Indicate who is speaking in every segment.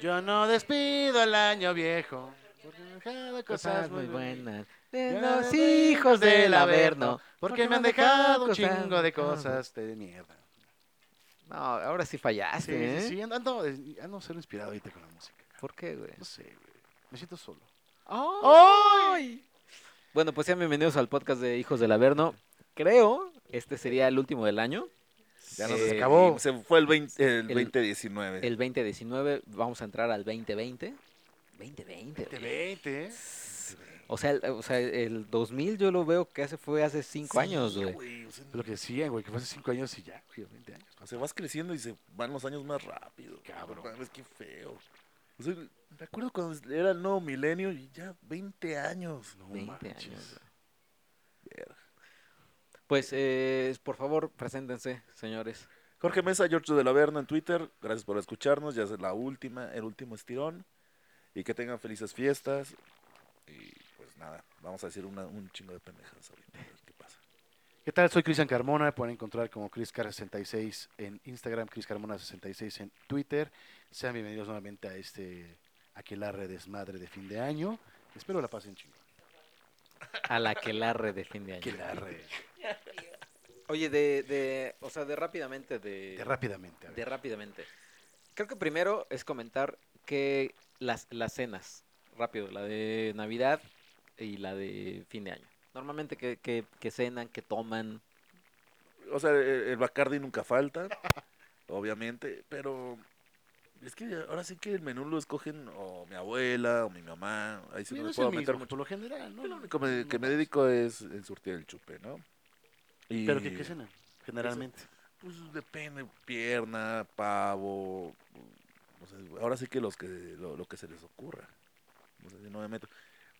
Speaker 1: Yo no despido al año viejo. Porque me han dejado
Speaker 2: Cosas muy buenas. De los hijos del Averno.
Speaker 1: Porque me han dejado un chingo de cosas Ah, de mierda.
Speaker 2: No, ahora sí
Speaker 1: Sí,
Speaker 2: fallaste,
Speaker 1: sí,
Speaker 2: ¿eh?
Speaker 1: sí, ando, ando, ando cero inspirado ahorita con la música.
Speaker 2: ¿Por qué, güey?
Speaker 1: No sé, güey. Me siento solo. Oh.
Speaker 2: ¡Ay! Bueno, pues sean bienvenidos al podcast de Hijos del Averno. Creo, este sería el último del año.
Speaker 3: Ya
Speaker 2: Eh,
Speaker 3: nos
Speaker 1: se
Speaker 3: acabó. Se fue el, 20, el
Speaker 2: El-
Speaker 3: 2019.
Speaker 2: El 2019, vamos a entrar al 2020. 2020.
Speaker 1: Te
Speaker 2: güey.
Speaker 1: vete, ¿eh?
Speaker 2: O sea, el, o sea, el 2000 yo lo veo que hace, fue hace 5 años, güey.
Speaker 3: güey, o sea,
Speaker 1: Lo que decían, güey, que fue hace 5 años y ya, güey, 20 años.
Speaker 3: o sea, vas creciendo y se van los años más rápido.
Speaker 1: Cabrón.
Speaker 3: No mames, qué feo. O sea, me acuerdo cuando era el nuevo milenio y ya 20 años.
Speaker 1: No
Speaker 2: 20
Speaker 1: manches.
Speaker 2: años, güey. Pues, eh, por favor, preséntense, señores.
Speaker 3: Jorge Mesa, George del Averno en Twitter. Gracias por escucharnos. Ya es la última, el último estirón. Y que tengan felices fiestas. Y pues nada, vamos a decir una- un chingo de pendejas ahorita. A ver qué pasa.
Speaker 1: ¿Qué tal? Soy Cristian Carmona. Me pueden encontrar como ChrisCar66 en Instagram, ChrisCarmona66 en Twitter. Sean bienvenidos nuevamente a este aquelarre desmadre de fin de año. Espero la pasen chingón.
Speaker 2: A la que larre de fin de año.
Speaker 1: Aquelarre.
Speaker 2: Oye, de, de, o sea, de rápidamente, de,
Speaker 1: De rápidamente. a ver.
Speaker 2: de rápidamente. Creo que primero es comentar que las, las cenas, rápido, la de Navidad y la de fin de año. Normalmente que, que, que cenan, que toman.
Speaker 3: O sea, el, el Bacardi nunca falta, obviamente, pero es que ahora sí que el menú lo escogen o mi abuela o mi mamá. Ahí
Speaker 1: Sí,
Speaker 3: sí no
Speaker 1: no
Speaker 3: me
Speaker 1: es el
Speaker 3: puedo meter
Speaker 1: mismo,
Speaker 3: mucho.
Speaker 1: por lo general, ¿no?
Speaker 3: Yo lo único me- que me
Speaker 1: No
Speaker 3: dedico es el surtir el chupe, ¿no? Y,
Speaker 1: Pero que qué cenan, generalmente.
Speaker 3: Pues depende, pierna, pavo. o sea, ahora sí que los que lo, lo que se les ocurra. O sea, no me meto.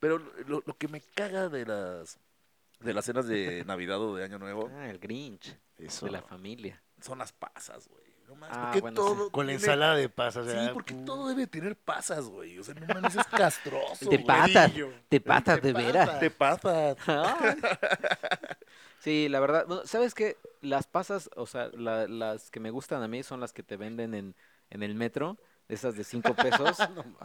Speaker 3: Pero lo, lo que me caga de las de las cenas de Navidad o de Año Nuevo
Speaker 2: Ah, el Grinch,
Speaker 3: eso,
Speaker 2: de la familia.
Speaker 3: son las pasas, güey. No mames,
Speaker 2: Ah,
Speaker 3: porque
Speaker 2: bueno,
Speaker 3: todo
Speaker 1: Con la
Speaker 3: tiene-
Speaker 1: ensalada de pasas.
Speaker 3: Sí, porque todo debe tener pasas, güey. O sea, no mames, es castroso.
Speaker 2: De
Speaker 3: güey.
Speaker 2: patas,
Speaker 3: Pedillo.
Speaker 2: de patas, de
Speaker 1: patas.
Speaker 2: veras.
Speaker 3: De patas.
Speaker 2: Ay. Sí, la verdad, bueno, ¿sabes qué? Las pasas, o sea, la- las que me gustan a mí son las que te venden en, en el metro, esas de 5 pesos,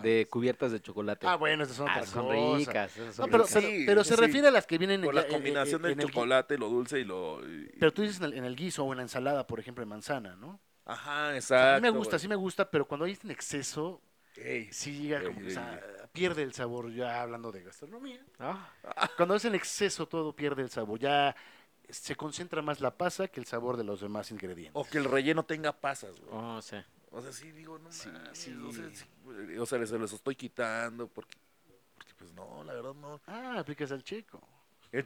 Speaker 2: de cubiertas de chocolate.
Speaker 1: Ah, bueno, esas son
Speaker 2: Ah,
Speaker 1: otras
Speaker 2: son
Speaker 1: cosas.
Speaker 2: ricas, esas son
Speaker 1: No, pero,
Speaker 2: ricas.
Speaker 1: pero,
Speaker 3: Sí,
Speaker 1: pero
Speaker 3: sí,
Speaker 1: se
Speaker 3: sí.
Speaker 1: refiere a las que vienen
Speaker 3: Con
Speaker 1: en
Speaker 3: la
Speaker 1: en- en-
Speaker 3: combinación del
Speaker 1: en el gui-
Speaker 3: chocolate, lo dulce y lo. y-
Speaker 1: Pero tú dices en el, en el guiso o en la ensalada, por ejemplo, de manzana, ¿no?
Speaker 3: Ajá,
Speaker 1: O sea,
Speaker 3: exacto.
Speaker 1: a mí me gusta,
Speaker 3: güey.
Speaker 1: sí me gusta, pero cuando hay este en exceso,
Speaker 3: Ey,
Speaker 1: sí llega como
Speaker 3: Ey,
Speaker 1: que
Speaker 3: ey,
Speaker 1: sa- pierde el sabor, ya hablando de gastronomía.
Speaker 2: Ah,
Speaker 1: Cuando es en exceso todo pierde el sabor, ya se concentra más la pasa que el sabor de los demás ingredientes.
Speaker 3: O que el relleno tenga pasas, güey.
Speaker 2: oh, sí.
Speaker 3: O sea, sí, digo, no
Speaker 1: Sí,
Speaker 3: mames,
Speaker 1: sí.
Speaker 3: O sea, sí, güey, o sea, se los estoy quitando porque. Porque, pues no, la verdad no.
Speaker 1: Ah, aplicas al checo.
Speaker 3: El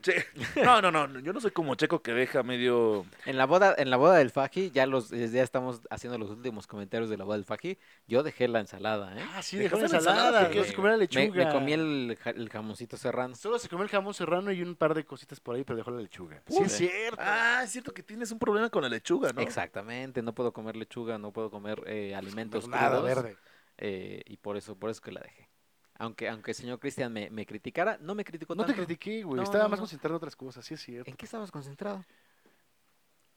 Speaker 3: che- No, no, no. Yo no soy como checo que deja medio.
Speaker 2: En la boda, en la boda del Faji, ya los, eh, ya estamos haciendo los últimos comentarios de la boda del Faji. Yo dejé la ensalada, ¿eh?
Speaker 1: Ah, sí,
Speaker 3: Dejaste
Speaker 1: dejó la
Speaker 3: la ensalada,
Speaker 1: ensalada,
Speaker 3: sí,
Speaker 1: que no
Speaker 3: güey.
Speaker 1: se comió la
Speaker 2: Me,
Speaker 1: lechuga.
Speaker 2: me comí el, ja- el jamoncito serrano.
Speaker 1: Solo se comió el jamón serrano y un par de cositas por ahí, pero dejó la lechuga. Sí,
Speaker 2: Puta.
Speaker 1: es cierto.
Speaker 3: Ah, es cierto que tienes un problema con la lechuga, ¿no?
Speaker 2: Exactamente, no puedo comer lechuga, no puedo comer eh, alimentos
Speaker 1: Pues, nada
Speaker 2: crudos.
Speaker 1: verde.
Speaker 2: eh, y por eso, por eso que la dejé. Aunque, aunque el señor Cristian me, me criticara, no me criticó
Speaker 1: No te
Speaker 2: Pues tanto.
Speaker 1: critiqué, güey.
Speaker 2: No,
Speaker 1: Estaba
Speaker 2: no,
Speaker 1: más
Speaker 2: no.
Speaker 1: concentrado en otras cosas, sí es cierto.
Speaker 2: ¿En qué estabas concentrado?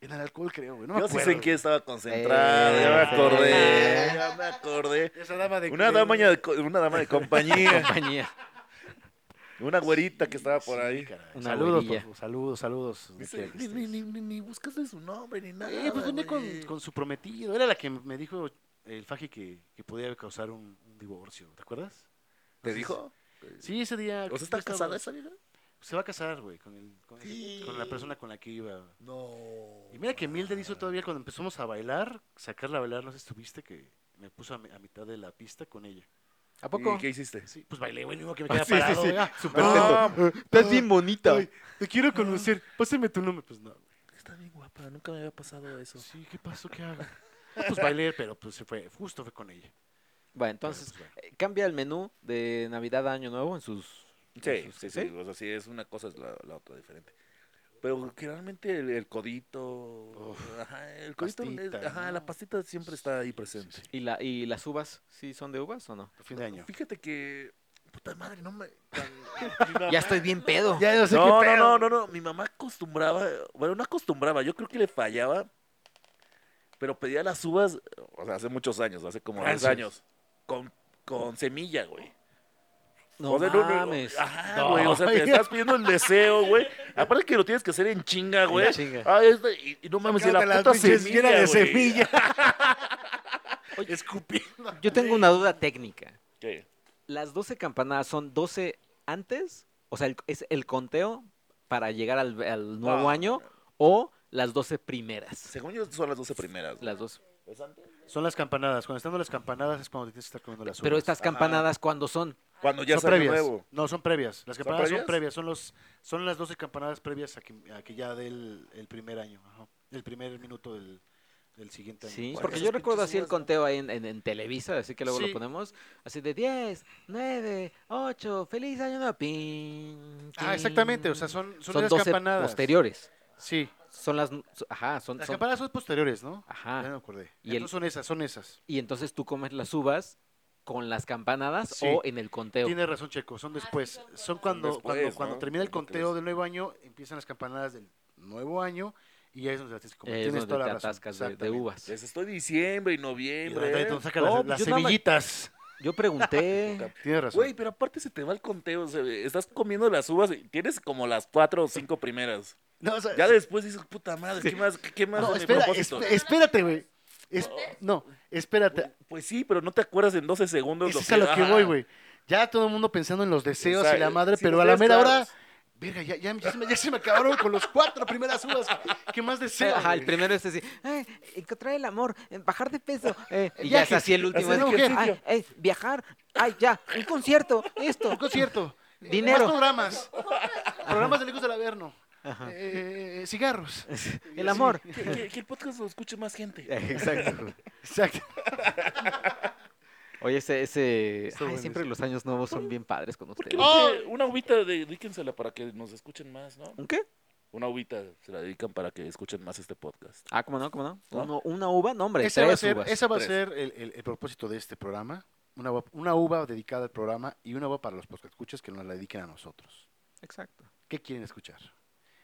Speaker 1: En el alcohol, creo, güey. No me
Speaker 3: Yo sí
Speaker 1: acuerdo.
Speaker 3: sé en qué estaba concentrada,
Speaker 2: Eh,
Speaker 3: ya me
Speaker 2: sí.
Speaker 3: acordé, ya me acordé.
Speaker 1: Esa dama de.
Speaker 3: Una dama de, co- una dama de compañía,
Speaker 2: Compañía.
Speaker 3: una güerita que estaba por
Speaker 1: Sí,
Speaker 3: ahí. este
Speaker 1: caray.
Speaker 2: Una
Speaker 1: Saludos, por
Speaker 2: güerilla.
Speaker 1: favor, saludos, saludos. donde
Speaker 3: Dice,
Speaker 1: quiera que
Speaker 3: Ni, ni,
Speaker 1: estés.
Speaker 3: ni, ni, ni buscaste su nombre ni nada.
Speaker 1: Eh, pues venía con,
Speaker 3: güey.
Speaker 1: con su prometido. Era la que me dijo el Faji que, que podía causar un, un divorcio, ¿te acuerdas?
Speaker 3: ¿Te dijo?
Speaker 1: Sí, ese día.
Speaker 3: ¿O sea, está
Speaker 1: yo estaba-
Speaker 3: casada esa vieja?
Speaker 1: Se va a casar, güey, con, el- con, el-
Speaker 3: Sí.
Speaker 1: con la persona con la que iba.
Speaker 3: No.
Speaker 1: Y mira que Mildred hizo todavía cuando empezamos a bailar, sacarla a bailar, no sé si estuviste, que me puso a, mi- a mitad de la pista con ella.
Speaker 2: ¿A
Speaker 3: ¿Y
Speaker 2: poco?
Speaker 3: qué hiciste?
Speaker 1: Sí, pues bailé, güey, ni modo que me
Speaker 3: Ah,
Speaker 1: quedé
Speaker 3: sí, sí,
Speaker 1: parado,
Speaker 3: sí.
Speaker 1: güey. Ah,
Speaker 3: Súper
Speaker 1: ah,
Speaker 2: Estás bien bonita.
Speaker 1: Ay, te quiero conocer. Pásame tu nombre. Pues no. güey.
Speaker 3: Está bien guapa, nunca me había pasado eso.
Speaker 1: pues Sí, ¿qué pasó? ¿Qué hago? No, pues bailé, pero pues se fue. Justo fue con ella. Pero,
Speaker 2: Bueno, entonces,
Speaker 1: pues, bueno.
Speaker 2: eh, cambia el menú de Navidad a Año Nuevo en sus... en
Speaker 3: Sí,
Speaker 2: sus- este,
Speaker 3: sí, sí. O sea, sí, es una cosa, es la, la otra diferente. Pero generalmente el, el codito.
Speaker 1: Uf,
Speaker 3: ajá, el codito. es-
Speaker 1: pastita,
Speaker 3: ajá,
Speaker 1: ¿no?
Speaker 3: la pastita siempre está ahí presente.
Speaker 1: Sí, sí.
Speaker 2: ¿Y, la, ¿Y las uvas? ¿Sí son de uvas o no?
Speaker 1: pues, Fin de año.
Speaker 3: Fíjate que. Puta madre, no me.
Speaker 2: Ya estoy bien pedo.
Speaker 1: Ya, yo sé
Speaker 3: no,
Speaker 1: qué
Speaker 3: no,
Speaker 1: pedo.
Speaker 3: no, no, no. Mi mamá acostumbraba. Bueno, no acostumbraba. Yo creo que le fallaba. Pero pedía las uvas. O sea, hace muchos años, hace como 10
Speaker 1: Rancias.
Speaker 3: años. Con con semilla, güey.
Speaker 2: No
Speaker 3: O sea, no, Ah. no,
Speaker 2: mames.
Speaker 3: ajá,
Speaker 1: No.
Speaker 3: güey, o sea, te estás pidiendo el deseo, güey. Aparte que lo tienes que hacer en chinga, güey.
Speaker 2: chinga.
Speaker 3: Ah, esta- y, y no mames, y la
Speaker 1: Sácate las
Speaker 3: puta
Speaker 1: pinches
Speaker 3: semilla,
Speaker 1: llenas de
Speaker 3: güey.
Speaker 1: semilla.
Speaker 2: Oye.
Speaker 1: Escupiendo.
Speaker 2: Yo tengo una duda técnica.
Speaker 3: ¿Qué?
Speaker 2: ¿Las 12 campanadas son 12 antes? O sea, el- ¿es el conteo para llegar al, al nuevo
Speaker 1: Ah,
Speaker 3: No.
Speaker 2: año? ¿O las 12 primeras?
Speaker 3: Según yo son las 12 primeras. güey.
Speaker 2: Las 12.
Speaker 3: ¿Es antes?
Speaker 1: Son las campanadas. Cuando están dando las campanadas es cuando tienes que estar comiendo las uvas.
Speaker 2: Pero estas campanadas, ¿cuándo son?
Speaker 3: Cuando ya
Speaker 1: son
Speaker 3: sale
Speaker 1: previas.
Speaker 3: nuevo.
Speaker 1: No, son previas. Las campanadas son
Speaker 3: previas?
Speaker 1: previas. Son, los, son las 12 campanadas previas a que, a que ya del el primer año. ajá. El primer minuto del, del siguiente año.
Speaker 2: Sí,
Speaker 3: Porque
Speaker 2: porque
Speaker 3: esas
Speaker 2: yo recuerdo
Speaker 3: pinches
Speaker 2: así el
Speaker 3: uvas, ¿no?
Speaker 2: conteo ahí en, en- en Televisa, así que luego
Speaker 1: Sí.
Speaker 2: lo ponemos, así de 10, 9, 8, feliz año nuevo. pin,
Speaker 1: Ah, exactamente. O sea,
Speaker 2: tin.
Speaker 1: son, son,
Speaker 2: son
Speaker 1: las
Speaker 2: 12
Speaker 1: campanadas.
Speaker 2: posteriores.
Speaker 1: Sí.
Speaker 2: Son las, ajá, son,
Speaker 1: Las
Speaker 2: son-
Speaker 1: campanadas son posteriores, ¿no?
Speaker 2: Ajá.
Speaker 1: Ya me acordé.
Speaker 2: Y el-
Speaker 1: Entonces son esas, son esas.
Speaker 2: y entonces tú comes las uvas con las campanadas
Speaker 1: Sí.
Speaker 2: o en el conteo.
Speaker 1: Tienes razón, Checo, son después. Ah, Son cuando,
Speaker 3: después,
Speaker 1: cuando,
Speaker 3: ¿no?
Speaker 1: cuando termina el
Speaker 3: Es lo que
Speaker 1: conteo
Speaker 3: les-
Speaker 1: del nuevo año, empiezan las campanadas del nuevo año y ahí es donde las tienes que comer.
Speaker 2: Eh, es
Speaker 1: Tienes
Speaker 2: donde
Speaker 1: toda
Speaker 2: te
Speaker 1: la razón.
Speaker 2: atascas de- de,
Speaker 1: exactamente.
Speaker 2: uvas.
Speaker 3: Les estoy diciembre y
Speaker 1: Y
Speaker 3: noviembre.
Speaker 1: donde
Speaker 3: ¿eh?
Speaker 1: donde sacan
Speaker 2: No,
Speaker 1: las,
Speaker 2: pues
Speaker 1: las
Speaker 2: yo nada más-
Speaker 1: semillitas.
Speaker 2: Yo pregunté,
Speaker 1: Tienes razón.
Speaker 3: Güey, pero aparte se te va el conteo. o sea, estás comiendo las uvas y tienes como las cuatro o cinco primeras.
Speaker 1: No, o sea,
Speaker 3: Ya después dices, puta madre, ¿qué más, qué más
Speaker 1: no,
Speaker 3: es mi
Speaker 1: espera,
Speaker 3: propósito?
Speaker 1: esp- espérate, güey. Es- no, espérate.
Speaker 3: Pues sí, pero no te acuerdas en 12 segundos
Speaker 1: Eso es a lo que
Speaker 3: ajá.
Speaker 1: voy, güey. Ya todo el mundo pensando en los deseos
Speaker 3: Exacto,
Speaker 1: y la madre,
Speaker 3: sí,
Speaker 1: pero
Speaker 3: los
Speaker 1: a la
Speaker 3: deseos
Speaker 1: mera hora.
Speaker 3: claros.
Speaker 1: Verga, ya, ya, ya se me, ya se me acabaron con los cuatro primeras uvas. ¿Qué más deseo?
Speaker 2: Ah, ajá, el
Speaker 1: güey?
Speaker 2: primero es así, "Ay, encontrar el amor, eh, bajar de peso, eh, y ya
Speaker 1: Viajes,
Speaker 2: es así el último,
Speaker 1: hacer
Speaker 2: es que,
Speaker 1: ejercicio.
Speaker 2: "Ay, eh, viajar, ay, ya, un concierto, esto,
Speaker 1: Un concierto. eh,
Speaker 2: Dinero.
Speaker 1: Más programas. programas de Lejos del Averno. eh, eh, cigarros.
Speaker 2: el amor.
Speaker 3: Que, que- que el podcast lo escuche más gente.
Speaker 1: Eh.
Speaker 2: Exacto.
Speaker 1: Exacto.
Speaker 2: Oye, ese, ese,
Speaker 1: Está
Speaker 2: ay,
Speaker 1: bueno
Speaker 2: siempre
Speaker 1: eso.
Speaker 2: los años nuevos son bien padres con
Speaker 3: ¿Por qué
Speaker 2: ustedes.
Speaker 3: no te- una uvita dedíquensela para que nos escuchen más, ¿no?
Speaker 2: ¿Un qué?
Speaker 3: Una uvita se la dedican para que escuchen más este podcast.
Speaker 2: Ah, ¿cómo no? ¿Cómo no?
Speaker 3: ¿No?
Speaker 2: Uno- una uva, no, hombre,
Speaker 1: Ese va a
Speaker 2: tres
Speaker 1: ser,
Speaker 2: uvas.
Speaker 1: ese va a
Speaker 3: tres.
Speaker 1: ser el, el- el propósito de este programa. Una uva, una uva dedicada al programa y una uva para los escuchas que nos la dediquen a nosotros.
Speaker 2: Exacto.
Speaker 1: ¿Qué quieren escuchar?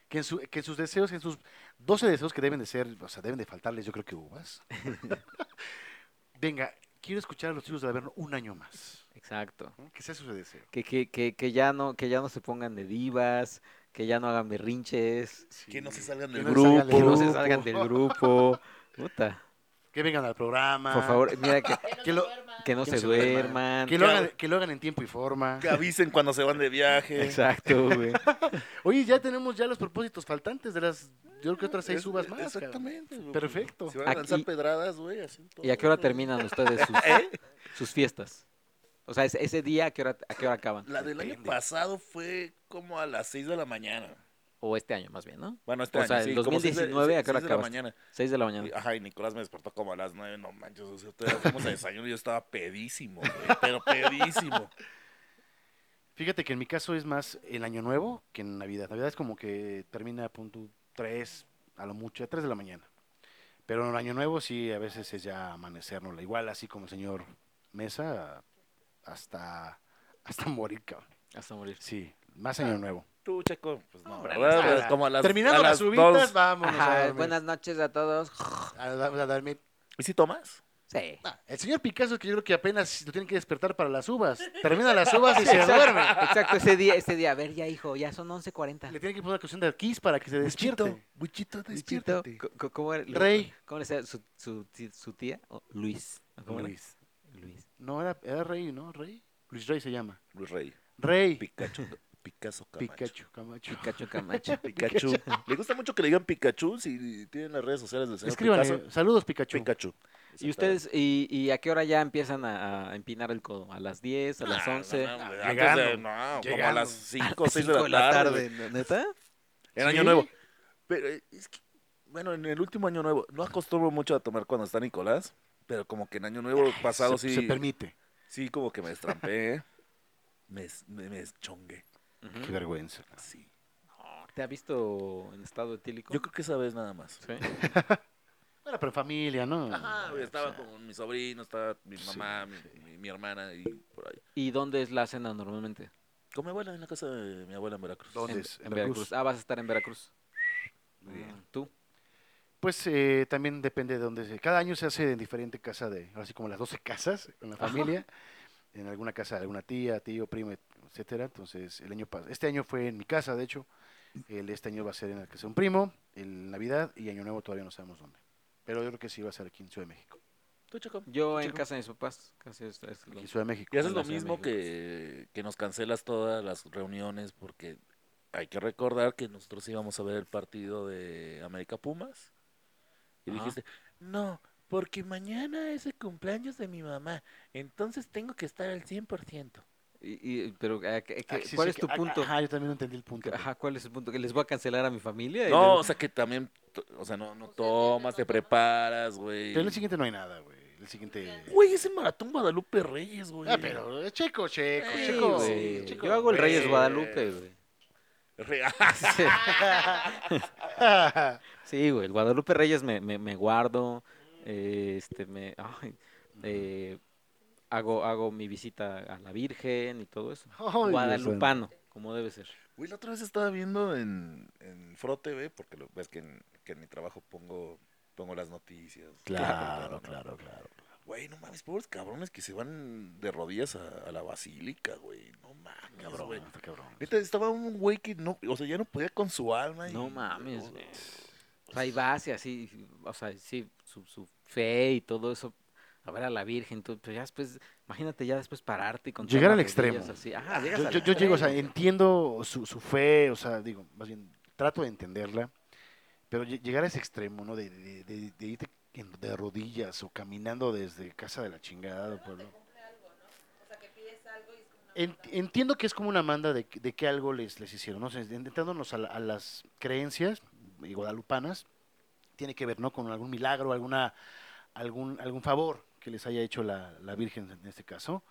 Speaker 1: Que en, su- que en sus deseos, en sus 12 deseos que deben de ser, o sea, deben de faltarles, yo creo que uvas. Venga, quiero escuchar a los hijos del Averno un año más.
Speaker 2: Exacto.
Speaker 1: ¿no? Que sea su deseo.
Speaker 2: Que, que, que, que ya no, que ya no se pongan de divas, que ya no hagan berrinches,
Speaker 3: Que no se salgan
Speaker 1: Que no
Speaker 3: del
Speaker 1: se salgan
Speaker 3: grupo.
Speaker 2: que
Speaker 1: del
Speaker 2: no se
Speaker 1: grupo.
Speaker 2: salgan del grupo. Puta.
Speaker 1: Que vengan al programa.
Speaker 2: Por favor, mira que,
Speaker 1: Que lo,
Speaker 2: que no
Speaker 1: Que
Speaker 2: se
Speaker 1: no se duerman.
Speaker 2: duerman.
Speaker 1: Que lo, hagan, eh. que lo hagan en tiempo y forma.
Speaker 3: Que avisen cuando se van de viaje.
Speaker 2: Exacto, güey.
Speaker 1: Oye, ya tenemos ya los propósitos faltantes de las, yo creo que otras seis
Speaker 3: Es- e,
Speaker 1: uvas más. cabrón.
Speaker 3: Exactamente. güey.
Speaker 1: Perfecto.
Speaker 3: Se van a lanzar
Speaker 2: Aquí-
Speaker 3: pedradas, güey. así todo.
Speaker 2: ¿Y a qué hora terminan ustedes sus,
Speaker 3: ¿Eh?
Speaker 2: sus fiestas? O sea, ese, ese día, ¿a qué hora, a qué hora acaban?
Speaker 3: La del año
Speaker 1: Depende.
Speaker 3: pasado fue como a las 6 de la mañana.
Speaker 2: O este año, más bien, ¿no?
Speaker 3: Bueno, este
Speaker 2: O
Speaker 3: año,
Speaker 2: sea, el
Speaker 3: sí, como seis de-
Speaker 2: 2019, ¿a qué
Speaker 3: seis
Speaker 2: hora
Speaker 3: de la
Speaker 2: acabaste?
Speaker 3: mañana.
Speaker 2: Seis de la mañana.
Speaker 3: Y- Ajá, y Nicolás me despertó como a las 9, no manches, o sea, todavía fuimos a desayuno y yo estaba pedísimo, güey, pero pedísimo.
Speaker 1: Fíjate que en mi caso es más el año nuevo que en Navidad. Navidad es como que termina a punto 3, a lo mucho, a 3 de la mañana. Pero en el año nuevo sí, a veces es ya amanecernos. Igual así como el señor Mesa, hasta, hasta morir, cabrón.
Speaker 2: Hasta morir.
Speaker 1: Sí, más año nuevo.
Speaker 3: Tú, Checo, pues no,
Speaker 2: Hombre,
Speaker 3: ¿verdad?
Speaker 2: pues, a
Speaker 3: Pues
Speaker 1: la-
Speaker 3: como a las
Speaker 1: Terminando
Speaker 3: a
Speaker 1: las
Speaker 3: dos.
Speaker 1: uvitas, vámonos
Speaker 2: Ajá,
Speaker 1: a dormir.
Speaker 2: buenas noches a todos.
Speaker 1: A, a- a dormir.
Speaker 3: ¿Y si tomas?
Speaker 2: Sí.
Speaker 1: Ah, el señor Picasso que yo creo que apenas lo tienen que despertar para las uvas. Termina las uvas y se duerme.
Speaker 2: Exacto, ese día, ese día. A ver, ya, hijo, ya son 11.40.
Speaker 1: Le tienen que poner una canción de Kiss para que se
Speaker 3: Buchito,
Speaker 1: despierte.
Speaker 3: buchito,
Speaker 2: Luisito,
Speaker 3: despiértate.
Speaker 2: co- co- ¿Cómo era? Lu-
Speaker 1: Rey.
Speaker 2: ¿Cómo le decía su, su, ti- su tía? O- Luis. ¿o cómo era? Luis.
Speaker 1: No, era, era Rey, ¿no? Rey. Luis Rey se llama.
Speaker 3: Luis Rey,
Speaker 1: Rey.
Speaker 3: Pikachu, Picasso Camacho.
Speaker 1: Pikachu, Camacho.
Speaker 2: Cacho Camacho.
Speaker 3: Pikachu. Le gusta mucho que le digan Pikachu si tienen las redes sociales del señor
Speaker 1: Escríbanle.
Speaker 3: Picasso.
Speaker 1: Saludos, Pikachu.
Speaker 3: Pikachu.
Speaker 2: ¿Y ustedes, y, y a qué hora ya empiezan a, a empinar el codo? ¿A las 10, a las 11?
Speaker 3: No, no,
Speaker 1: Ah,
Speaker 3: antes de-
Speaker 1: llegando,
Speaker 3: no, como a
Speaker 1: llegando.
Speaker 3: las 5 o 6
Speaker 2: Cinco
Speaker 3: de la tarde.
Speaker 2: ¿no? ¿Neta?
Speaker 3: En
Speaker 1: ¿Sí?
Speaker 3: Año Nuevo. Pero eh, es que, bueno, en el último Año Nuevo, no acostumbro mucho a tomar cuando está Nicolás, pero como que en Año Nuevo pasado
Speaker 1: se,
Speaker 3: sí,
Speaker 1: se permite.
Speaker 3: sí como que me estrampé, ¿eh? me, es- me, me eschongué,
Speaker 1: Qué vergüenza.
Speaker 3: sí.
Speaker 2: ¿Te ha visto en estado etílico?
Speaker 3: Yo creo que esa vez nada más.
Speaker 2: Sí.
Speaker 1: Bueno, pero en familia, ¿no?
Speaker 3: Ajá, güey,
Speaker 1: O
Speaker 3: estaba
Speaker 1: sea,
Speaker 3: con mi sobrino, estaba mi
Speaker 1: Sí,
Speaker 3: mamá, mi- mi, mi hermana y por ahí.
Speaker 2: ¿Y dónde es la cena normalmente?
Speaker 3: Con mi abuela, en la casa de mi abuela en Veracruz.
Speaker 1: ¿Dónde?
Speaker 2: En,
Speaker 1: es?
Speaker 2: en
Speaker 1: En
Speaker 2: Veracruz.
Speaker 1: Veracruz.
Speaker 2: Ah, vas a estar en Veracruz.
Speaker 3: Muy bien.
Speaker 2: Ah, ¿Tú?
Speaker 1: Pues eh, también depende de dónde se... Cada año se hace en diferente casa de... Así como las 12 casas con la familia. en alguna casa de alguna tía, tío, primo, etcétera. Entonces, el año pas- este año fue en mi casa, de hecho. El, este año va a ser en la casa de un primo, en Navidad y Año Nuevo todavía no sabemos dónde. Pero yo creo que sí va a ser aquí en Ciudad de México.
Speaker 3: Tú, Chaco.
Speaker 2: Yo en
Speaker 3: Chico.
Speaker 2: casa de mis papás, casi es, es
Speaker 1: Aquí
Speaker 2: lo-
Speaker 1: en Ciudad de México.
Speaker 3: Y haces
Speaker 2: en
Speaker 3: lo
Speaker 2: la Ciudad de
Speaker 3: mismo
Speaker 2: México.
Speaker 3: que, que nos cancelas todas las reuniones porque hay que recordar que nosotros íbamos a ver el partido de América Pumas. Y
Speaker 2: Ajá.
Speaker 3: dijiste, no, porque mañana es el cumpleaños de mi mamá, entonces tengo que estar al 100%.
Speaker 2: y- y- pero, ah, que- que-
Speaker 1: Ah, sí,
Speaker 2: ¿cuál
Speaker 1: sí,
Speaker 2: es tu
Speaker 1: ah,
Speaker 2: punto?
Speaker 1: Ajá, yo también no entendí el punto. güey.
Speaker 2: Ajá, ¿cuál es el punto? ¿Que les voy a cancelar a mi familia? Y
Speaker 3: No,
Speaker 2: les-
Speaker 3: o sea que también, to- o sea, no, no tomas, te preparas, güey.
Speaker 1: Pero en el siguiente no hay nada, güey. El siguiente.
Speaker 3: Güey, ese maratón Guadalupe Reyes, güey.
Speaker 1: Ah, pero eh, checo, checo,
Speaker 3: Sí,
Speaker 1: checo,
Speaker 2: güey.
Speaker 1: checo.
Speaker 2: Yo hago el Reyes
Speaker 3: güey.
Speaker 2: Guadalupe, güey.
Speaker 3: Re-
Speaker 2: Sí. Sí, güey, el Guadalupe Reyes me, me, me guardo, eh, este, me, ay, eh, hago, hago mi visita a la Virgen y todo eso.
Speaker 1: Ay,
Speaker 2: Guadalupano, como debe ser.
Speaker 3: Güey, la otra vez estaba viendo en, en Fro TV, porque lo, ves que en, que en mi trabajo pongo, pongo las noticias.
Speaker 1: Claro,
Speaker 3: ¿no?
Speaker 1: claro, claro.
Speaker 3: Güey, no mames, pobres cabrones que se van de rodillas a, a la basílica, güey. No mames,
Speaker 1: Cabrón,
Speaker 3: güey.
Speaker 1: está cabrón.
Speaker 3: Neta, estaba un güey que no, o sea, ya no podía con su alma. y-
Speaker 2: No mames, güey. O sea, ahí vas y así, o sea, sí, su, su fe y todo eso, a ver a la Virgen, tú, pero ya después, imagínate ya después pararte y con
Speaker 1: Llegar
Speaker 2: todas
Speaker 1: al
Speaker 2: las rodillas
Speaker 1: extremo.
Speaker 2: así. Ajá, llegas
Speaker 1: Yo,
Speaker 2: al
Speaker 1: yo, yo llego, o sea,
Speaker 2: extremo.
Speaker 1: entiendo su, su fe, o sea, digo, más bien, trato de entenderla, pero lle- llegar a ese extremo, ¿no? De, de, de- de irte en- de rodillas o caminando desde casa de la chingada del pueblo. En- Entiendo que es como una manda de, que- de que algo les, les hicieron, ¿no? O sea, entrándonos a, la- a las creencias eh, guadalupanas, tiene que ver, ¿no? Con algún milagro, alguna, algún, algún favor que les haya hecho la, la Virgen en este caso.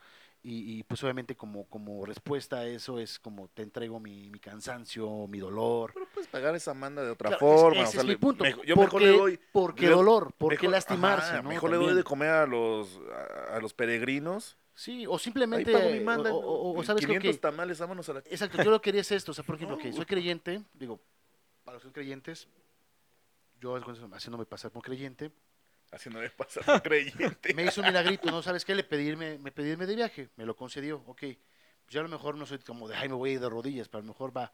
Speaker 1: Y, y, pues obviamente como, como respuesta a eso es como te entrego mi, mi cansancio, mi dolor.
Speaker 3: Pero puedes pagar esa manda de otra
Speaker 1: Claro, es-
Speaker 3: forma.
Speaker 1: ese
Speaker 3: o sea,
Speaker 1: es mi
Speaker 3: le-
Speaker 1: punto.
Speaker 3: mejo- yo
Speaker 1: porque,
Speaker 3: mejor le doy.
Speaker 1: porque
Speaker 3: le doy-
Speaker 1: dolor, porque
Speaker 3: mejor-
Speaker 1: lastimarse,
Speaker 3: ajá,
Speaker 1: ¿no?
Speaker 3: Mejor le doy
Speaker 1: También.
Speaker 3: de comer a los, a, a los peregrinos.
Speaker 1: Sí, o
Speaker 3: Ahí
Speaker 1: simplemente...
Speaker 3: pago mi manda.
Speaker 1: o, o- o- o
Speaker 3: y
Speaker 1: sabes lo
Speaker 3: 500
Speaker 1: que...
Speaker 3: tamales, vámonos a la
Speaker 1: Exacto, yo lo que quería es esto. O sea, por ejemplo,
Speaker 3: No,
Speaker 1: que soy
Speaker 3: güey.
Speaker 1: creyente, digo, para los que son creyentes, yo haciéndome pasar por creyente,
Speaker 3: haciéndome pasar por creyente.
Speaker 1: me hizo un milagrito, ¿no? ¿Sabes qué? Le pedirme, me pedirme de viaje, me lo concedió, ok. Pues ya a lo mejor no soy como de, ay, me voy a ir de rodillas, pero a lo mejor va,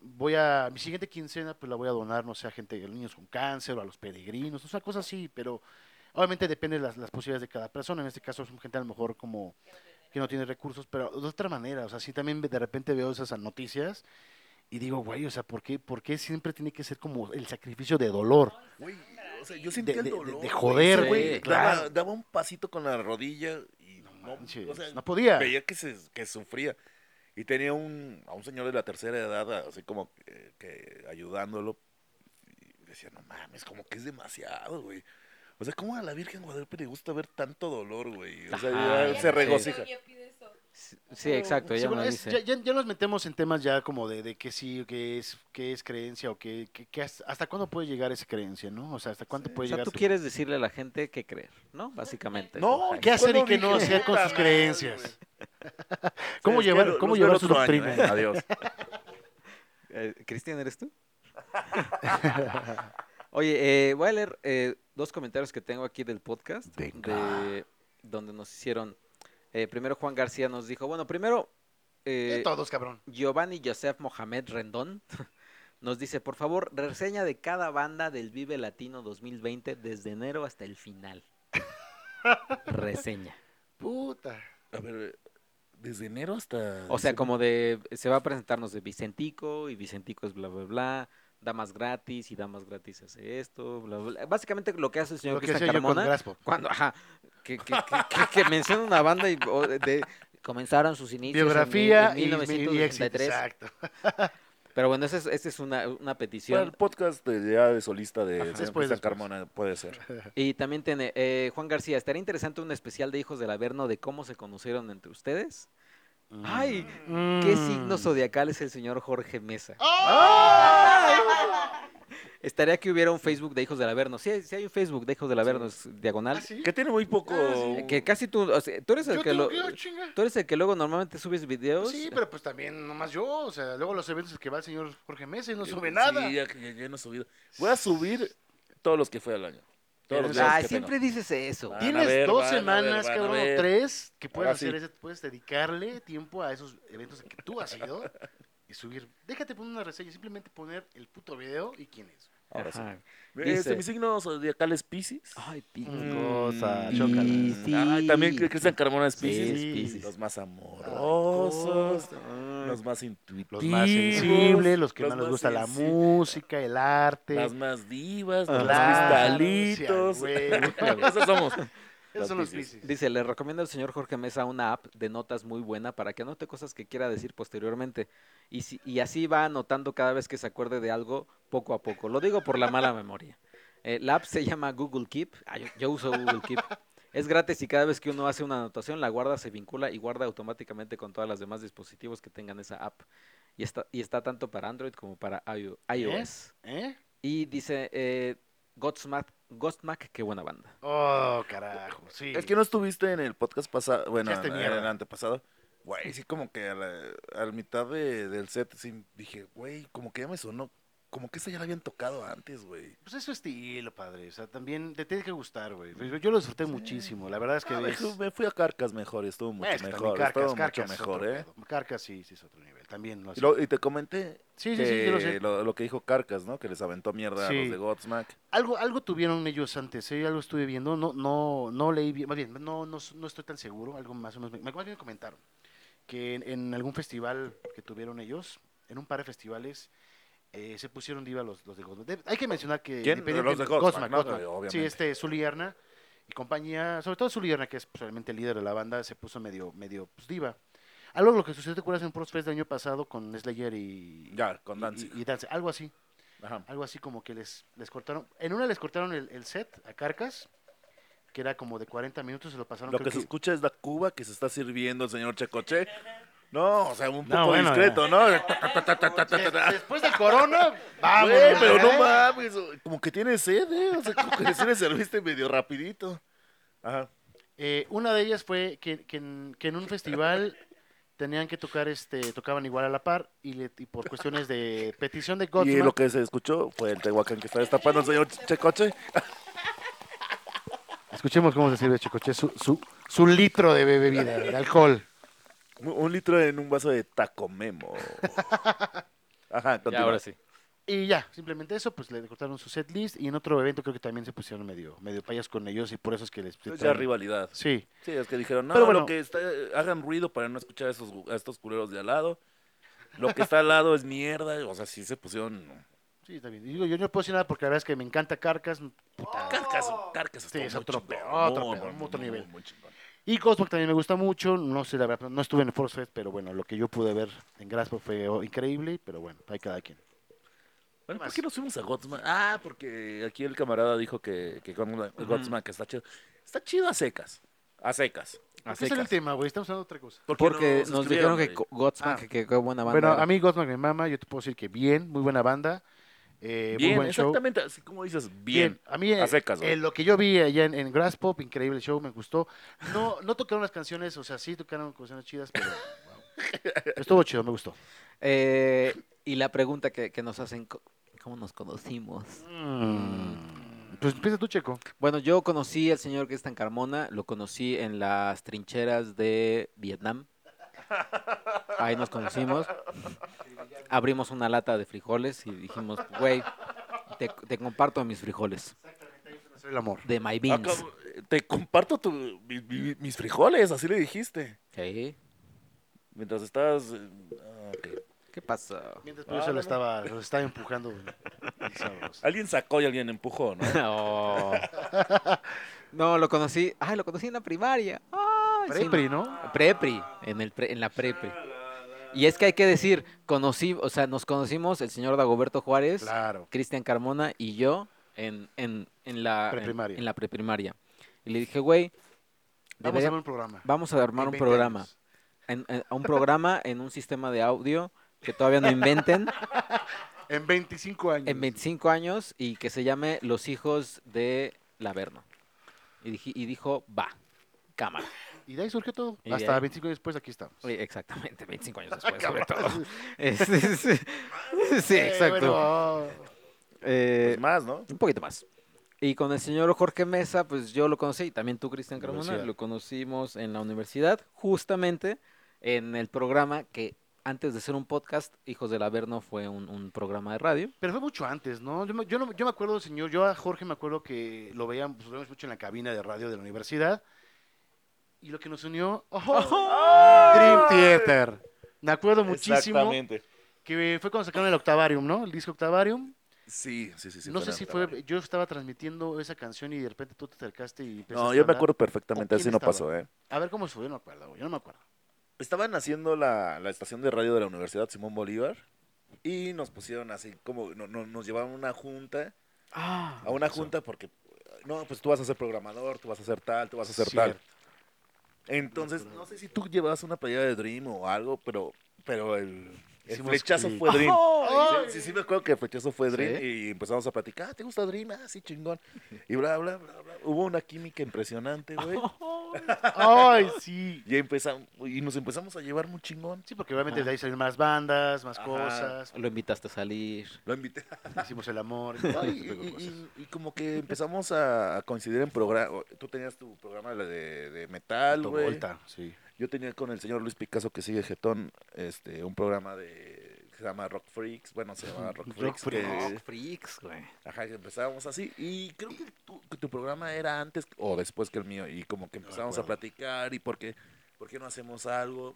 Speaker 1: voy a, mi siguiente quincena, pues la voy a donar, no sé, a gente, a niños con cáncer, o a los peregrinos, o sea, cosas así, pero obviamente depende de las, las posibilidades de cada persona, en este caso son gente a lo mejor como que no tiene recursos, pero de otra manera, o sea, sí también de repente veo esas noticias y digo, güey, o sea, ¿por qué, ¿por qué siempre tiene que ser como el sacrificio de dolor?
Speaker 3: Güey, o sea, yo sentía
Speaker 1: de-
Speaker 3: el
Speaker 1: de-
Speaker 3: dolor.
Speaker 1: de
Speaker 3: güey.
Speaker 1: joder,
Speaker 3: Ese
Speaker 2: güey,
Speaker 3: daba-
Speaker 1: claro.
Speaker 3: Daba, un pasito con la rodilla y no,
Speaker 1: Manches,
Speaker 3: o sea,
Speaker 1: no podía.
Speaker 3: veía que, se, que sufría. Y tenía un, a un señor de la tercera edad, así como eh, que ayudándolo. Y decía, no mames, como que es demasiado, güey. O sea, ¿cómo a la Virgen Guadalupe le gusta ver tanto dolor, güey? O sea,
Speaker 2: Ajá,
Speaker 3: ya
Speaker 2: sí.
Speaker 3: se regocija.
Speaker 2: Sí, sí, exacto,
Speaker 1: Sí,
Speaker 2: ella
Speaker 1: bueno,
Speaker 2: me
Speaker 1: es-
Speaker 2: dice.
Speaker 1: ya, ya- ya nos metemos en temas ya como de, de que sí, que es, que es creencia o que, que- que hasta, hasta cuándo puede llegar esa creencia, ¿no? O sea, hasta cuánto
Speaker 2: O
Speaker 1: puede
Speaker 2: sea,
Speaker 1: llegar.
Speaker 2: tú
Speaker 1: tu-
Speaker 2: quieres decirle a la gente qué creer, ¿no? Básicamente.
Speaker 3: No,
Speaker 2: Jorge.
Speaker 1: ¿Qué hacer
Speaker 3: Yo
Speaker 1: y
Speaker 3: lo
Speaker 1: qué no
Speaker 3: dije,
Speaker 1: hacer con
Speaker 3: puta
Speaker 1: sus
Speaker 3: madre,
Speaker 1: creencias? ¿Cómo
Speaker 3: Sí, es que
Speaker 1: llevar,
Speaker 3: lo-
Speaker 1: cómo
Speaker 3: los veo
Speaker 1: llevar
Speaker 3: el
Speaker 1: su
Speaker 3: otro año,
Speaker 1: doctrina?
Speaker 3: ¿eh? Adiós.
Speaker 2: Eh, Cristian, ¿eres tú? Oye, eh, voy a leer eh, dos comentarios que tengo aquí del podcast,
Speaker 1: Venga.
Speaker 2: de- donde nos hicieron. eh, primero Juan García nos dijo, bueno, primero eh,
Speaker 1: De todos, cabrón.
Speaker 2: Giovanni Joseph Mohamed Rendón nos dice, por favor, reseña de cada banda del Vive Latino 2020 desde enero hasta el final. reseña.
Speaker 1: Puta.
Speaker 3: A ver, desde enero hasta...
Speaker 2: O sea, como de. Se va a presentarnos de Vicentico y Vicentico es bla, bla, bla. Damas gratis y damas gratis hace esto, bla, bla. bla. Básicamente lo que hace el señor
Speaker 1: Lo que hacía
Speaker 2: Cristian
Speaker 1: yo con
Speaker 2: Carmona.
Speaker 1: Graspo.
Speaker 2: Cuando, ajá, que, que, que- que- que menciona una banda y o, de- comenzaron sus inicios. en mil-
Speaker 1: Biografía
Speaker 2: en
Speaker 1: y, y éxito.
Speaker 2: 1983.
Speaker 1: Exacto.
Speaker 2: Pero bueno, esa es, esa es una, una
Speaker 3: Para el
Speaker 2: petición.
Speaker 3: podcast de, ya de solista de señor
Speaker 1: Después,
Speaker 3: Cristian
Speaker 1: después.
Speaker 3: Carmona puede ser.
Speaker 2: Y también tiene eh, Juan García. Estaría interesante un especial de Hijos del Averno de cómo se conocieron entre ustedes.
Speaker 1: Mm.
Speaker 2: Ay, ¿Qué signo zodiacal es el señor Jorge Mesa?
Speaker 1: ¡Ah!
Speaker 2: Estaría que hubiera un Facebook de Hijos del Averno. Sí, hay- sí hay un Facebook de Hijos del Averno, es diagonal. eh,
Speaker 1: ¿Ah, sí?
Speaker 3: Que tiene muy poco...
Speaker 1: Ah,
Speaker 2: Que casi tú, o sea, tú eres el
Speaker 1: Yo
Speaker 2: que
Speaker 1: tengo
Speaker 2: lo,
Speaker 1: que- ah, chinga.
Speaker 2: tú eres el que luego normalmente subes videos.
Speaker 1: Sí, pero pues también nomás yo, o sea, luego los eventos que va el señor Jorge Mesa y no
Speaker 3: que-
Speaker 1: sube nada.
Speaker 3: Sí, ya, que- ya- ya no he subido. Voy a subir todos los que fue al año. Todos los
Speaker 1: Eres-
Speaker 3: días Ah,
Speaker 1: Ay,
Speaker 2: Ah,
Speaker 3: que
Speaker 2: siempre dices eso.
Speaker 3: Van a
Speaker 1: Tienes
Speaker 3: ver,
Speaker 1: dos
Speaker 3: van a ver,
Speaker 1: semanas,
Speaker 3: van a
Speaker 1: cabrón,
Speaker 3: ver.
Speaker 1: o tres, que puedes,
Speaker 3: Ahora sí.
Speaker 1: hacer ese- puedes dedicarle tiempo a esos eventos que tú has ido y subir. Déjate poner una reseña, simplemente poner el puto video y quién es.
Speaker 3: Ahora sí.
Speaker 2: Ajá. Dice-
Speaker 3: Este, mi signo zodiacal es Pisces.
Speaker 2: Ay,
Speaker 1: Mm.
Speaker 2: pico.
Speaker 1: cosa,
Speaker 2: Mm,
Speaker 1: chócala.
Speaker 2: sí.
Speaker 3: Ay, Ah, también que Cristian Carmona es
Speaker 2: Sí, es
Speaker 3: Pisces.
Speaker 2: Piscis.
Speaker 3: Los más amorosos, los más intuitivos,
Speaker 1: Los más sensibles, los que más les
Speaker 3: más
Speaker 1: gusta la
Speaker 3: sensi-
Speaker 1: música, el arte.
Speaker 3: Las más divas,
Speaker 2: Ajá.
Speaker 3: los
Speaker 1: Claro,
Speaker 3: más
Speaker 1: sí,
Speaker 3: cristalitos.
Speaker 1: güey.
Speaker 3: Esos somos.
Speaker 1: Esos son los
Speaker 3: Los
Speaker 1: crisis.
Speaker 2: Dice, le recomiendo al señor Jorge Mesa una app de notas muy buena para que anote cosas que quiera decir posteriormente. Y, si- y así va anotando cada vez que se acuerde de algo poco a poco. Lo digo por la mala memoria. Eh, la app se llama Google Keep. Ah, yo, yo uso Google Keep. Es gratis y cada vez que uno hace una anotación, la guarda, se vincula y guarda automáticamente con todas las demás dispositivos que tengan esa app. Y está, y está tanto para Android como para iO- iOS.
Speaker 1: ¿Eh?
Speaker 2: Y dice eh, Godsmack, Godsmack, qué buena banda.
Speaker 1: Oh, carajo, sí.
Speaker 3: Es que no estuviste en el podcast pasado, bueno,
Speaker 1: Ya está
Speaker 3: en
Speaker 1: mierda.
Speaker 3: el antepasado. Güey, sí como que a la, a la mitad de- del set sí, dije, güey, como que ya me sonó, como que esa ya la habían tocado antes, güey.
Speaker 1: Pues es su estilo, padre. O sea, también te tiene que gustar, güey. Yo- Yo lo disfruté muchísimo. La verdad es que...
Speaker 3: Ah,
Speaker 1: ves-
Speaker 3: me fui a Carcas mejor, estuvo mucho
Speaker 1: Es que también
Speaker 3: mejor,
Speaker 1: Carcas,
Speaker 3: estuvo
Speaker 1: Carcas
Speaker 3: mucho
Speaker 1: es
Speaker 3: mejor,
Speaker 1: otro
Speaker 3: ¿eh?
Speaker 1: pedo. Carcas sí, sí es otro nivel. También lo
Speaker 3: Y,
Speaker 1: hace.
Speaker 3: lo- y te comenté
Speaker 1: Sí, sí,
Speaker 3: que
Speaker 1: sí, yo lo sé.
Speaker 3: lo, lo que dijo Carcas, ¿no? Que les aventó mierda a
Speaker 1: Sí.
Speaker 3: los de Godsmack.
Speaker 1: Algo, algo tuvieron ellos antes, ¿eh? algo estuve viendo, no, no, no leí bien, más bien, no, no, no estoy tan seguro, algo más o menos, me- más bien me comentaron que en, en algún festival que tuvieron ellos, en un par de festivales, eh, se pusieron diva los, los de Godsmack. De- hay que mencionar que...
Speaker 3: ¿Quién?
Speaker 1: independiente-
Speaker 3: Los de Godsmack, ¿no?
Speaker 1: Sí,
Speaker 3: Obviamente.
Speaker 1: este, Zulierna y compañía, sobre todo Zulierna que es pues, realmente el líder de la banda, se puso medio, medio, pues, diva. Algo de lo que sucedió, ¿te acuerdas? En Pros Fest del año pasado con Slayer y...
Speaker 3: Ya, con
Speaker 1: y-
Speaker 3: Danzig.
Speaker 1: y- y Danzig, algo así.
Speaker 3: Ajá.
Speaker 1: Algo así como que les, les cortaron. En una les cortaron el, el set a Carcas, que era como de 40 minutos, se lo pasaron.
Speaker 3: Lo
Speaker 1: creo
Speaker 3: que se
Speaker 1: que-
Speaker 3: escucha es la cuba que se está sirviendo el señor Checoche. No, o sea, un
Speaker 1: No,
Speaker 3: poco
Speaker 1: bueno, eh.
Speaker 3: discreto, ¿no? Ta, ta, ta, ta, ta, ta,
Speaker 1: Des-
Speaker 3: ta.
Speaker 1: Después del corona, vamos.
Speaker 3: Güey, pero
Speaker 1: Eh.
Speaker 3: no mames, o- como que tiene sed, ¿eh? O sea, como que se le serviste medio rapidito. Ajá.
Speaker 1: Eh, una de ellas fue que, que en, que en un festival tenían que tocar, este tocaban igual a la par, y, le- y por cuestiones de petición de
Speaker 3: Y
Speaker 1: Godsmack.
Speaker 3: lo que se escuchó fue el Tehuacán que está destapando el señor Checoche.
Speaker 1: Escuchemos cómo se sirve Chicoche su, su, su litro de bebida, de alcohol.
Speaker 3: Un, un litro en un vaso de Tacomemo. Ajá,
Speaker 2: Ya,
Speaker 3: continúa.
Speaker 2: ahora sí.
Speaker 1: Y ya, simplemente eso, pues le cortaron su set list, y en otro evento creo que también se pusieron medio, medio payas con ellos, y por eso es que les...
Speaker 3: Entonces ya rivalidad.
Speaker 1: Sí.
Speaker 3: Sí, es que dijeron, no,
Speaker 1: Pero bueno.
Speaker 3: lo que está, hagan ruido para no escuchar a, esos, gu- a estos culeros de al lado. Lo que está al lado es mierda. O sea, sí se pusieron...
Speaker 1: Sí, está bien. Y Digo, yo no puedo decir nada porque la verdad es que me encanta Oh. Carcas. puta.
Speaker 3: Carcas, carcas.
Speaker 1: Sí,
Speaker 3: estuvo
Speaker 1: es
Speaker 3: muy
Speaker 1: otro
Speaker 3: chingón,
Speaker 1: pedo, otro
Speaker 3: muy,
Speaker 1: pedo,
Speaker 3: muy,
Speaker 1: otro
Speaker 3: muy,
Speaker 1: nivel.
Speaker 3: muy chingón.
Speaker 1: Y Cosmo también me gusta mucho. No sé, la verdad, no estuve en el Force Fest, pero bueno, lo que yo pude ver en Graspo fue oh, increíble, pero bueno, hay cada quien.
Speaker 3: Bueno, ¿por
Speaker 1: más?
Speaker 3: qué nos fuimos a Godsmack? Ah, porque aquí el camarada dijo que, que con la- Godsmack está chido. Está chido a secas. A secas.
Speaker 2: A
Speaker 1: Ese es el
Speaker 2: secas.
Speaker 1: tema, güey, estamos hablando de otra cosa.
Speaker 2: Porque
Speaker 3: nos
Speaker 2: nos
Speaker 3: escribieron,
Speaker 2: dijeron que
Speaker 3: güey.
Speaker 2: co- Godsmack,
Speaker 1: Ah.
Speaker 2: que qué buena banda.
Speaker 1: Bueno,
Speaker 2: era.
Speaker 1: a mí Godsmack me mama, yo te puedo decir que bien, muy buena banda, eh, muy
Speaker 3: Bien,
Speaker 1: buen show.
Speaker 3: exactamente. Así como dices, bien.
Speaker 1: A mí, eh,
Speaker 3: A secas, güey.
Speaker 1: eh, lo que yo vi allá en, en Grass Pop, increíble show, me gustó. No, no tocaron las canciones, o sea, sí tocaron canciones chidas, pero wow. estuvo chido, me gustó.
Speaker 2: Eh, y la pregunta que, que nos hacen, co- ¿cómo nos conocimos?
Speaker 3: Mm.
Speaker 1: Pues empieza tú, Checo.
Speaker 2: Bueno, yo conocí al señor Cristian Carmona, lo conocí en las trincheras de Vietnam. Ahí nos conocimos. Abrimos una lata de frijoles y dijimos, güey, te, te comparto mis frijoles,
Speaker 1: Hacer el amor.
Speaker 2: de
Speaker 3: Ah,
Speaker 2: my beans.
Speaker 3: Acabo- eh, te comparto tu- mi- mi- mis frijoles, así le dijiste.
Speaker 2: ¿Qué?
Speaker 3: Mientras estás... eh, ah, ok.
Speaker 2: ¿Qué pasa?
Speaker 1: Mientras
Speaker 3: Ah,
Speaker 1: por eso lo
Speaker 3: no.
Speaker 1: estaba, lo estaba empujando. el sábado.
Speaker 3: Alguien sacó y alguien empujó, ¿no?
Speaker 2: No. No, lo conocí. Ay, lo conocí en la primaria. Ay, Ah, sí,
Speaker 1: Prepri, ¿no?
Speaker 2: Prepri, en, el pre- en Ah, la prepri. Y es que hay que decir, conocí, o sea, nos conocimos el señor Dagoberto Juárez,
Speaker 1: Claro.
Speaker 2: Cristian Carmona y yo en, en, en la en-
Speaker 1: Preprimaria.
Speaker 2: en la preprimaria. Y le dije, güey,
Speaker 1: Vamos a
Speaker 2: debería-
Speaker 1: ver un programa.
Speaker 2: vamos a armar
Speaker 1: En
Speaker 2: un
Speaker 1: 20
Speaker 2: programa.
Speaker 1: años.
Speaker 2: En- en- un programa en un sistema de audio que todavía no inventen
Speaker 1: En 25 años.
Speaker 2: en 25 años y que se llame Los Hijos de Laverno. Y, dije- y dijo, va, cámara.
Speaker 1: Y de ahí surgió todo.
Speaker 2: Y de
Speaker 1: Hasta
Speaker 2: ahí-
Speaker 1: 25 años después aquí estamos. Eh,
Speaker 2: Sí, Exactamente, 25 años después, sobre todo. Es- es- es- sí,
Speaker 1: Eh,
Speaker 2: exacto.
Speaker 1: bueno,
Speaker 2: Eh,
Speaker 3: Pues más, ¿no?
Speaker 2: un poquito más. Y con el señor Jorge Mesa, pues yo lo conocí, y también tú, Cristian Carmona,
Speaker 1: Universidad.
Speaker 2: lo conocimos en la universidad, justamente en el programa que antes de ser un podcast, Hijos del Averno fue un, un programa de radio.
Speaker 1: Pero fue mucho antes, ¿no? Yo me, yo no- yo me acuerdo, señor, yo a Jorge me acuerdo que lo veíamos, lo veíamos mucho en la cabina de radio de la universidad. Y lo que nos unió, ¡oh! Dream Theater. Me acuerdo muchísimo
Speaker 3: Exactamente.
Speaker 1: que fue cuando sacaron el Octavarium, ¿no? El disco Octavarium.
Speaker 3: Sí, sí, sí. sí
Speaker 1: no sé
Speaker 3: la
Speaker 1: si
Speaker 3: octava.
Speaker 1: fue, yo estaba transmitiendo esa canción y de repente tú te acercaste y empezaste
Speaker 3: No,
Speaker 1: a
Speaker 3: yo me
Speaker 1: hablar.
Speaker 3: acuerdo
Speaker 1: ¿O
Speaker 3: perfectamente, así
Speaker 1: quién
Speaker 3: no
Speaker 1: estaba?
Speaker 3: pasó, ¿eh?
Speaker 1: A ver cómo subió, no me acuerdo, güey, yo no me acuerdo.
Speaker 3: Estaban haciendo la, la estación de radio de la Universidad Simón Bolívar y nos pusieron así como, no, no- nos llevaron a una junta,
Speaker 1: Ah,
Speaker 3: a una junta porque, no, pues tú vas a ser programador, tú vas a ser tal, tú vas a ser tal. Entonces, no sé si tú llevabas una playera de Dream o algo, pero, pero el, el
Speaker 1: Hicimos
Speaker 3: flechazo
Speaker 1: clic.
Speaker 3: fue Dream.
Speaker 1: ¡Ay!
Speaker 3: Sí, sí, sí me acuerdo que el flechazo fue Dream
Speaker 2: Sí.
Speaker 3: y empezamos a platicar, "Ah, ¿te gusta Dream? Ah, sí, chingón. Y bla, bla, bla, bla. Hubo una química impresionante, güey.
Speaker 1: Ay, sí.
Speaker 3: Y, empezamos, y nos empezamos a llevar muy chingón.
Speaker 1: Sí, porque obviamente
Speaker 2: Ajá.
Speaker 1: de ahí salieron más bandas, más
Speaker 3: Ajá.
Speaker 1: cosas,
Speaker 2: Lo invitaste a salir.
Speaker 3: Lo invité.
Speaker 1: hicimos el amor.
Speaker 3: No, y,
Speaker 1: ese tipo de
Speaker 3: y-
Speaker 1: cosas.
Speaker 3: y- y como que empezamos a, a coincidir en programa. Tú tenías tu programa la de, de metal, güey.
Speaker 1: Volta, sí.
Speaker 3: Yo tenía con el señor Luis Picasso, que sigue Getón, este, un programa de que se llama Rock Freaks. Bueno, se llama Rock
Speaker 1: Rock
Speaker 3: Freaks.
Speaker 1: Freaks.
Speaker 3: que-
Speaker 2: freaks, pues, güey.
Speaker 3: ajá, que empezábamos así. Y creo que tu, que tu programa era antes o después que el mío. Y como que
Speaker 1: me
Speaker 3: empezamos a
Speaker 1: acuerdo.
Speaker 3: platicar y por qué, por qué no hacemos algo.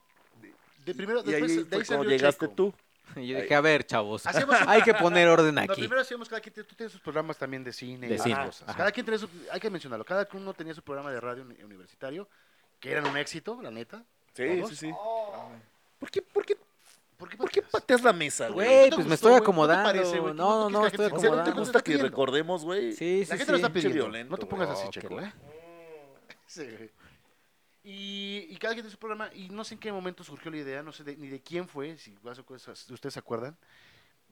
Speaker 1: De primero,
Speaker 3: y
Speaker 1: después,
Speaker 3: ahí
Speaker 1: de
Speaker 3: fue
Speaker 1: ahí salió
Speaker 3: cuando llegaste
Speaker 1: Checo.
Speaker 3: tú.
Speaker 2: Y yo dije, a ver, chavos,
Speaker 1: Hacemos un-
Speaker 2: hay que poner orden
Speaker 1: No,
Speaker 2: aquí.
Speaker 1: primero hacíamos cada quien, tú tienes sus programas también de cine y
Speaker 2: De
Speaker 1: esas
Speaker 2: cine,
Speaker 1: cosas.
Speaker 2: ajá.
Speaker 1: Cada quien tenía su, hay que mencionarlo, cada uno tenía su programa de radio uni- universitario, que eran un éxito, la neta.
Speaker 3: Sí,
Speaker 1: ¿Todos?
Speaker 3: sí, sí.
Speaker 1: Oh.
Speaker 3: ¿Por qué, por qué,
Speaker 1: ¿Por qué,
Speaker 3: por qué pateas la mesa, güey?
Speaker 2: Güey,
Speaker 1: ¿no te
Speaker 2: pues me
Speaker 1: gustó,
Speaker 2: estoy
Speaker 1: güey? ¿No te
Speaker 2: acomodando.
Speaker 1: parece, güey? ¿Tú
Speaker 2: no,
Speaker 1: no
Speaker 2: no, no,
Speaker 1: quieres que
Speaker 2: estoy
Speaker 1: te-
Speaker 3: O sea, ¿no
Speaker 1: Acomodando.
Speaker 3: te
Speaker 2: acomodando.
Speaker 3: gusta que
Speaker 1: Está bien.
Speaker 3: recordemos, güey?
Speaker 2: Sí, sí,
Speaker 1: La gente
Speaker 2: sí.
Speaker 1: lo está
Speaker 3: Pinche
Speaker 1: pidiendo.
Speaker 3: violento,
Speaker 1: no te pongas
Speaker 3: güey.
Speaker 1: así,
Speaker 3: Oh, qué
Speaker 1: Checo,
Speaker 3: la-
Speaker 1: ¿eh? Sí, güey. Y, y cada quien tiene su programa, y no sé en qué momento surgió la idea, no sé de- ni de quién fue, si vas a cosas, si ustedes se acuerdan,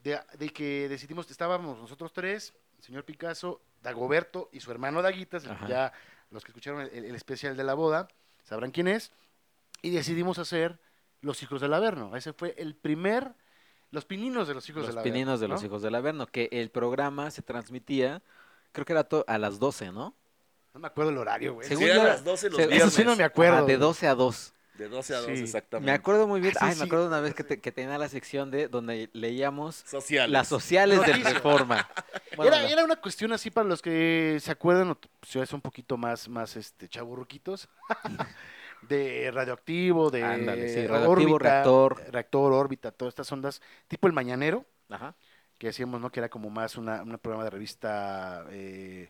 Speaker 1: de, de que decidimos, estábamos nosotros tres, el señor Picasso, Dagoberto y su hermano Daguitas, el que
Speaker 2: Ajá.
Speaker 1: ya los que escucharon el, el especial de la boda sabrán quién es, y decidimos hacer Los Hijos del Averno. Ese fue el primer, los pininos de Los Hijos
Speaker 2: Los
Speaker 1: del Averno.
Speaker 2: pininos de los
Speaker 1: ¿no?
Speaker 2: hijos del Averno, que el programa se transmitía, creo que era to- a las 12, ¿no?
Speaker 1: No me acuerdo el horario, güey.
Speaker 3: Sí,
Speaker 2: Según
Speaker 3: era
Speaker 2: yo
Speaker 3: a
Speaker 2: era-
Speaker 3: las 12 los
Speaker 2: se-
Speaker 1: Eso
Speaker 3: viernes.
Speaker 1: sí no me acuerdo.
Speaker 2: Ajá, de
Speaker 1: güey.
Speaker 2: 12 a 2.
Speaker 3: De 12 a 2,
Speaker 1: Sí.
Speaker 2: Me
Speaker 3: exactamente.
Speaker 2: acuerdo muy bien.
Speaker 1: Ah, sí,
Speaker 2: Ay,
Speaker 1: sí.
Speaker 2: me acuerdo una vez que, te- que tenía la sección de donde leíamos
Speaker 3: Social.
Speaker 2: las sociales de
Speaker 1: Noticias.
Speaker 2: Reforma. Bueno,
Speaker 1: era,
Speaker 2: la-
Speaker 1: era una cuestión así para los que se acuerdan, o t- si es un poquito más, más este, chaburruquitos, de radioactivo, de
Speaker 2: Ándale, sí, radioactivo,
Speaker 1: órbita,
Speaker 2: reactor.
Speaker 1: reactor, órbita, todas estas ondas, tipo el mañanero,
Speaker 2: Ajá.
Speaker 1: que hacíamos, ¿no? Que era como más una, un programa de revista eh,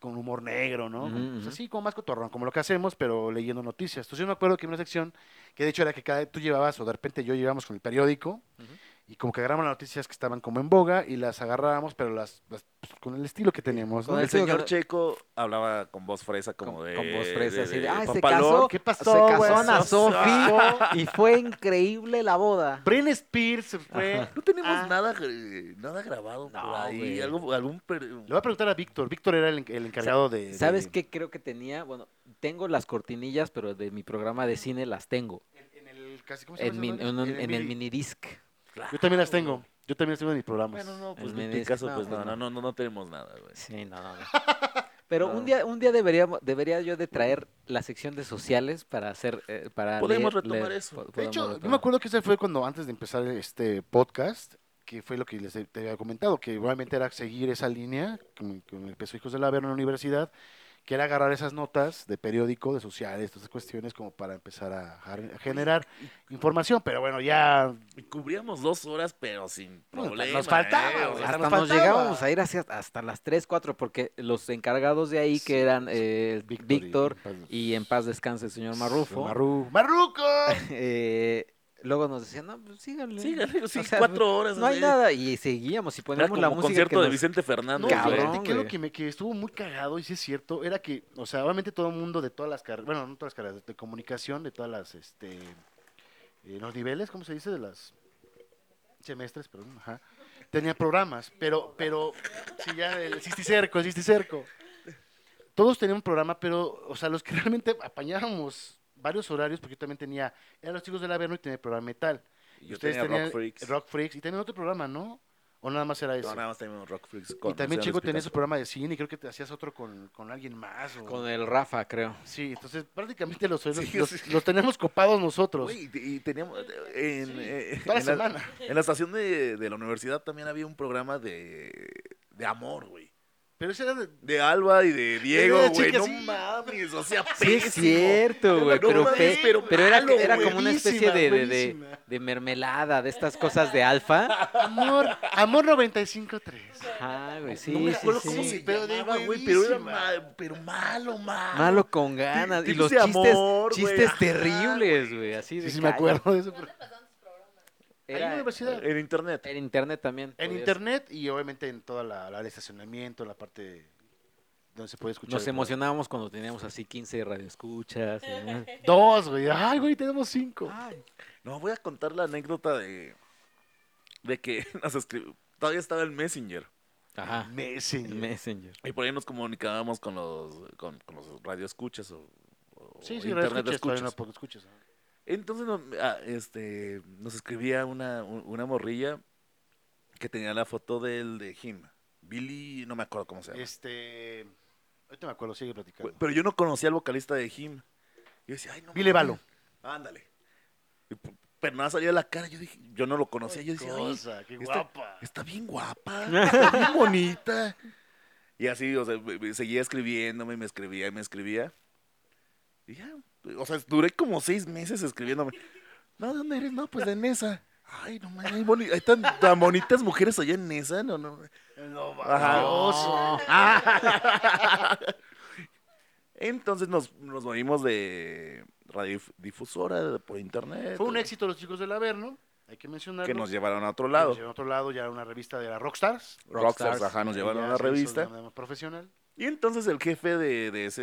Speaker 1: con humor negro, ¿no?
Speaker 2: Ujú,
Speaker 1: Con- o sea,
Speaker 2: ujú.
Speaker 1: sí, como más cotorrón, como lo que hacemos, pero leyendo noticias. Entonces yo me acuerdo que en una sección, que de hecho era que cada tú llevabas, o de repente yo llevábamos con el periódico,
Speaker 2: Ujú.
Speaker 1: y como que agarrábamos las noticias que estaban como en boga, y las agarrábamos, pero las, las- pues, con el estilo que teníamos, ¿no?
Speaker 2: Con
Speaker 3: El
Speaker 2: el tío
Speaker 3: señor
Speaker 2: que-
Speaker 3: Checo hablaba con voz fresa como
Speaker 2: Con-
Speaker 3: de...
Speaker 2: con voz fresa, así de, "Ah, se
Speaker 3: papalón".
Speaker 2: casó".
Speaker 1: ¿Qué
Speaker 2: Se
Speaker 1: pasó, güey?
Speaker 2: casó Ana
Speaker 1: Ana
Speaker 2: Sofi y fue increíble la boda.
Speaker 1: Britney Spears se fue.
Speaker 2: Ajá.
Speaker 3: No tenemos
Speaker 1: Ah.
Speaker 3: nada, eh, nada grabado por
Speaker 2: No,
Speaker 3: ahí.
Speaker 2: güey.
Speaker 3: Algo, algún... per-
Speaker 1: Le voy a preguntar a Víctor. Víctor era el, enc- el encargado de... de-
Speaker 2: ¿Sabes qué creo que tenía? Bueno, tengo las cortinillas, pero de mi programa de cine las tengo.
Speaker 1: En, en el, casi- ¿cómo se
Speaker 2: En,
Speaker 1: llama
Speaker 2: mi-
Speaker 1: esa madre?
Speaker 2: en un- en el
Speaker 1: mini-
Speaker 2: minidisc.
Speaker 1: Yo también las tengo. Yo también las tengo en mis programas.
Speaker 3: Bueno, no,
Speaker 2: El
Speaker 3: pues en
Speaker 2: Mendes-
Speaker 3: tu caso,
Speaker 2: no,
Speaker 3: pues
Speaker 2: pues
Speaker 3: no,
Speaker 2: no.
Speaker 3: no, no, no, no tenemos nada, güey.
Speaker 2: Sí, no, no, no. Pero
Speaker 3: No.
Speaker 2: un día, un día deberíamos, debería yo de traer la sección de sociales para hacer, eh, para
Speaker 3: Podemos
Speaker 2: leer-
Speaker 3: retomar
Speaker 2: leer-
Speaker 3: eso.
Speaker 2: po-
Speaker 3: De
Speaker 1: De
Speaker 2: podemos
Speaker 1: hecho, yo
Speaker 2: retomar.
Speaker 1: me acuerdo que ese fue cuando antes de empezar este podcast, que fue lo que les he- te había comentado, que obviamente era seguir esa línea, como, como empezó Hijos del Averno en la universidad, que era agarrar esas notas de periódico, de sociales, todas esas cuestiones como para empezar a, jar- a generar información, pero bueno, ya
Speaker 3: Y Cubríamos dos horas, pero sin
Speaker 1: Bueno,
Speaker 3: problema.
Speaker 1: nos faltaba,
Speaker 3: ¿eh? O
Speaker 1: güey.
Speaker 3: sea,
Speaker 2: Hasta
Speaker 1: nos
Speaker 2: nos,
Speaker 1: faltaba.
Speaker 2: llegábamos a ir hacia- hasta las 3, 4, porque los encargados de ahí, que eran eh,
Speaker 1: Víctor y-
Speaker 2: Víctor y, en paz descanse el señor Marrufo,
Speaker 1: Marru- ¡Marruco!
Speaker 2: eh, luego nos decían, no, pues síganle.
Speaker 3: Sí, güey, sí,
Speaker 2: O sea,
Speaker 3: cuatro horas.
Speaker 2: No hay
Speaker 3: güey.
Speaker 2: nada. Y seguíamos y
Speaker 3: Era
Speaker 2: poníamos
Speaker 3: como
Speaker 2: la
Speaker 3: un
Speaker 2: música. que
Speaker 3: concierto de
Speaker 2: nos-
Speaker 3: Vicente
Speaker 1: No,
Speaker 3: Fernández.
Speaker 2: Cabrón,
Speaker 1: fíjate que lo
Speaker 2: güey.
Speaker 1: que, me, que estuvo muy cagado, y sí es cierto, era que, o sea, obviamente todo el mundo de todas las carreras, bueno, no todas las carreras, de comunicación, de todas las, este, eh, los niveles, ¿cómo se dice? De las semestres, perdón, ajá. Tenía programas, pero, pero, sí, ya, el cisticerco, el cisticerco. Todos tenían un programa, pero, o sea, los que realmente apañábamos varios horarios, porque yo también tenía, eran los chicos del Averno y tenía el programa de metal.
Speaker 3: Yo
Speaker 1: Ustedes
Speaker 3: tenía
Speaker 1: tenían
Speaker 3: Rock Freaks.
Speaker 1: Rock Freaks, y tenían otro programa, ¿no? O nada más era eso.
Speaker 3: No, nada más teníamos Rock Freaks
Speaker 1: y también Chico tenía
Speaker 3: tenías
Speaker 1: su programa de cine y creo que te hacías otro con, con alguien más. o-
Speaker 2: Con el Rafa, creo.
Speaker 1: Sí, entonces prácticamente los, los,
Speaker 3: Sí,
Speaker 1: los-
Speaker 3: sí.
Speaker 1: los tenemos copados nosotros.
Speaker 3: Güey, y te- y teníamos eh, en, eh,
Speaker 1: toda
Speaker 3: en
Speaker 1: la
Speaker 3: la,
Speaker 1: semana.
Speaker 3: en la estación de, de la universidad también había un programa de, de amor, güey.
Speaker 1: Pero ese era de-
Speaker 3: De Alba y
Speaker 2: Eh,
Speaker 3: de Diego,
Speaker 1: de
Speaker 3: güey.
Speaker 1: chicas,
Speaker 3: No
Speaker 1: sí.
Speaker 3: mames, o sea,
Speaker 2: Sí, es
Speaker 3: pésimo.
Speaker 2: cierto, güey.
Speaker 3: No
Speaker 2: Pero,
Speaker 3: mames,
Speaker 2: pe-
Speaker 3: pero
Speaker 2: pero era,
Speaker 3: malo,
Speaker 2: era como una
Speaker 1: buenísima,
Speaker 2: especie de, de, de-
Speaker 1: buenísima.
Speaker 2: de mermelada, de estas cosas de alfa.
Speaker 1: Amor, Amor 95.3.
Speaker 2: Ajá, güey, sí,
Speaker 3: no me
Speaker 2: sí,
Speaker 3: acuerdo
Speaker 2: sí.
Speaker 3: cómo se
Speaker 1: Pero
Speaker 3: pero
Speaker 1: de
Speaker 3: llamaba, güey, pero era
Speaker 1: buenísima.
Speaker 3: mal- pero malo, malo.
Speaker 2: Malo con ganas. Y
Speaker 3: tips
Speaker 2: los
Speaker 3: de
Speaker 2: chistes,
Speaker 3: amor, güey.
Speaker 2: chistes
Speaker 3: Ajá,
Speaker 2: terribles, güey. Así de
Speaker 1: Sí, sí me
Speaker 2: calle.
Speaker 1: acuerdo de eso. pero- Ahí en la
Speaker 2: Era
Speaker 1: universidad.
Speaker 3: En internet.
Speaker 2: en internet también.
Speaker 1: En
Speaker 2: podías-
Speaker 1: internet y obviamente en toda la, la área de estacionamiento, la parte de- donde se puede escuchar.
Speaker 2: Nos
Speaker 1: el programa.
Speaker 2: emocionábamos cuando teníamos así 15 radioescuchas. y demás.
Speaker 1: Dos, güey. Ay, güey, tenemos cinco.
Speaker 3: Ah, No, voy a contar la anécdota de, de que nos escri- Todavía estaba el Messenger.
Speaker 2: Ajá. El
Speaker 1: Messenger.
Speaker 2: Messenger.
Speaker 3: Y por ahí nos comunicábamos con los, con, con los radioescuchas o, o
Speaker 1: Sí, sí,
Speaker 3: internet
Speaker 1: escuchas, todavía no
Speaker 3: escuchas.
Speaker 1: porque escuchas. ¿no?
Speaker 3: Entonces nos, ah, este, nos escribía una, un- una morrilla que tenía la foto del de Jim. Billy, no me acuerdo cómo se llama.
Speaker 1: Este. Ahorita me acuerdo, sigue
Speaker 3: Güey,
Speaker 1: platicando.
Speaker 3: Pero yo no conocía al vocalista de Jim. Yo decía, ay, no.
Speaker 1: Vile
Speaker 3: mames.
Speaker 1: Valo.
Speaker 3: Ándale. Y p- Pero nada salía la cara. Yo dije, yo no lo conocía.
Speaker 1: Oh,
Speaker 3: Yo decía, oye,
Speaker 1: Cosa, qué
Speaker 3: esta-
Speaker 1: guapa.
Speaker 3: está bien guapa, está bien bonita. Y así, o sea, me- me seguía escribiéndome, me escribía y me escribía. Y ya, o sea, duré como seis meses escribiéndome. No, ¿de dónde eres? No, pues de Nesa. Ay, no mames, hay boni- hay tan, tan bonitas mujeres allá en Nesa, no, no.
Speaker 1: No,
Speaker 3: Ajá.
Speaker 1: vamos.
Speaker 3: Entonces nos, nos movimos de radiodifusora por internet.
Speaker 1: Fue un éxito los chicos del Averno, hay que mencionarlo.
Speaker 3: Que nos llevaron a otro
Speaker 1: Que
Speaker 3: lado.
Speaker 1: nos llevaron a otro lado, ya una revista de la Rockstars.
Speaker 3: Rockstars,
Speaker 2: Rockstars.
Speaker 3: ajá, nos llevaron
Speaker 1: Ya
Speaker 3: a la
Speaker 1: se hizo
Speaker 3: revista.
Speaker 1: de manera más profesional.
Speaker 3: Y entonces el jefe de, de ese,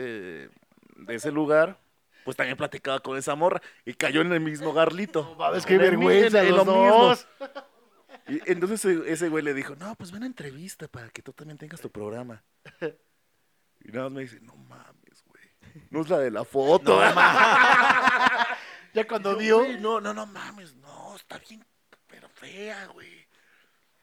Speaker 3: de ese lugar, pues también platicaba con esa morra y cayó en el mismo garlito.
Speaker 1: Es que vergüenza,
Speaker 3: En- en
Speaker 1: los
Speaker 3: lo mismo.
Speaker 1: dos.
Speaker 3: Y entonces ese, ese güey le dijo, no, pues ven a entrevista para que tú también tengas tu programa. Y nada más me dice, no mames, güey. No es la de la foto. No,
Speaker 1: Ya cuando vio.
Speaker 3: No, no, no mames, no, está bien, pero fea, güey.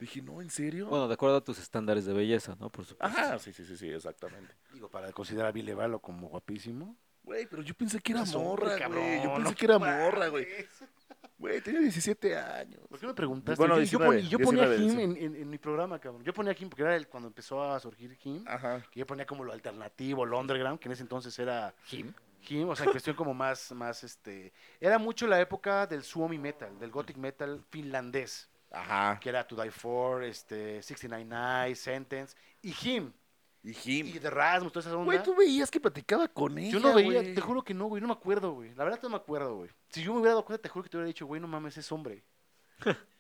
Speaker 3: Dije, no, ¿en serio?
Speaker 2: Bueno, de acuerdo a tus estándares de belleza, ¿no? Por supuesto.
Speaker 3: Ajá, sí, sí, sí, sí, exactamente.
Speaker 1: Digo, para considerar a Billy Valo como guapísimo.
Speaker 3: Güey, pero yo pensé que era
Speaker 1: Eres hombre,
Speaker 3: morra,
Speaker 1: cabrón,
Speaker 3: güey. Yo pensé
Speaker 1: no
Speaker 3: que era
Speaker 1: mames.
Speaker 3: morra, güey. Güey, tenía 17 años.
Speaker 1: ¿Por qué me preguntaste?
Speaker 3: Bueno,
Speaker 1: yo, yo
Speaker 3: 19,
Speaker 1: ponía- yo ponía a
Speaker 3: 19,
Speaker 1: Jim en, en- en mi programa, cabrón. Yo ponía a Jim porque era el, cuando empezó a surgir Jim.
Speaker 3: Ajá.
Speaker 1: Que yo ponía como lo alternativo, lo underground, que en ese entonces era
Speaker 2: Jim.
Speaker 1: Jim, o sea, en cuestión como más, más este. Era mucho la época del Suomi metal, del gothic metal finlandés.
Speaker 3: Ajá.
Speaker 1: que era To Die For, este, 69 Nights, Sentence, y Him,
Speaker 3: Y
Speaker 1: y
Speaker 3: Jim.
Speaker 1: The Rasmus, toda esa onda.
Speaker 3: Güey, tú veías que platicaba con ella,
Speaker 1: yo no veía,
Speaker 3: güey.
Speaker 1: te juro que no, güey, no me acuerdo, güey. La verdad no me acuerdo, güey. Si yo me hubiera dado cuenta, te juro que te hubiera dicho, güey, no mames, es hombre.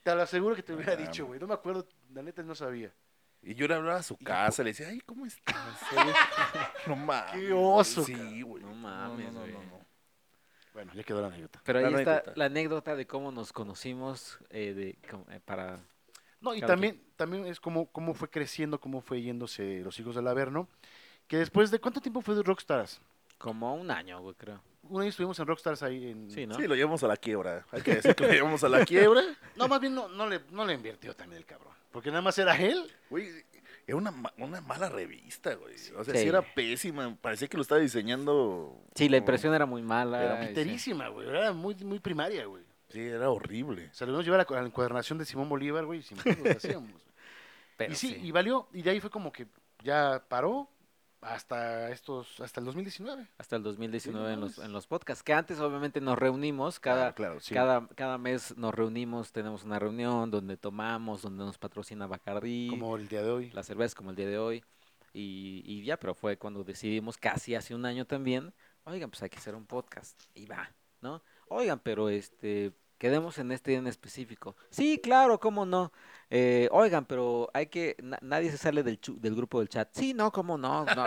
Speaker 1: te lo aseguro que te hubiera
Speaker 3: mames.
Speaker 1: dicho, güey. No me acuerdo, la neta no sabía.
Speaker 3: Y yo le hablaba a su casa, le decía, ay, ¿cómo estás? güey?" no mames.
Speaker 1: Qué oso,
Speaker 3: Sí, güey.
Speaker 2: No mames, güey.
Speaker 1: Bueno, ya quedó la anécdota.
Speaker 2: Pero ahí
Speaker 3: La
Speaker 2: está
Speaker 3: anécdota.
Speaker 2: la anécdota de cómo nos conocimos eh, de, com- eh, para...
Speaker 1: No, y
Speaker 2: Claro que-
Speaker 1: también, también es como, cómo fue creciendo, cómo fue yéndose los hijos del Averno. Que después de cuánto tiempo fue de Rockstars?
Speaker 2: Como un año, güey, creo.
Speaker 1: Un año estuvimos en Rockstars ahí en.
Speaker 2: Sí, ¿no?
Speaker 3: Sí, lo llevamos a la quiebra. Hay que decir que lo llevamos a la quiebra.
Speaker 1: No, más bien no, no, le, no le invirtió también el cabrón. Porque nada más era él.
Speaker 3: Güey, era una, ma- una mala revista, güey. O sea,
Speaker 2: Sí.
Speaker 3: sí. era pésima. Parecía que lo estaba diseñando.
Speaker 2: Sí, la
Speaker 3: como-
Speaker 2: impresión era muy mala.
Speaker 1: Oh, Era
Speaker 2: y sí.
Speaker 1: piterísima, güey. Era muy, muy primaria, güey.
Speaker 3: Sí, era horrible.
Speaker 1: Se lo íbamos a llevar a la- a la encuadernación de Simón Bolívar, güey, y sin pedos lo hacíamos.
Speaker 2: Pero
Speaker 1: y sí,
Speaker 2: sí.
Speaker 1: y valió, y de ahí fue como que ya paró hasta estos, hasta el 2019.
Speaker 2: Hasta el 2019
Speaker 1: Sí, no
Speaker 2: en, los,
Speaker 1: mames.
Speaker 2: en los podcasts, que antes obviamente nos reunimos,
Speaker 1: Claro,
Speaker 2: cada,
Speaker 1: Ah, claro, sí.
Speaker 2: cada, cada mes nos reunimos, tenemos una reunión donde tomamos, donde nos patrocina Bacardí,
Speaker 1: Como el día de hoy.
Speaker 2: la cerveza como el día de hoy, y, y ya, pero fue cuando decidimos casi hace un año también, oigan, pues hay que hacer un podcast, y va, ¿no? Oigan, pero este, quedemos en este en específico. Sí, claro, cómo no. Eh, oigan, pero hay que, na- nadie se sale del, chu- del grupo del chat. Sí, no, cómo no, no, eso, no,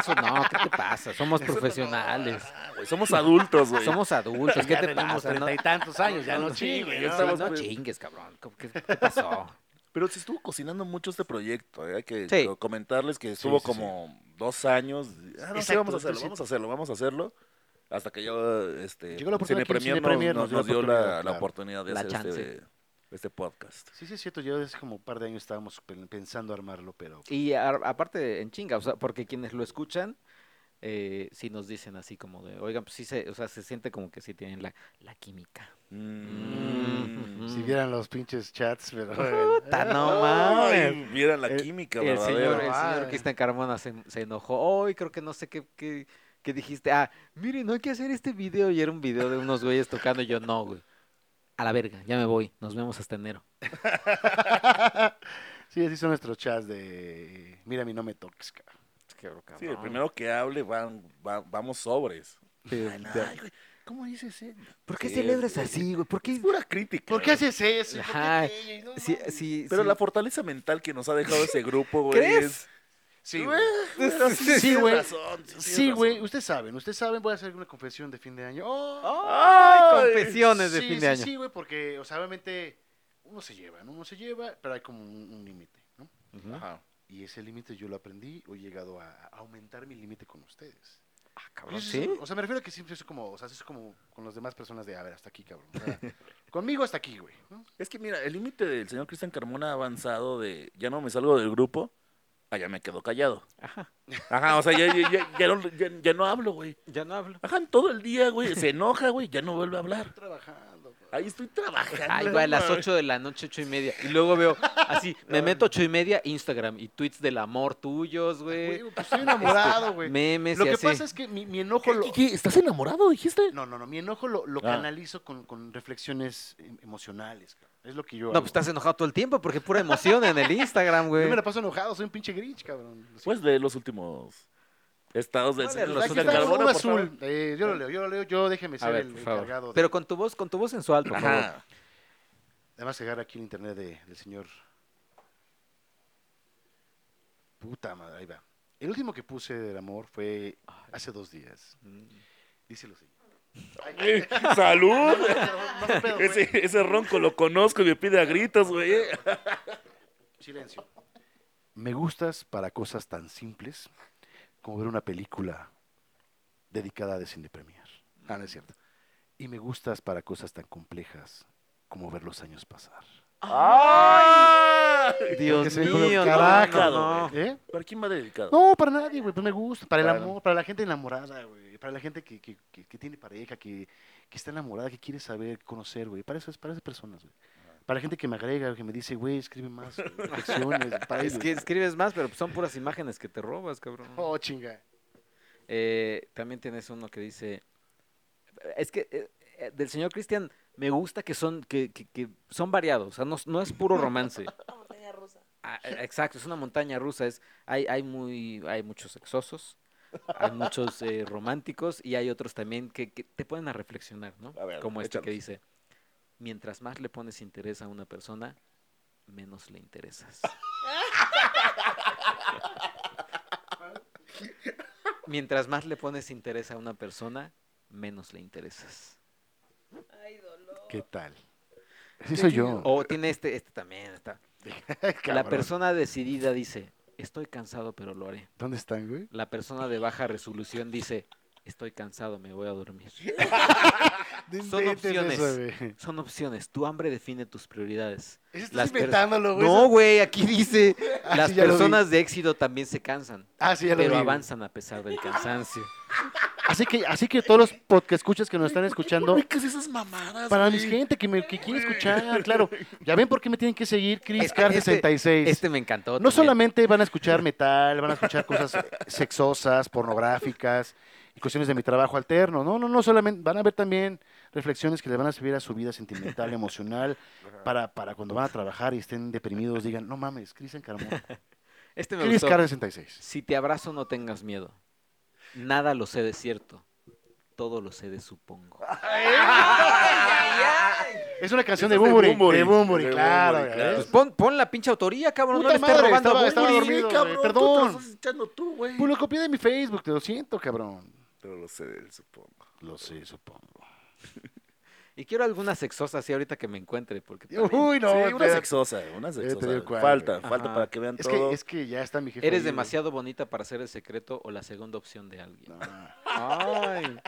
Speaker 2: eso no, ¿qué te pasa? Somos profesionales.
Speaker 3: Ah, güey, somos adultos, güey.
Speaker 2: Somos adultos, ¿qué
Speaker 1: Ya
Speaker 2: te
Speaker 1: tenemos
Speaker 2: pasa? No,
Speaker 1: treinta y tantos años, ya pues no chingue.
Speaker 3: ya
Speaker 1: ¿no?
Speaker 3: estamos-
Speaker 2: no chingues, cabrón. ¿cómo- ¿Qué, qué pasó?
Speaker 3: Pero se estuvo cocinando mucho este proyecto. ¿eh? Hay que
Speaker 2: Sí.
Speaker 3: co- comentarles que estuvo
Speaker 1: sí, sí.
Speaker 3: como dos años. Ah, no, sí,
Speaker 1: Exacto,
Speaker 3: vamos a hacerlo,
Speaker 1: entonces-
Speaker 3: vamos a hacerlo, vamos a hacerlo. Hasta que ya este,
Speaker 1: Llegó la oportunidad que
Speaker 3: Cinepremier
Speaker 1: Cinepremier
Speaker 3: nos,
Speaker 1: nos dio
Speaker 3: nos
Speaker 1: la
Speaker 3: dio la,
Speaker 1: oportunidad, claro.
Speaker 3: la oportunidad de
Speaker 2: La
Speaker 3: hacer este-
Speaker 2: chance.
Speaker 3: este podcast.
Speaker 1: Sí, sí, es cierto. Yo hace como un par de años estábamos pen- pensando armarlo, pero
Speaker 2: Y ar- aparte en chinga, o sea, porque quienes lo escuchan, eh, sí nos dicen así como de, oigan, pues sí se, o sea, se siente como que sí tienen la, la química.
Speaker 3: Mm.
Speaker 2: Mm.
Speaker 1: si vieran los pinches chats, pero... bueno.
Speaker 2: Puta, no mames.
Speaker 3: Mm. Ay, Vieran la
Speaker 2: El-
Speaker 3: química,
Speaker 2: el señor, eh, el
Speaker 3: verdadera.
Speaker 2: señor
Speaker 1: Madre.
Speaker 2: Cristian Carmona se, se enojó. Hoy creo que no sé qué, qué, qué dijiste. Ah, miren, no hay que hacer este video. Y era un video de unos güeyes tocando. Y yo, no, güey. A la verga, ya me voy. Nos vemos hasta enero.
Speaker 1: sí, así son nuestros chats de... Mira, mi no me toques, cabrón.
Speaker 3: Sí, el primero que hable van, va- vamos sobres.
Speaker 2: Sí,
Speaker 3: Ay, güey, ¿Cómo dices eso?
Speaker 2: ¿Por qué
Speaker 3: Sí,
Speaker 2: celebras
Speaker 3: güey.
Speaker 2: así, güey? ¿Por qué?
Speaker 3: Es pura crítica.
Speaker 1: ¿Por qué haces eso? ¿Por qué
Speaker 2: Ajá.
Speaker 1: aquello? No
Speaker 2: Sí,
Speaker 1: mames.
Speaker 2: sí,
Speaker 3: Pero
Speaker 2: sí.
Speaker 3: la fortaleza mental que nos ha dejado ese grupo, güey.
Speaker 2: ¿Crees?
Speaker 1: Sí, güey.
Speaker 3: Sí,
Speaker 1: Sí, güey.
Speaker 3: güey.
Speaker 1: Sí, güey. Ustedes saben, ustedes saben, voy a hacer una confesión de fin de año. ¡Oh!
Speaker 2: ¡Ay, confesiones de
Speaker 1: Sí,
Speaker 2: fin
Speaker 1: sí,
Speaker 2: de año!
Speaker 1: Sí, güey, porque, o sea, obviamente uno se lleva, ¿no? Uno se lleva, pero hay como un, un límite, ¿no?
Speaker 2: Ujú.
Speaker 1: Ah,
Speaker 3: Ajá.
Speaker 1: Y ese límite yo lo aprendí o he llegado a, a aumentar mi límite con ustedes.
Speaker 2: Ah, cabrón,
Speaker 1: Eso es-
Speaker 2: ¿sí?
Speaker 1: O sea, me refiero a que siempre es como, o sea, es como con las demás personas de, a ver, hasta aquí, cabrón. o sea, conmigo hasta aquí, güey. ¿no?
Speaker 3: Es que mira, el límite del señor Cristian Carmona ha avanzado de ya no me salgo del grupo, allá me quedo callado.
Speaker 2: Ajá.
Speaker 3: Ajá, o sea, ya, ya, ya- ya no, ya- ya no hablo, güey.
Speaker 2: Ya no hablo.
Speaker 3: Ajá, todo el día, güey. Se enoja, güey, ya no vuelve a hablar.
Speaker 1: Trabajando. güey.
Speaker 3: Ahí estoy trabajando.
Speaker 2: Ay, güey, a las
Speaker 3: güey.
Speaker 2: 8 de la noche, 8 y media. Y luego veo, así, me meto 8 y media, Instagram y tweets del amor tuyos, güey.
Speaker 1: Güey, pues estoy enamorado, güey.
Speaker 2: Memes
Speaker 1: Lo
Speaker 2: y
Speaker 1: que
Speaker 2: así.
Speaker 1: pasa es que mi, mi enojo
Speaker 3: ¿Qué-
Speaker 1: lo...
Speaker 3: qué- qué? ¿Estás enamorado, dijiste?
Speaker 1: No, no, no, mi enojo lo, lo
Speaker 3: Ah.
Speaker 1: canalizo con, con reflexiones em- emocionales, cabrón. Es lo que yo
Speaker 2: No,
Speaker 1: hago.
Speaker 2: pues estás enojado todo el tiempo porque pura emoción en el Instagram,
Speaker 1: Yo
Speaker 2: güey.
Speaker 1: me la paso enojado, soy un pinche Grinch, cabrón. Lo
Speaker 3: Pues de los últimos estados del
Speaker 2: Ponle
Speaker 3: señor
Speaker 2: los
Speaker 1: Aquí
Speaker 3: Cristian
Speaker 1: está
Speaker 2: últimos.
Speaker 1: uno
Speaker 3: Carmona, por favor.
Speaker 1: azul. Eh, yo lo leo, yo lo leo. Yo déjeme
Speaker 2: A
Speaker 1: ser
Speaker 2: ver,
Speaker 1: el
Speaker 2: por favor.
Speaker 1: encargado. de-
Speaker 2: Pero con tu voz, con tu voz sensual, por favor.
Speaker 3: Ajá.
Speaker 1: Además, llegar aquí el internet de- del señor. Puta madre, ahí va. El último que puse del amor fue hace dos días. Dice lo siguiente.
Speaker 3: Eh, ¡Salud!
Speaker 1: No, no, pedo, güey.
Speaker 3: Ese, ese ronco lo conozco y me pide a gritos, güey. eh.
Speaker 1: Silencio. Me gustas para cosas tan simples como ver una película dedicada a Cine Premier. Ah, no es cierto. Y me gustas para cosas tan complejas como ver los años pasar.
Speaker 3: ¡Ay!
Speaker 1: Porque
Speaker 2: Dios
Speaker 1: se me come
Speaker 2: mío,
Speaker 1: el
Speaker 2: no,
Speaker 1: carajo,
Speaker 2: no, no.
Speaker 1: ¿Eh?
Speaker 3: ¿Para quién va dedicado?
Speaker 1: No, para nadie, güey. Pues me gusta. Para el
Speaker 3: Claro.
Speaker 1: amor, para la gente enamorada, güey. Para la gente que, que- que- que tiene pareja, que, que está enamorada, que quiere saber, conocer, güey. Para esas, para esas personas, güey. Para la gente que me agrega, que me dice, güey, escribe más, güey, reflexiones. Para
Speaker 2: Es que escribes más, pero son puras imágenes que te robas, cabrón.
Speaker 1: Oh, chinga.
Speaker 2: Eh, también tienes uno que dice, es que eh, eh, del señor Cristian me gusta que son que, que- que son variados, o sea, no, no es puro romance.
Speaker 4: Una montaña rusa.
Speaker 2: Ah, eh, exacto, es una montaña rusa, es hay hay muy hay muchos sexosos, hay muchos eh, románticos y hay otros también que, que te ponen a reflexionar, ¿no?
Speaker 3: A ver,
Speaker 2: Como este que
Speaker 3: échalos.
Speaker 2: dice, mientras más le pones interés a una persona, menos le interesas. mientras más le pones interés a una persona, menos le interesas.
Speaker 4: Ay, dolor.
Speaker 1: ¿Qué tal? Sí, soy yo.
Speaker 2: O tiene este este también, está. La
Speaker 1: Cabrón.
Speaker 2: persona decidida dice, estoy cansado pero lo haré.
Speaker 1: ¿Dónde están, güey?
Speaker 2: La persona de baja resolución dice, estoy cansado, me voy a dormir. Son
Speaker 1: Ah, inventes
Speaker 2: opciones.
Speaker 1: eso, güey.
Speaker 2: Son opciones, tu hambre define tus prioridades.
Speaker 1: Eso estás
Speaker 2: Las per-
Speaker 1: inventándolo, güey.
Speaker 2: No, güey, aquí dice,
Speaker 1: Ah,
Speaker 2: las
Speaker 1: sí, ya lo vi.
Speaker 2: personas de éxito también se cansan,
Speaker 1: Ah, sí, ya lo
Speaker 2: pero
Speaker 1: vi.
Speaker 2: avanzan a pesar del cansancio.
Speaker 1: Así que, así que todos los podcast escuchas que nos están escuchando,
Speaker 3: ¿Por qué es esas mamadas,
Speaker 1: Para mi
Speaker 3: güey?
Speaker 1: gente que, me, que quiere escuchar, claro. Ya ven por qué me tienen que seguir, Chris
Speaker 2: Este-
Speaker 1: Car
Speaker 2: este-
Speaker 1: 66.
Speaker 2: Este me encantó.
Speaker 1: no
Speaker 2: también.
Speaker 1: solamente van a escuchar metal, van a escuchar cosas sexosas, pornográficas y cuestiones de mi trabajo alterno. No, no, no, solamente van a ver también reflexiones que le van a servir a su vida sentimental, emocional, para, para cuando van a trabajar y estén deprimidos, digan, no mames, Chris Carmona.
Speaker 2: Este me
Speaker 1: Chris
Speaker 2: gustó.
Speaker 1: Car 66.
Speaker 2: Si te abrazo no tengas miedo. Nada lo sé de cierto, todo lo sé de supongo.
Speaker 1: Ah. Es una canción de
Speaker 3: Esa es de
Speaker 1: Bumburi.
Speaker 3: Bunbury.
Speaker 1: De Bumburi,
Speaker 3: De
Speaker 1: claro.
Speaker 3: Bunbury,
Speaker 1: ya
Speaker 3: claro.
Speaker 1: ves.
Speaker 2: Pues pon, pon la pinche autoría, cabrón.
Speaker 1: Puta
Speaker 2: no le estés
Speaker 1: madre,
Speaker 2: robando
Speaker 1: estaba-
Speaker 2: a
Speaker 1: estaba
Speaker 2: Bunbury.
Speaker 1: dormido.
Speaker 3: Sí, cabrón, tú
Speaker 1: perdón.
Speaker 3: te lo estás echando tú, güey.
Speaker 1: Pues lo copié de mi Facebook, te lo siento, cabrón.
Speaker 3: Pero lo sé de él, supongo.
Speaker 1: Lo sé, supongo.
Speaker 2: Y quiero alguna sexosa así ahorita que me encuentre. Porque también
Speaker 1: Uy, no,
Speaker 3: sí, una
Speaker 1: espérate.
Speaker 3: sexosa, una
Speaker 1: te
Speaker 3: sexosa.
Speaker 1: digo cuál,
Speaker 3: falta,
Speaker 1: güey.
Speaker 3: falta
Speaker 2: Ajá.
Speaker 3: para que vean
Speaker 1: Es
Speaker 3: todo.
Speaker 1: que, es que ya está mi jefe.
Speaker 2: eres
Speaker 1: ahí, güey.
Speaker 2: demasiado bonita para ser el secreto o la segunda opción de alguien.
Speaker 1: No,
Speaker 2: Ay.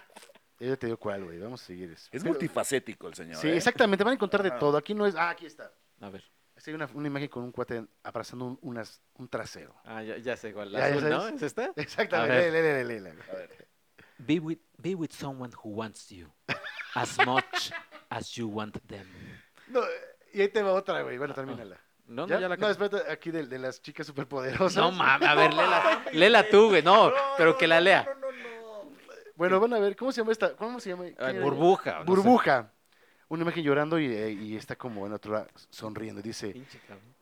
Speaker 1: Yo te digo cuál, güey. Vamos a seguir.
Speaker 3: Es
Speaker 1: Pero-
Speaker 3: multifacético el señor.
Speaker 1: Sí,
Speaker 3: ¿eh?
Speaker 1: exactamente. Van a encontrar de
Speaker 3: Ajá.
Speaker 1: todo. Aquí no es. Ah, aquí está.
Speaker 2: A ver.
Speaker 1: Aquí hay una, una imagen con un cuate abrazando un, unas- un trasero.
Speaker 2: Ah, ya, ya sé cuál.
Speaker 1: Ya, ya
Speaker 2: azul, ¿no?
Speaker 1: sabes.
Speaker 2: ¿Es esta?
Speaker 1: Exactamente.
Speaker 2: A ver.
Speaker 1: Lee, lee, lee, lee, lee.
Speaker 3: A ver,
Speaker 2: Be with, be with someone who wants you. As much as you want them.
Speaker 1: No, y ahí te va otra, güey. Bueno, termínala.
Speaker 2: No,
Speaker 1: ¿Ya?
Speaker 2: no, Ah, ya la
Speaker 1: No, espérate, aquí de, de las chicas superpoderosas.
Speaker 2: No mames, a ver, léela, léela tú, güey. No, pero que la lea.
Speaker 4: No, no, no.
Speaker 1: Bueno, van a ver, ¿cómo se llama esta? ¿Cómo se llama?
Speaker 2: Ah,
Speaker 1: ¿Qué-
Speaker 2: burbuja. no sé.
Speaker 1: Burbuja. Una imagen llorando y, eh, y está como en otra sonriendo. y Dice,
Speaker 2: Pinche cabrón.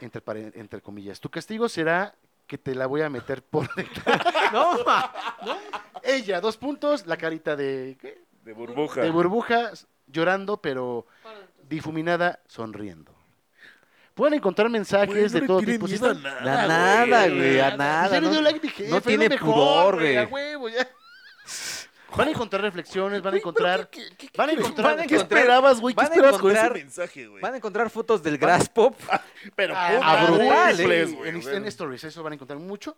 Speaker 1: entre, pare- entre comillas, tu castigo será que te la voy a meter por detrás.
Speaker 2: No, ma.
Speaker 1: Ella, dos puntos, la carita de, ¿qué?
Speaker 3: de burbuja.
Speaker 1: de burbuja llorando, pero
Speaker 4: Por dentro.
Speaker 1: difuminada sonriendo. Pueden encontrar mensajes de todo tipo. Si están-
Speaker 2: A nada, güey, a nada.
Speaker 1: Ya le dio
Speaker 2: No,
Speaker 1: like mi jefe,
Speaker 2: no
Speaker 1: es lo
Speaker 2: tiene
Speaker 1: mejor,
Speaker 2: pudor, güey.
Speaker 1: a huevo, ya. Van a encontrar reflexiones, van a encontrar. Van a
Speaker 2: van a
Speaker 1: encontrar.
Speaker 3: ¿Qué
Speaker 2: encontrar-
Speaker 3: esperabas, güey? ¿Qué
Speaker 2: van a
Speaker 3: esperabas con ese
Speaker 2: encontrar-
Speaker 3: mensaje, güey?
Speaker 2: Van a encontrar fotos del Grass Pop.
Speaker 3: Pero
Speaker 1: Ah,
Speaker 3: puta,
Speaker 1: brutal, eh.
Speaker 2: brutal,
Speaker 1: güey,
Speaker 3: triples, güey,
Speaker 1: en, este,
Speaker 3: bueno.
Speaker 1: en stories, eso van a encontrar mucho.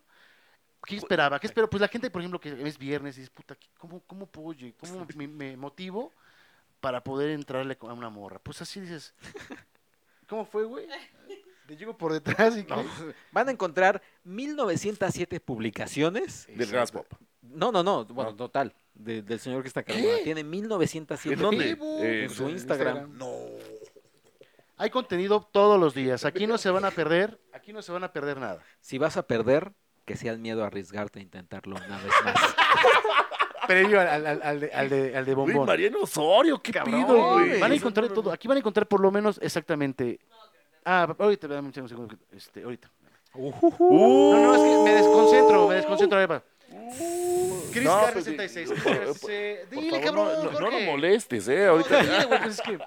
Speaker 1: ¿Qué esperaba? ¿Qué espero? Pues la gente, por ejemplo, que es viernes y dice, puta, ¿qué- ¿cómo, cómo puedo lleg- ¿Cómo me, me motivo para poder entrarle con- a una morra? Pues así dices, ¿cómo fue, güey? Te llego por detrás y...
Speaker 2: No.
Speaker 1: que-
Speaker 2: Van a encontrar 1907 publicaciones.
Speaker 3: Del gas pop.
Speaker 2: No, no, no. Bueno, total. de- del señor que está acá. Tiene 1907.
Speaker 3: ¿En dónde?
Speaker 1: Facebook,
Speaker 3: Eh,
Speaker 2: En su Instagram.
Speaker 3: No.
Speaker 1: Hay contenido todos los días. Aquí no se van a perder, aquí no se van a perder nada.
Speaker 2: Si vas a perder, que sea el miedo a arriesgarte a intentarlo una vez más.
Speaker 1: Previo al, al- al- al de, al de- al de
Speaker 3: Güey,
Speaker 1: bombón.
Speaker 3: Mariano Osorio, qué
Speaker 1: Cabrón,
Speaker 3: pido, güey.
Speaker 2: güey.
Speaker 1: Van a encontrar todo. Aquí van a encontrar por lo menos exactamente. Ah, ahorita, dame un segundo. Este, ahorita.
Speaker 3: Uh,
Speaker 1: No, no, es que me desconcentro, me desconcentro. Ahí va. Chris
Speaker 3: No,
Speaker 1: Carr
Speaker 3: pues,
Speaker 1: 66.
Speaker 3: por- por-
Speaker 1: Eh,
Speaker 3: por
Speaker 1: Dile,
Speaker 3: favor, no-
Speaker 1: cabrón.
Speaker 3: no, no, lo
Speaker 1: Jorge.
Speaker 3: molestes, eh.
Speaker 1: No,
Speaker 3: Ahorita.
Speaker 1: dile, güey, pues es que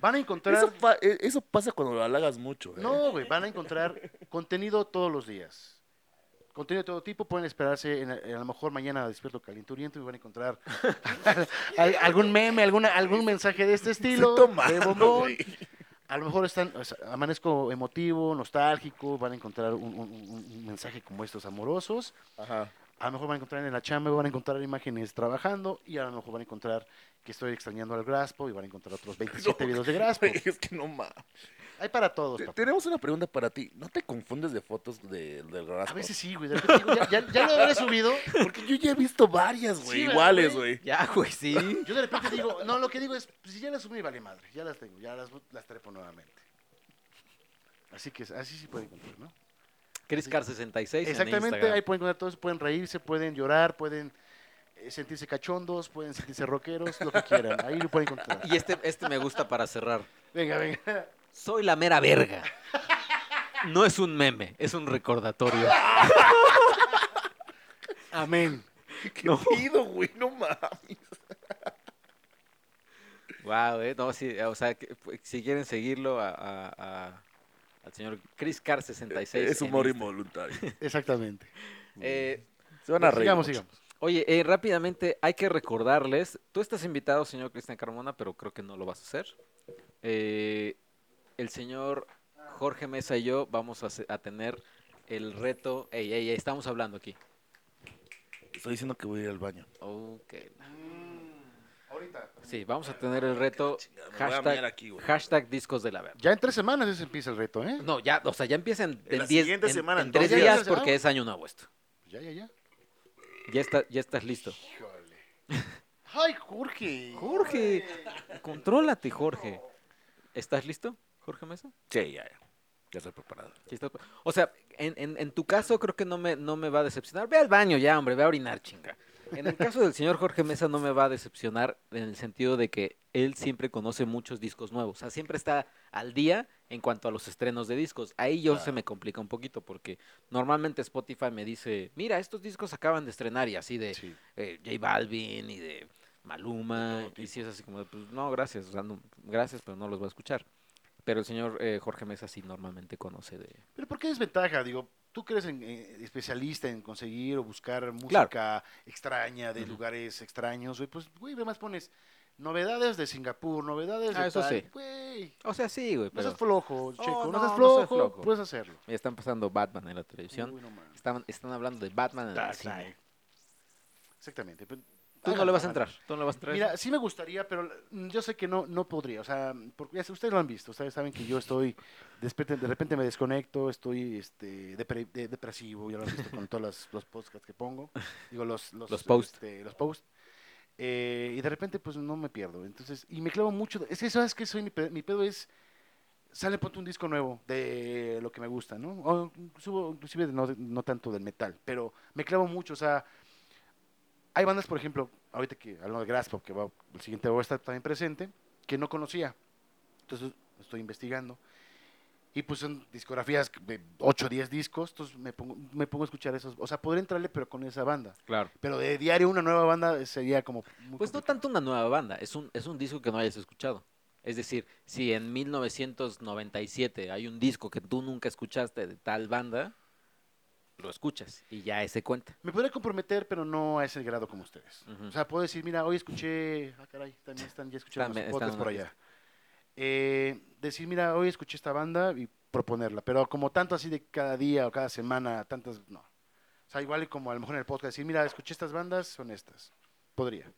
Speaker 1: van a encontrar.
Speaker 3: Eso, pa- eh, eso pasa cuando lo halagas mucho, eh.
Speaker 1: No, güey, van a encontrar contenido todos los días. Contenido de todo tipo, pueden esperarse, en, en a lo mejor mañana despierto calenturiento y van a encontrar al- algún meme, alguna, algún mensaje de este estilo.
Speaker 3: Estoy
Speaker 1: de
Speaker 3: tomando,
Speaker 1: bombón.
Speaker 3: güey.
Speaker 1: A lo mejor están, o sea, amanezco emotivo, nostálgico, van a encontrar un, un- un- un mensaje como estos amorosos.
Speaker 3: Ajá.
Speaker 1: A lo mejor van a encontrar en la chamba, van a encontrar imágenes trabajando y a lo mejor van a encontrar que estoy extrañando al Graspo y van a encontrar otros 27
Speaker 3: No,
Speaker 1: videos de Graspo.
Speaker 3: Güey, es que no mames.
Speaker 1: Hay para todos,
Speaker 3: Te-
Speaker 1: papá.
Speaker 3: Tenemos una pregunta para ti. ¿No te confundes de fotos de, del
Speaker 1: A
Speaker 3: Graspo?
Speaker 1: veces sí, güey. de repente digo, ya, ya- ya lo habré subido.
Speaker 3: Porque yo ya he visto varias, güey.
Speaker 1: Sí,
Speaker 3: iguales,
Speaker 1: güey.
Speaker 3: güey.
Speaker 2: ya, güey, sí.
Speaker 1: Yo de repente digo, no, lo que digo es, pues, si ya las subí, vale madre. Ya las tengo, ya las, las trepo nuevamente. Así que así sí pueden encontrar, ¿no?
Speaker 2: Chris Carr 66 en
Speaker 1: Exactamente,
Speaker 2: Instagram.
Speaker 1: ahí pueden encontrar todos, pueden reírse, pueden llorar, pueden eh, sentirse cachondos, pueden sentirse rockeros, lo que quieran. Ahí lo pueden encontrar.
Speaker 2: Y este, este me gusta para cerrar.
Speaker 1: Venga, venga.
Speaker 2: Soy la mera verga. No es un meme, es un recordatorio.
Speaker 1: Amén.
Speaker 3: ¿Qué
Speaker 2: No.
Speaker 3: pido, güey? No mames.
Speaker 2: Wow, eh. No, sí, o sea, que, pues, si quieren seguirlo a, a- a- al señor Chris Carr 66.
Speaker 3: Es
Speaker 2: en
Speaker 3: humor
Speaker 2: Insta.
Speaker 3: involuntario.
Speaker 1: Exactamente.
Speaker 2: Eh,
Speaker 3: Se van a reír.
Speaker 1: sigamos,
Speaker 3: mucho.
Speaker 1: sigamos.
Speaker 2: Oye, eh, rápidamente hay que recordarles, tú estás invitado, señor Cristian Carmona, pero creo que no lo vas a hacer. Eh, el señor Jorge Mesa y yo vamos a, se- a tener el reto. Ey, ey, ey, estamos hablando aquí.
Speaker 3: Estoy diciendo que voy a ir al baño.
Speaker 2: Ok.
Speaker 1: Ahorita.
Speaker 2: Sí, vamos a tener el reto
Speaker 3: Ah, Chingada, me voy a mear
Speaker 2: hashtag,
Speaker 3: aquí, güey.
Speaker 2: hashtag discos de la verga.
Speaker 1: Ya en tres semanas ese empieza el reto, ¿eh?
Speaker 2: No, ya, o sea, ya empieza en,
Speaker 3: En la
Speaker 2: en diez-
Speaker 3: siguiente
Speaker 2: en-
Speaker 3: semana,
Speaker 2: en
Speaker 3: en
Speaker 2: tres
Speaker 1: dos días.
Speaker 2: días porque es año nuevo esto.
Speaker 1: Ya, ya, ya.
Speaker 2: Ya, está, ya estás listo.
Speaker 1: Ay, Jorge.
Speaker 2: Jorge, contrólate, Jorge. ¿Estás listo, Jorge Mesa?
Speaker 3: Sí, ya, ya. Ya estoy preparado.
Speaker 2: Sí, está- O sea, en, en- en tu caso creo que no me, no me va a decepcionar. Ve al baño ya, hombre, ve a orinar, chinga. En el caso del señor Jorge Mesa no me va a decepcionar en el sentido de que él siempre conoce muchos discos nuevos. O sea, siempre está al día en cuanto a los estrenos de discos. Ahí yo se me complica un poquito porque normalmente Spotify me dice, mira, estos discos acaban de estrenar y así de
Speaker 1: Sí.
Speaker 2: eh, J Balvin y de Maluma. y si es así como, de, pues no, gracias, o sea, no- gracias, pero no los voy a escuchar. Pero el señor eh, Jorge Mesa sí normalmente conoce de...
Speaker 1: Pero ¿por qué desventaja? Digo, tú que eres en- eh, especialista en conseguir o buscar música extraña de
Speaker 2: Ujú.
Speaker 1: lugares extraños, güey, pues, güey, además pones novedades de Singapur, novedades
Speaker 2: Ah,
Speaker 1: de
Speaker 2: eso
Speaker 1: tal,
Speaker 2: sí.
Speaker 1: güey.
Speaker 2: O sea, sí, güey,
Speaker 1: No
Speaker 2: pero
Speaker 1: seas flojo,
Speaker 2: No,
Speaker 1: Checo, Oh, no,
Speaker 2: no,
Speaker 1: seas
Speaker 2: no
Speaker 1: flojo,
Speaker 2: seas flojo.
Speaker 1: puedes hacerlo.
Speaker 2: mira, están pasando Batman en la televisión.
Speaker 1: Uy, no mames.
Speaker 2: Ah, Estaban- están hablando de Batman en el
Speaker 1: Dark
Speaker 2: cine.
Speaker 1: Knight. Exactamente. pero
Speaker 2: Tú no
Speaker 1: Háganlo,
Speaker 2: le vas a
Speaker 1: háganlo.
Speaker 2: entrar. Tú no le vas a entrar.
Speaker 1: Mira, sí me gustaría, pero mm, yo sé que no, no podría. O sea, porque ya sé, ustedes lo han visto, ustedes saben que yo estoy, despete- de repente me desconecto, estoy este, depre- de- depresivo, ya lo han visto con todos los, los podcasts que pongo. Digo, los, los,
Speaker 2: Los post.
Speaker 1: este, los post. Eh, y de repente, pues no me pierdo. Entonces, y me clavo mucho. Es que, ¿sabes que soy mi pe- Mi pedo es. Sale, ponte un disco nuevo de lo que me gusta, ¿no? O subo, inclusive, no, no tanto del metal, pero me clavo mucho. O sea, hay bandas, por ejemplo, ahorita que hablando de Graspop, que va, el siguiente va a estar también presente, que no conocía. Entonces estoy investigando. Y pues son discografías de 8 o 10 discos, entonces me pongo, me pongo a escuchar esos. O sea, podría entrarle, pero con esa banda.
Speaker 2: Claro.
Speaker 1: Pero de diario una nueva banda eh, sería como... muy
Speaker 2: Pues no
Speaker 1: complicado.
Speaker 2: tanto una nueva banda, es un, es un disco que no hayas escuchado. Es decir, si en 1997 hay un disco que tú nunca escuchaste de tal banda, lo escuchas y ya ese cuenta.
Speaker 1: Me podría comprometer, pero no a ese grado como ustedes.
Speaker 2: Ujú.
Speaker 1: O sea, puedo decir, mira, hoy escuché... Ah, caray, también están ya escuchando
Speaker 2: También
Speaker 1: los
Speaker 2: están
Speaker 1: podcasts por
Speaker 2: en una
Speaker 1: allá. Eh, decir, mira, hoy escuché esta banda y proponerla. Pero como tanto así de cada día o cada semana, tantas... No. O sea, igual como a lo mejor en el podcast decir, mira, escuché estas bandas, son estas. Podría.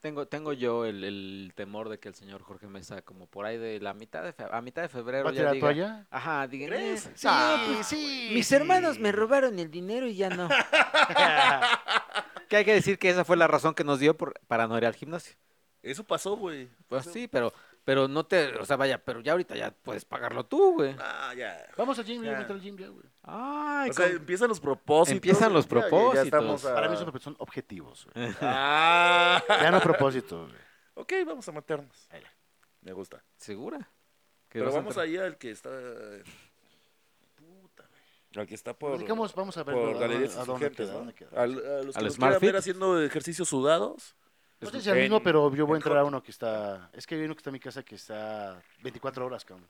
Speaker 2: Tengo, tengo yo el, el temor de que el señor Jorge Mesa, como por ahí de la mitad de fe- a mitad de febrero,
Speaker 1: ¿Va a
Speaker 2: ya
Speaker 1: tirar
Speaker 2: diga,
Speaker 1: toalla?
Speaker 2: Ajá, digan,
Speaker 3: ¿Crees?
Speaker 2: "Eh,
Speaker 1: Sí,
Speaker 2: no, pues,
Speaker 1: sí.
Speaker 2: mis
Speaker 1: sí.
Speaker 2: hermanos me robaron el dinero y ya no. que hay que decir que esa fue la razón que nos dio por- para no ir al gimnasio.
Speaker 3: Eso pasó, güey.
Speaker 2: Pues
Speaker 3: Pasó.
Speaker 2: sí, pero, pero no te, o sea, vaya, pero ya ahorita ya puedes pagarlo tú, güey.
Speaker 3: Ah, ya.
Speaker 1: Vamos al gym, yo
Speaker 3: Ya.
Speaker 1: me meto al gym ya, güey.
Speaker 2: Ay,
Speaker 3: O sea,
Speaker 2: con-
Speaker 3: empiezan los propósitos.
Speaker 2: Empiezan los
Speaker 3: Ya- ya- ya
Speaker 2: propósitos.
Speaker 3: estamos a-
Speaker 1: Para mí son, son objetivos, güey.
Speaker 3: Ah.
Speaker 1: Ya no propósitos, güey.
Speaker 3: ok, vamos a matarnos. Me gusta.
Speaker 2: segura. que
Speaker 3: Pero
Speaker 2: vas a
Speaker 3: vamos
Speaker 2: entrar.
Speaker 3: ahí al que está. eh, Puta, güey. Al que está por.
Speaker 1: Pues, Digamos, vamos a ver
Speaker 3: por
Speaker 1: a-
Speaker 3: galerías
Speaker 1: a, dónde
Speaker 3: insurgentes,
Speaker 1: queda,
Speaker 3: ¿no? Ah,
Speaker 1: dónde queda.
Speaker 3: Al- a los que
Speaker 2: Al
Speaker 3: nos
Speaker 2: Smart
Speaker 3: quieran ver
Speaker 2: Fit.
Speaker 3: haciendo ejercicios sudados.
Speaker 1: No sé
Speaker 3: Es-
Speaker 1: si es el mismo,
Speaker 3: en-
Speaker 1: pero yo voy a
Speaker 3: en
Speaker 1: entrar a
Speaker 3: Hot.
Speaker 1: uno que está. Es que hay uno que está en mi casa que está 24 horas, cabrón.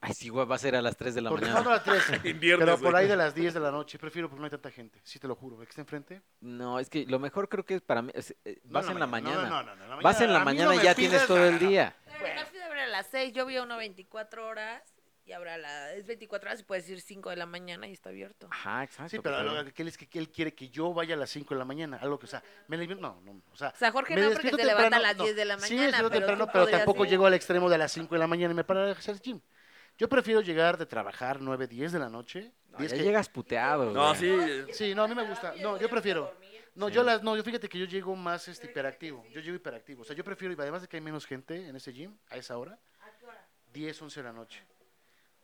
Speaker 2: Ay, sí, güey, va a ser a las 3 de la
Speaker 1: Porque
Speaker 2: mañana.
Speaker 1: no a las 3.
Speaker 3: Inviertes,
Speaker 1: pero por
Speaker 3: güey.
Speaker 1: ahí de las 10 de la noche. Prefiero porque no hay tanta gente. Sí, te lo juro. El que está enfrente.
Speaker 2: No, es que lo mejor creo que es para mí. es- eh,
Speaker 1: no
Speaker 2: vas en la mañana.
Speaker 1: No, no, no, no,
Speaker 2: Vas en la
Speaker 1: a mí
Speaker 2: mañana
Speaker 1: no
Speaker 2: y
Speaker 1: me
Speaker 2: ya
Speaker 1: pidas
Speaker 2: tienes todo
Speaker 1: nada.
Speaker 2: el día.
Speaker 4: Pero el Garfield abre a las 6. Yo vi uno 24 horas. Y habrá la. Es 24 horas y puedes ir 5 de la mañana y está abierto.
Speaker 2: Ajá, exacto.
Speaker 1: Sí, pero
Speaker 2: pues,
Speaker 1: lo que él es que él quiere que yo vaya a las 5 de la mañana. Algo que, o sea, me levi- No, no. O sea,
Speaker 4: O sea, Jorge
Speaker 1: me
Speaker 4: no, porque
Speaker 1: despierto
Speaker 4: se levanta a
Speaker 1: temprano,
Speaker 4: las
Speaker 1: no.
Speaker 4: 10 de la
Speaker 1: Sí,
Speaker 4: mañana.
Speaker 1: despierto
Speaker 4: pero
Speaker 1: temprano,
Speaker 4: tú
Speaker 1: pero
Speaker 4: podrías
Speaker 1: tampoco
Speaker 4: ir.
Speaker 1: llego al extremo de las 5 de la mañana y me paro a hacer gym. Yo prefiero llegar de trabajar 9, 10 de la noche.
Speaker 2: no,
Speaker 1: 10
Speaker 2: ya
Speaker 1: que-
Speaker 2: llegas puteado.
Speaker 3: No,
Speaker 2: güey.
Speaker 3: sí. eh,
Speaker 1: Sí, no, a mí me gusta. No, yo prefiero. No,
Speaker 2: Sí.
Speaker 1: yo las, no, yo fíjate que yo llego más este, hiperactivo. Yo llego hiperactivo. O sea, yo prefiero, además de que hay menos gente en ese gym a esa hora, 10, 11 de la noche.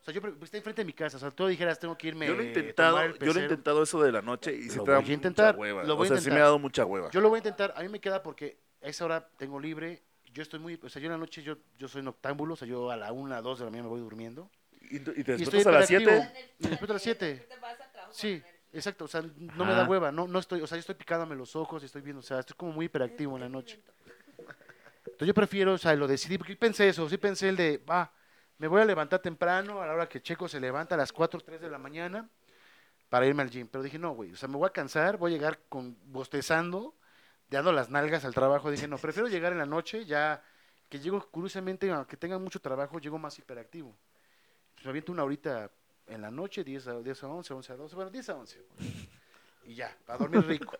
Speaker 1: O sea, yo pre- pues, está enfrente de mi casa. O sea, tú dijeras, tengo que irme.
Speaker 3: Yo lo he
Speaker 1: eh,
Speaker 3: intentado,
Speaker 1: tomar el
Speaker 3: yo lo he
Speaker 1: pecero.
Speaker 3: intentado eso de la noche y sí
Speaker 1: Lo
Speaker 3: te da
Speaker 1: voy a intentar,
Speaker 3: mucha hueva.
Speaker 1: lo voy a
Speaker 3: o sea, sí
Speaker 1: intentar.
Speaker 3: me ha dado mucha hueva.
Speaker 1: Yo lo voy a intentar. A mí me queda porque a esa hora tengo libre. Yo estoy muy. O sea, yo en la noche yo, yo soy noctámbulo. O sea, yo a la 1, 2 de la mañana me voy durmiendo.
Speaker 3: y, y te
Speaker 1: y estoy
Speaker 3: despiertas a las
Speaker 1: hiperactivo.
Speaker 3: 7.
Speaker 1: Me despierto a las 7. Sí, exacto. O sea, no me
Speaker 2: Ah.
Speaker 1: da hueva. No, no estoy. O sea, yo estoy picándome los ojos y estoy viendo. O sea, estoy como muy hiperactivo en la noche. Entonces yo prefiero, o sea, lo decidí, porque pensé eso, sí pensé el de, va, me voy a levantar temprano, a la hora que Checo se levanta a las 4, 3 de la mañana, para irme al gym. Pero dije, no, güey, o sea, me voy a cansar, voy a llegar con bostezando, dando las nalgas al trabajo. Dije, no, prefiero llegar en la noche, ya que llego, curiosamente, aunque tenga mucho trabajo, llego más hiperactivo. Pues me aviento una horita en la noche, 10 a, 10 a 11, 11 a 12, bueno, 10 a 11. güey. Y ya, para dormir rico.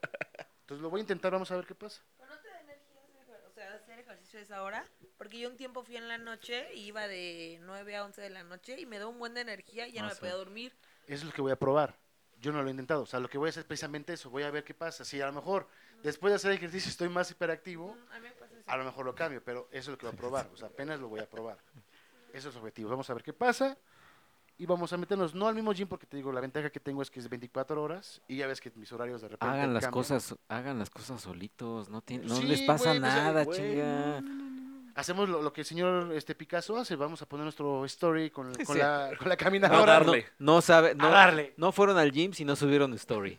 Speaker 1: Entonces lo voy a intentar, vamos a ver qué pasa.
Speaker 4: Pero no te da energía hacer ejer- o sea, hacer ejercicio a esa hora, porque yo un tiempo fui en la noche y iba de 9 a 11 de la noche y me da un buen de energía y ya
Speaker 2: Ah,
Speaker 4: no me
Speaker 2: sí.
Speaker 4: podía dormir.
Speaker 1: Eso es lo que voy a probar. Yo no lo he intentado. O sea, lo que voy a hacer es precisamente eso. Voy a ver qué pasa. Si a lo mejor después de hacer ejercicio estoy más hiperactivo,
Speaker 4: Mm, A mí me pasa eso.
Speaker 1: a lo mejor lo cambio. Pero eso es lo que voy a probar. O sea, apenas lo voy a probar. Eso es el objetivo. Vamos a ver qué pasa. Y vamos a meternos, no al mismo gym, porque te digo, la ventaja que tengo es que es 24 horas. Y ya ves que mis horarios de repente.
Speaker 2: Hagan las
Speaker 1: cambian.
Speaker 2: cosas, hagan las cosas solitos, no, tiene- no
Speaker 1: Sí,
Speaker 2: les pasa
Speaker 1: güey, pues, ay,
Speaker 2: nada,
Speaker 1: güey,
Speaker 2: chinga.
Speaker 1: Hacemos lo, lo que el señor este, Picasso hace. Vamos a poner nuestro story con,
Speaker 2: Sí,
Speaker 1: con
Speaker 2: sí.
Speaker 1: la, con la
Speaker 3: No,
Speaker 1: caminadora.
Speaker 3: darle.
Speaker 2: No sabe,
Speaker 1: A
Speaker 2: no,
Speaker 1: darle.
Speaker 2: no fueron al gym si no subieron story.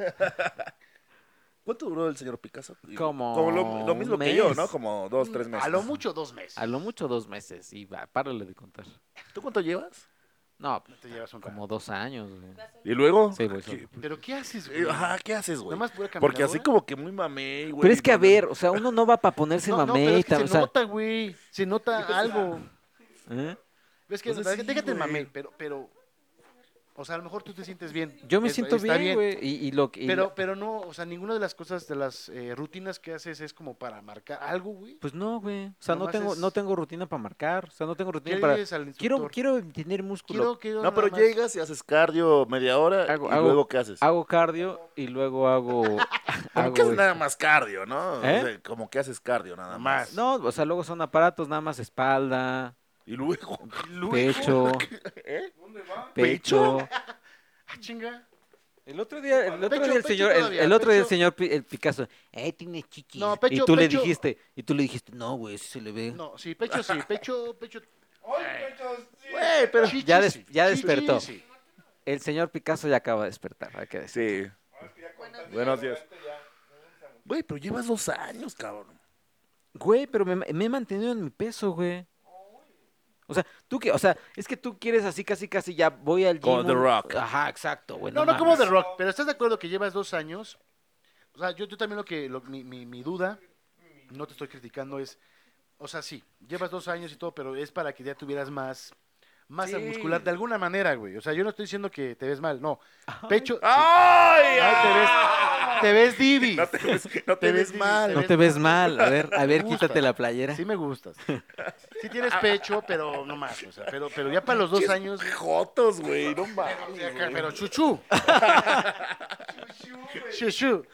Speaker 3: ¿Cuánto duró el señor Picasso?
Speaker 2: Como
Speaker 3: lo, lo mismo
Speaker 2: un
Speaker 3: que yo,
Speaker 2: mes.
Speaker 3: ¿no? Como dos, tres meses.
Speaker 1: A lo mucho dos meses.
Speaker 2: A lo mucho dos meses y va, párale de contar.
Speaker 3: ¿Tú cuánto llevas?
Speaker 2: No, pues,
Speaker 1: Te llevas un
Speaker 2: como dos años, güey.
Speaker 3: ¿Y luego?
Speaker 2: Sí, voy
Speaker 3: ¿Qué-
Speaker 2: solo.
Speaker 1: ¿Pero qué haces,
Speaker 3: eh,
Speaker 1: güey?
Speaker 3: Ajá, ¿qué haces, güey?
Speaker 1: Nomás pura
Speaker 3: Porque así
Speaker 1: caminadora.
Speaker 3: como que muy mamey, güey.
Speaker 2: Pero es que a
Speaker 3: no-
Speaker 2: ver, o sea, uno no va para ponerse
Speaker 1: No, no, pero es que
Speaker 2: mameta,
Speaker 1: se
Speaker 2: o sea,
Speaker 1: nota, güey. Se nota algo.
Speaker 2: ¿eh?
Speaker 1: Es que,
Speaker 3: Pues sí,
Speaker 1: déjate
Speaker 3: güey.
Speaker 1: mame, pero, pero O sea, a lo mejor tú te sientes bien.
Speaker 2: Yo me
Speaker 1: es-
Speaker 2: siento
Speaker 1: está
Speaker 2: bien, güey. Y, y lo que. y
Speaker 1: Pero,
Speaker 2: lo-
Speaker 1: pero no, o sea, ninguna de las cosas, de las eh, rutinas que haces es como para marcar algo, güey.
Speaker 2: Pues no, güey. O sea, no
Speaker 1: Nomás
Speaker 2: tengo,
Speaker 1: es-
Speaker 2: no tengo rutina para marcar. O sea, no tengo rutina
Speaker 1: ¿Qué
Speaker 2: para.
Speaker 1: dices al
Speaker 2: Quiero,
Speaker 1: instructor?
Speaker 2: quiero tener músculo.
Speaker 1: Quiero- quiero
Speaker 3: No,
Speaker 1: nada
Speaker 3: pero
Speaker 1: más.
Speaker 3: llegas y haces cardio media hora
Speaker 2: Hago-
Speaker 3: y
Speaker 2: hago-
Speaker 3: luego ¿qué haces?
Speaker 2: Hago cardio y luego hago.
Speaker 3: Como
Speaker 2: hago
Speaker 3: que haces
Speaker 2: este-
Speaker 3: nada más cardio, ¿no? O
Speaker 2: ¿Eh?
Speaker 3: sea, como que haces cardio nada más.
Speaker 2: No, o sea, luego son aparatos, nada más espalda,
Speaker 3: Y luego,
Speaker 2: pecho,
Speaker 3: ¿eh?
Speaker 2: pecho.
Speaker 1: Ah, chinga.
Speaker 2: El otro día, el otro
Speaker 1: Pecho,
Speaker 2: día el
Speaker 1: pecho
Speaker 2: señor, el,
Speaker 1: todavía,
Speaker 2: el otro día el
Speaker 1: pecho.
Speaker 2: señor Pi- el Picasso, eh, tienes chichis.
Speaker 1: No, pecho,
Speaker 2: y tú le
Speaker 1: pecho.
Speaker 2: dijiste, y tú le dijiste, no, güey, sí se le ve.
Speaker 1: No, sí, pecho sí, pecho, pecho.
Speaker 3: Güey, pero...
Speaker 1: chichis
Speaker 2: Ya des-
Speaker 1: sí,
Speaker 2: ya
Speaker 1: chichis
Speaker 2: despertó.
Speaker 1: sí.
Speaker 2: El señor Picasso ya acaba de despertar, hay que decir.
Speaker 3: Sí.
Speaker 4: Buenos días.
Speaker 3: Buenos días. Güey, pero llevas dos años, cabrón.
Speaker 2: Güey, pero me, me he mantenido en mi peso, güey. O sea, tú que, o sea, es que tú quieres así casi casi ya voy al gym.
Speaker 3: Como The
Speaker 2: un-
Speaker 3: Rock.
Speaker 2: Ajá, exacto, güey.
Speaker 1: No, no como
Speaker 2: mames.
Speaker 1: de rock, pero ¿estás de acuerdo que llevas dos años? O sea, yo, yo también lo que, lo- mi, mi, mi duda, no te estoy criticando, es, o sea, sí, llevas dos años y todo, pero es para que ya tuvieras más masa
Speaker 2: Sí.
Speaker 1: muscular de alguna manera, güey. O sea, yo no estoy diciendo que te ves mal, no. Pecho,
Speaker 3: ¡Ay!
Speaker 1: Ay, te ves, te ves divi.
Speaker 3: No te ves, no te ves
Speaker 1: ¡Ah! ves
Speaker 3: mal.
Speaker 2: No te ves mal, a ver, a ver,
Speaker 1: Justo.
Speaker 2: quítate la playera.
Speaker 1: Sí me gustas. Sí tienes pecho, pero no más, o sea, pero, pero ya para los dos años...
Speaker 3: Jotos, güey, no mames.
Speaker 1: Pero chuchu. chuchu.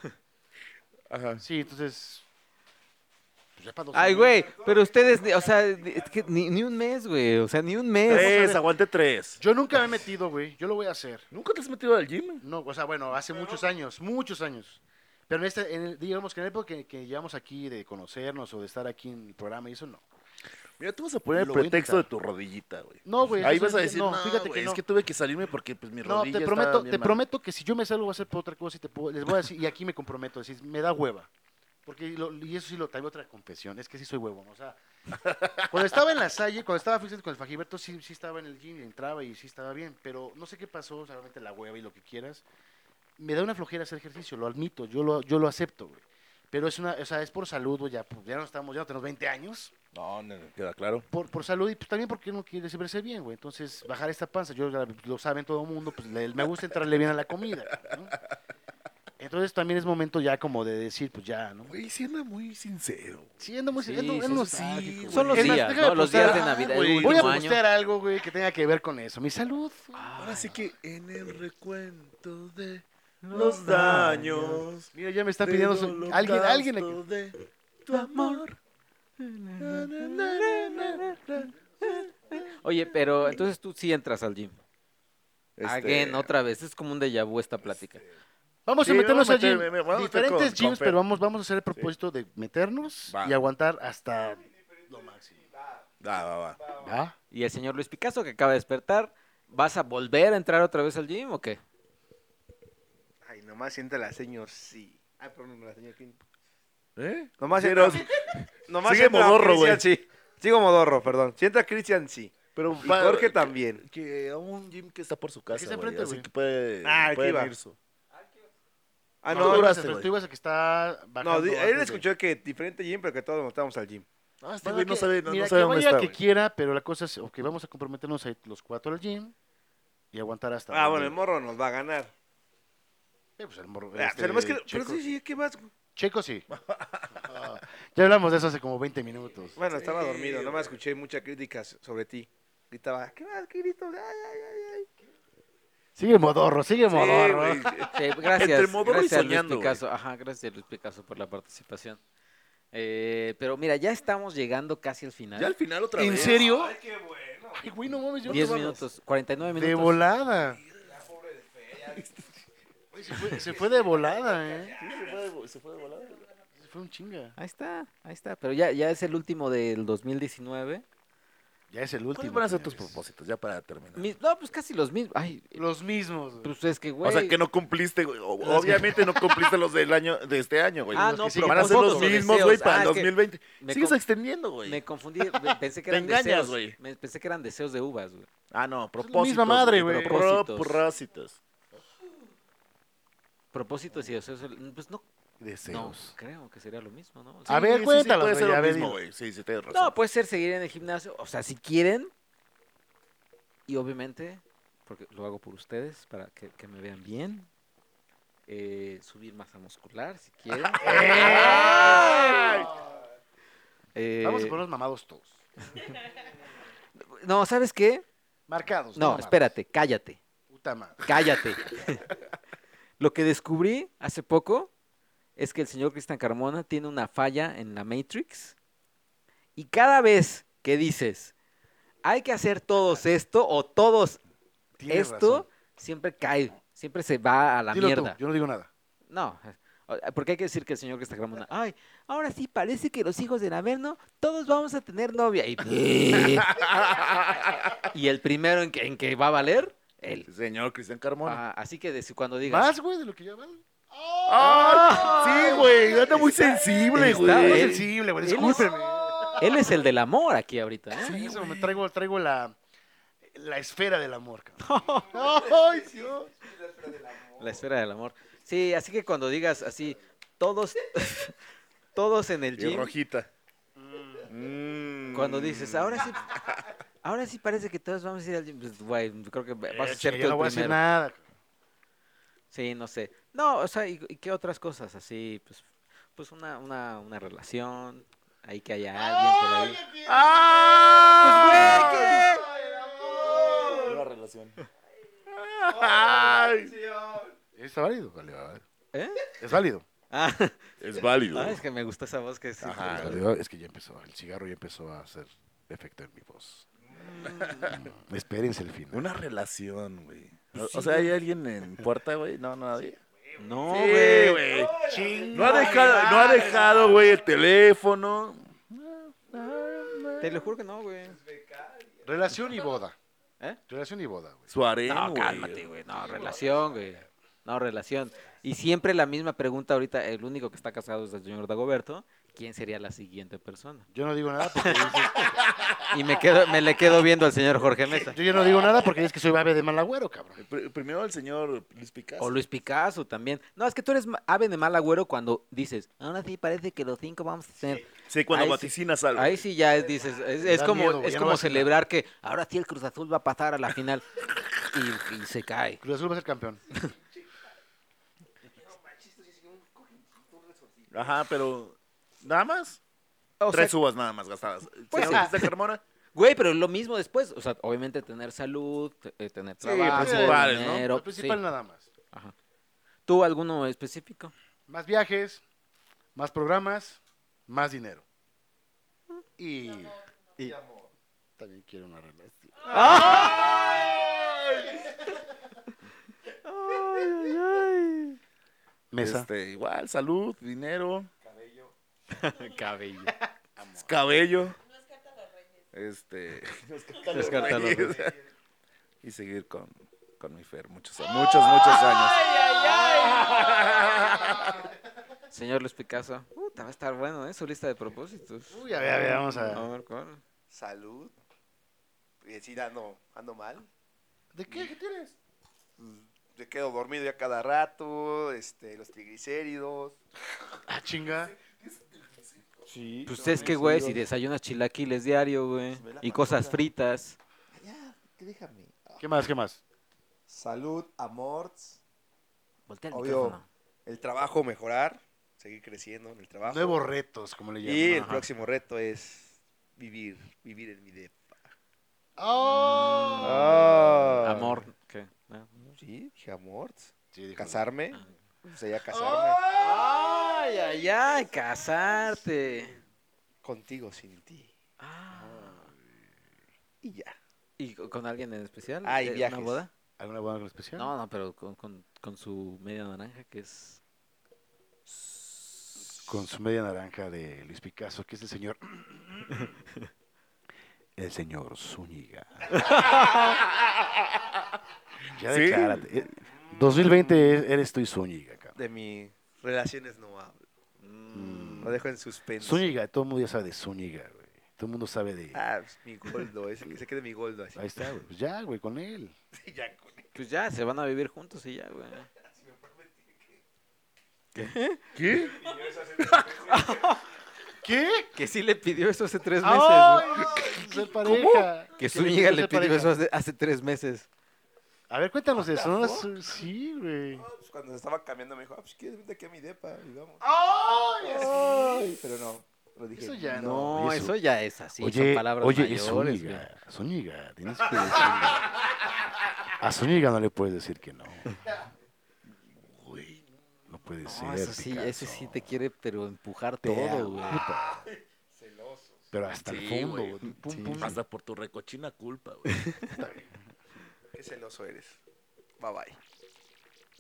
Speaker 3: Ajá.
Speaker 1: Sí, entonces... pues ya para dos
Speaker 2: Ay,
Speaker 1: años.
Speaker 2: güey, pero ustedes, ni- o sea, ni- es que ni, ni un mes, güey, o sea, ni un mes.
Speaker 3: Tres, aguante tres.
Speaker 1: Yo nunca me he metido, güey. Yo lo voy a hacer.
Speaker 3: ¿Nunca te has metido al gym?
Speaker 1: No, o sea, bueno, hace muchos años, muchos años. Pero en este, en el- digamos que en la época que, que llevamos aquí de conocernos o de estar aquí en el programa y eso, no.
Speaker 3: Mira, tú vas a poner el
Speaker 1: Lo voy a
Speaker 3: pretexto de
Speaker 1: intentar.
Speaker 3: tu rodillita, güey.
Speaker 1: No, güey.
Speaker 3: Ahí
Speaker 1: eso
Speaker 3: vas a
Speaker 1: es-
Speaker 3: decir, no, fíjate que
Speaker 1: no.
Speaker 3: es que tuve que salirme porque pues mi
Speaker 1: No,
Speaker 3: rodilla
Speaker 1: te
Speaker 3: estaba
Speaker 1: prometo,
Speaker 3: bien
Speaker 1: te
Speaker 3: mal".
Speaker 1: prometo que si yo me salgo voy a hacer por otra cosa y te puedo- les voy a decir, y aquí me comprometo, decir, me da hueva. Porque lo- y eso sí lo traigo otra confesión, es que sí soy huevón, o sea, cuando estaba en la salle, cuando estaba fíjate, con el Fajiberto, sí, sí estaba en el gym, y entraba y sí estaba bien, pero no sé qué pasó, o sea, realmente la hueva y lo que quieras, me da una flojera hacer ejercicio, lo admito, yo lo, yo lo acepto, güey. Pero es una, o sea, es por salud, güey, ya, pues, ya no estamos, ya no tenemos 20 años,
Speaker 3: No, no, no, queda claro.
Speaker 1: por, por salud y pues, también porque uno quiere siempre ser bien, güey. Entonces, bajar esta panza, yo ya lo saben todo el mundo, pues le- me gusta entrarle bien a la comida. ¿no? Entonces también es momento ya como de decir, pues ya, ¿no?
Speaker 3: Güey, sí anda muy sincero.
Speaker 1: Sí, ando muy
Speaker 2: Sí,
Speaker 1: ando-
Speaker 2: sí,
Speaker 1: ando
Speaker 2: sí,
Speaker 1: nostálgico, güey.
Speaker 2: Son los
Speaker 1: Es más,
Speaker 2: días,
Speaker 1: déjame
Speaker 2: ¿no? Los
Speaker 1: postear-
Speaker 2: días de Navidad, el
Speaker 1: güey,
Speaker 2: último
Speaker 1: Voy a
Speaker 2: año.
Speaker 1: postear algo, güey, que tenga que ver con eso. Mi salud. güey.
Speaker 3: Ahora sí que en el recuento de
Speaker 2: los daños
Speaker 1: Mira, ya me está pidiendo su- alguien, alguien. aquí.
Speaker 3: de tu amor.
Speaker 2: Oye, pero entonces tú sí entras al gym.
Speaker 3: Este,
Speaker 2: Again, otra vez. Es como un déjà vu esta plática.
Speaker 1: Vamos
Speaker 3: Sí,
Speaker 1: a
Speaker 3: me
Speaker 1: meternos
Speaker 3: voy a
Speaker 1: al gym.
Speaker 3: meter, me- me voy a meter
Speaker 1: Diferentes
Speaker 3: con- con
Speaker 1: gyms,
Speaker 3: Fer.
Speaker 1: pero vamos, vamos a hacer el propósito de meternos
Speaker 3: Va.
Speaker 1: y aguantar hasta lo máximo.
Speaker 3: Va, va, va.
Speaker 1: ¿Va?
Speaker 2: Y el señor Luis Picasso que acaba de despertar, ¿vas a volver a entrar otra vez al gym o qué?
Speaker 5: Ay, nomás sienta la señor sí. Ay, perdón, la señor Kim.
Speaker 3: ¿Eh?
Speaker 5: Nomás
Speaker 3: Sí, no,
Speaker 5: entra- nomás
Speaker 3: sigue
Speaker 5: entra
Speaker 3: modorro, güey.
Speaker 5: Cristian, Sí. Sigo modorro, perdón. Si entra Cristian, sí.
Speaker 3: Pero
Speaker 5: Y
Speaker 3: va-
Speaker 5: Jorge
Speaker 3: que-
Speaker 5: también.
Speaker 3: Que a un gym que está por su casa,
Speaker 1: está
Speaker 3: güey,
Speaker 1: enfrente,
Speaker 3: así
Speaker 1: güey.
Speaker 3: que puede,
Speaker 5: Ah, aquí
Speaker 3: puede
Speaker 5: va.
Speaker 3: ir su-
Speaker 5: Ah,
Speaker 1: No,
Speaker 5: no.
Speaker 1: tú ibas,
Speaker 5: No,
Speaker 3: duraste,
Speaker 1: pero
Speaker 3: güey.
Speaker 1: tú ibas a que está bajando.
Speaker 5: di-
Speaker 1: antes
Speaker 5: él
Speaker 1: de-
Speaker 5: escuchó que diferente gym, pero que todos nos estábamos al gym.
Speaker 3: Ah, este
Speaker 1: Bueno,
Speaker 3: güey no
Speaker 1: que-
Speaker 3: sabe, no,
Speaker 1: mira,
Speaker 3: no sabe
Speaker 1: que
Speaker 3: dónde
Speaker 1: vaya
Speaker 3: está,
Speaker 1: que
Speaker 3: güey.
Speaker 1: quiera, pero la cosa es, ok, vamos a comprometernos a ir los cuatro al gym y aguantar hasta...
Speaker 5: Ah,
Speaker 1: donde-
Speaker 5: bueno, el morro nos va a ganar.
Speaker 1: Eh, pues el morro,
Speaker 5: Ah,
Speaker 1: este,
Speaker 5: pero más que. Pero
Speaker 1: Checo,
Speaker 5: sí, sí, ¿qué más?
Speaker 1: Checo sí. Ah, ya hablamos de eso hace como 20 minutos.
Speaker 5: Bueno, estaba
Speaker 3: Sí,
Speaker 5: dormido.
Speaker 3: güey.
Speaker 5: Nomás escuché muchas críticas sobre ti. Gritaba, ¿qué más, qué gritos? Ay, ay, ay, ay.
Speaker 1: Sigue modorro, sigue modorro.
Speaker 3: Sí, güey.
Speaker 2: Sí, gracias.
Speaker 3: Entre modorro y
Speaker 2: gracias
Speaker 3: soñando,
Speaker 2: Luis Picasso. Ajá, gracias Luis Picasso por la participación. Eh, pero mira, ya estamos llegando casi al final.
Speaker 3: Ya al final otra
Speaker 1: ¿En
Speaker 3: vez.
Speaker 1: serio? Ay, qué bueno. güey, no mames, yo
Speaker 2: 10
Speaker 1: no-
Speaker 2: minutos, 49
Speaker 1: De
Speaker 2: minutos.
Speaker 1: volada. Güey, se, fue, se fue de volada, ¿eh?
Speaker 3: Sí, se fue de- se fue de volada.
Speaker 1: Se fue un chinga.
Speaker 2: Ahí está, ahí está. Pero ya, ya es el último del 2019.
Speaker 1: Ya es el
Speaker 3: ¿Cuáles
Speaker 1: último.
Speaker 3: van a ser tus
Speaker 1: señores.
Speaker 3: propósitos ya para terminar?
Speaker 2: Mis- no, pues casi los mismos. Ay,
Speaker 1: Los mismos, güey.
Speaker 2: pues es que, güey.
Speaker 3: O sea, que no cumpliste, güey. O- Obviamente no cumpliste los del año de este año, güey.
Speaker 2: Ah,
Speaker 1: los
Speaker 2: no,
Speaker 1: que sí.
Speaker 2: pero
Speaker 3: Van a ser los
Speaker 2: propósitos,
Speaker 3: mismos,
Speaker 2: deseos.
Speaker 3: güey, para
Speaker 2: Ah,
Speaker 3: el
Speaker 2: es que
Speaker 3: 2020.
Speaker 2: me
Speaker 3: Sigues
Speaker 2: con-
Speaker 3: extendiendo,
Speaker 2: Me
Speaker 3: güey.
Speaker 2: confundí, me- pensé que
Speaker 3: Te
Speaker 2: eran
Speaker 3: engañas,
Speaker 2: deseos.
Speaker 3: güey.
Speaker 2: Me pensé que eran deseos de uvas, güey.
Speaker 3: Ah, no,
Speaker 1: la misma
Speaker 3: propósitos.
Speaker 1: madre, güey.
Speaker 3: Propósitos.
Speaker 2: Propósitos.
Speaker 3: Propósitos.
Speaker 2: Propósitos y deseos. Pues no, no
Speaker 3: Deseos.
Speaker 2: creo que sería lo mismo, ¿no? O sea,
Speaker 1: A ver, cuéntalos,
Speaker 3: puede ser
Speaker 1: güey, a
Speaker 3: lo
Speaker 1: ver,
Speaker 3: mismo,
Speaker 1: dime.
Speaker 3: güey. Sí, sí, tienes
Speaker 2: pues,
Speaker 3: razón.
Speaker 2: no, puede ser seguir en el gimnasio. O sea, si quieren. Y obviamente porque lo hago por ustedes, para que, que me vean bien. Eh, subir masa muscular, si quieren. Eh,
Speaker 1: Vamos a ponernos mamados todos.
Speaker 2: No, ¿sabes qué?
Speaker 1: Marcados.
Speaker 2: No,
Speaker 1: mamados.
Speaker 2: espérate, cállate,
Speaker 1: Puta madre.
Speaker 2: cállate. Lo que descubrí hace poco es que el señor Cristian Carmona tiene una falla en la Matrix. Y cada vez que dices, hay que hacer todos esto o todos
Speaker 1: Tienes
Speaker 2: esto,
Speaker 1: razón.
Speaker 2: siempre cae, siempre se va a la
Speaker 1: Dilo tú,
Speaker 2: mierda.
Speaker 1: yo no digo nada.
Speaker 2: No, eh, o- porque hay que decir que el señor que está grabando, una- ay, ahora sí parece que los hijos del Averno, todos vamos a tener novia. Y, y el primero en que, en que va a valer, él.
Speaker 3: Señor Cristian Carmona.
Speaker 2: Ah, así que des- cuando digas,
Speaker 1: Más, güey, de lo que ya vale.
Speaker 3: ¡Ah! Sí, güey. Anda muy sensible,
Speaker 2: está-
Speaker 1: Muy
Speaker 2: él-
Speaker 3: güey.
Speaker 1: sensible, güey.
Speaker 2: él es-
Speaker 1: Discúlpeme.
Speaker 2: él es el del amor aquí ahorita. ¿eh?
Speaker 1: Sí, güey, me traigo, traigo la, la esfera del amor, cabrón. Ay, Dios.
Speaker 2: La esfera del amor. Sí, así que cuando digas así, todos, todos en el
Speaker 3: Y
Speaker 2: gym,
Speaker 3: rojita.
Speaker 2: cuando dices, ahora sí, ahora sí parece que todos vamos a ir al gym, pues, güey, creo que vas a
Speaker 1: Eh, chica,
Speaker 2: ser tú
Speaker 1: yo
Speaker 2: el
Speaker 1: no voy a decir
Speaker 2: primero.
Speaker 1: nada.
Speaker 2: Sí, no sé. No, o sea, ¿y, y qué otras cosas? Así, pues, pues una, una, una relación, ahí que haya alguien por ahí.
Speaker 3: ¡Ah!
Speaker 5: amor!
Speaker 3: Nueva relación.
Speaker 5: ¡Ay!
Speaker 1: ¿Es válido? Vale, vale.
Speaker 2: ¿Eh?
Speaker 1: Es válido.
Speaker 2: Ah,
Speaker 3: Es válido.
Speaker 2: ah, es que me gusta esa voz que sí.
Speaker 3: Ajá.
Speaker 1: Es, válido. es que ya empezó. El cigarro ya empezó a hacer efecto en mi voz. Mm, Espérense el final.
Speaker 3: Una relación, güey. O, o sea, ¿hay alguien en puerta, güey? No, nadie.
Speaker 2: No,
Speaker 3: Sí,
Speaker 2: güey.
Speaker 3: güey.
Speaker 1: Chinga.
Speaker 3: No ha dejado, no ha dejado, güey, el teléfono.
Speaker 2: Te lo juro que no, güey.
Speaker 1: Relación y boda.
Speaker 2: ¿Eh?
Speaker 1: Relación y boda, güey.
Speaker 3: Su harén,
Speaker 2: No,
Speaker 3: güey.
Speaker 2: cálmate, güey. No, relación, güey. No, relación. Y siempre la misma pregunta ahorita, el único que está casado es el señor Dagoberto. ¿Quién sería la siguiente persona?
Speaker 1: Yo no digo nada porque dices-
Speaker 2: Y me quedo, me le quedo viendo al señor Jorge Mesa.
Speaker 1: yo ya no digo nada porque es que soy babe de mal agüero, cabrón.
Speaker 3: Pr- Primero el señor Luis Picasso.
Speaker 2: O Luis Picasso también. No, es que tú eres ma- ave de mal agüero cuando dices, ahora sí parece que los cinco vamos a tener.
Speaker 3: Sí, cuando
Speaker 2: Ahí sí.
Speaker 3: vaticinas algo.
Speaker 2: Ahí sí ya es, dices, es,
Speaker 1: Me
Speaker 2: es
Speaker 1: da
Speaker 2: como,
Speaker 1: miedo, güey,
Speaker 2: es
Speaker 1: ya no
Speaker 2: como
Speaker 1: vas a ganar.
Speaker 2: celebrar que ahora sí el Cruz Azul va a pasar a la final y, y se cae.
Speaker 1: Cruz Azul va a ser campeón.
Speaker 3: Ajá, pero nada más.
Speaker 2: O sea,
Speaker 3: Tres uvas nada más gastadas.
Speaker 2: Pues
Speaker 3: Señor
Speaker 2: sí.
Speaker 3: Cristian Carmona,
Speaker 2: güey, pero lo mismo después. O sea, obviamente tener salud, t- eh, tener
Speaker 1: pues,
Speaker 3: Sí,
Speaker 2: trabajo,
Speaker 3: principales, ¿no?
Speaker 2: dinero.
Speaker 1: Lo principal
Speaker 2: sí.
Speaker 1: nada más.
Speaker 2: Ajá. ¿Tú alguno específico?
Speaker 1: Más viajes, más programas, más dinero. Y, y también quiero una relación. Mesa.
Speaker 3: este, igual, salud, dinero,
Speaker 2: Cabello.
Speaker 3: cabello. Este. Descartalo. Y seguir con, con mi Fer muchos, muchos, muchos años.
Speaker 2: Señor Luis Picasso, puta, va a estar bueno, ¿eh? Su lista de propósitos.
Speaker 1: Uy, a ver, a ver, vamos
Speaker 2: A
Speaker 1: a.
Speaker 2: ver, ¿cuál?
Speaker 5: Salud. Y sí, ando, ando mal.
Speaker 1: ¿De qué? ¿Qué tienes?
Speaker 5: Pues, Me quedo dormido ya cada rato. Este, los triglicéridos.
Speaker 1: Ah, chinga.
Speaker 5: Sí.
Speaker 2: Pues es que, güey, si desayunas chilaquiles diario, güey,
Speaker 5: Pues ve la
Speaker 2: y cosas
Speaker 5: panzota.
Speaker 2: fritas.
Speaker 5: Ya, que déjame. Ah.
Speaker 1: ¿Qué más? ¿Qué más?
Speaker 5: Salud, amor.
Speaker 2: Voltea el
Speaker 5: Obvio.
Speaker 2: micrófono.
Speaker 5: El trabajo, mejorar. Seguir creciendo en el trabajo.
Speaker 1: Nuevos retos, como le llaman.
Speaker 5: Ah. y el
Speaker 1: Ajá.
Speaker 5: próximo reto es vivir, vivir en mi depa.
Speaker 1: ¡Oh!
Speaker 2: Amor. ¿Qué? No.
Speaker 5: Sí, dije amor.
Speaker 1: Sí, dijo-
Speaker 5: Casarme. Sería casarme.
Speaker 2: Ay, ay, ay, casarte.
Speaker 5: Contigo, sin ti.
Speaker 2: Ah.
Speaker 5: Y ya.
Speaker 2: ¿Y co- con alguien en especial?
Speaker 5: Ah, y
Speaker 2: ¿Eh, ¿Una
Speaker 5: viajes.
Speaker 2: boda?
Speaker 1: ¿Alguna buena con especial?
Speaker 2: No, no, pero con, con, con su media naranja, que es...
Speaker 1: Con su media naranja de Luis Picasso, que es el señor. el señor Zúñiga. ya
Speaker 3: Sí.
Speaker 1: declárate. Eh, 2020 es- eres tú y Zúñiga, cabrón.
Speaker 5: De mis relaciones no hablo. Lo dejo en suspenso.
Speaker 1: Zúñiga, todo el mundo ya sabe de Zúñiga, güey. Todo el mundo sabe de.
Speaker 5: Ah, pues, mi goldo. Ese que se quede mi goldo así.
Speaker 1: Ahí está, güey. Pues ya, güey, con él.
Speaker 5: ya con él.
Speaker 2: Pues ya, se van a vivir juntos y ya, güey.
Speaker 3: ¿Qué?
Speaker 1: ¿Qué?
Speaker 2: Que sí le pidió eso hace tres meses.
Speaker 1: ¡Ay!
Speaker 2: güey.
Speaker 1: Ser pareja.
Speaker 2: Que
Speaker 1: su
Speaker 2: Zúñiga le pidió eso hace, hace tres meses.
Speaker 1: A ver, cuéntanos eso. ¿no?
Speaker 6: fuck?
Speaker 1: Eso- Sí, güey.
Speaker 6: No, pues, cuando se estaba cambiando me dijo, ah, pues quieres vente aquí a mi depa y vamos.
Speaker 5: Ah,
Speaker 6: Ay, Pero no, lo dije.
Speaker 1: Eso ya no.
Speaker 2: No,
Speaker 1: eso-
Speaker 2: eso ya es así.
Speaker 1: oye,
Speaker 2: son palabras
Speaker 1: oye,
Speaker 2: mayores.
Speaker 1: es
Speaker 2: güey.
Speaker 1: Zúñiga. Zúñiga, tienes que decirle. A Zúñiga no le puedes decir que no. Güey, no puede ser.
Speaker 2: No, eso sí, eso sí
Speaker 1: Picasso.
Speaker 2: te quiere, pero empujar
Speaker 1: Te
Speaker 2: todo, güey.
Speaker 1: amputa. Pero hasta el
Speaker 3: Sí,
Speaker 1: fondo,
Speaker 3: güey.
Speaker 1: güey. Pum,
Speaker 2: Sí.
Speaker 1: pum.
Speaker 3: Pasa por tu recochina culpa, güey.
Speaker 6: Qué celoso eres. Bye bye.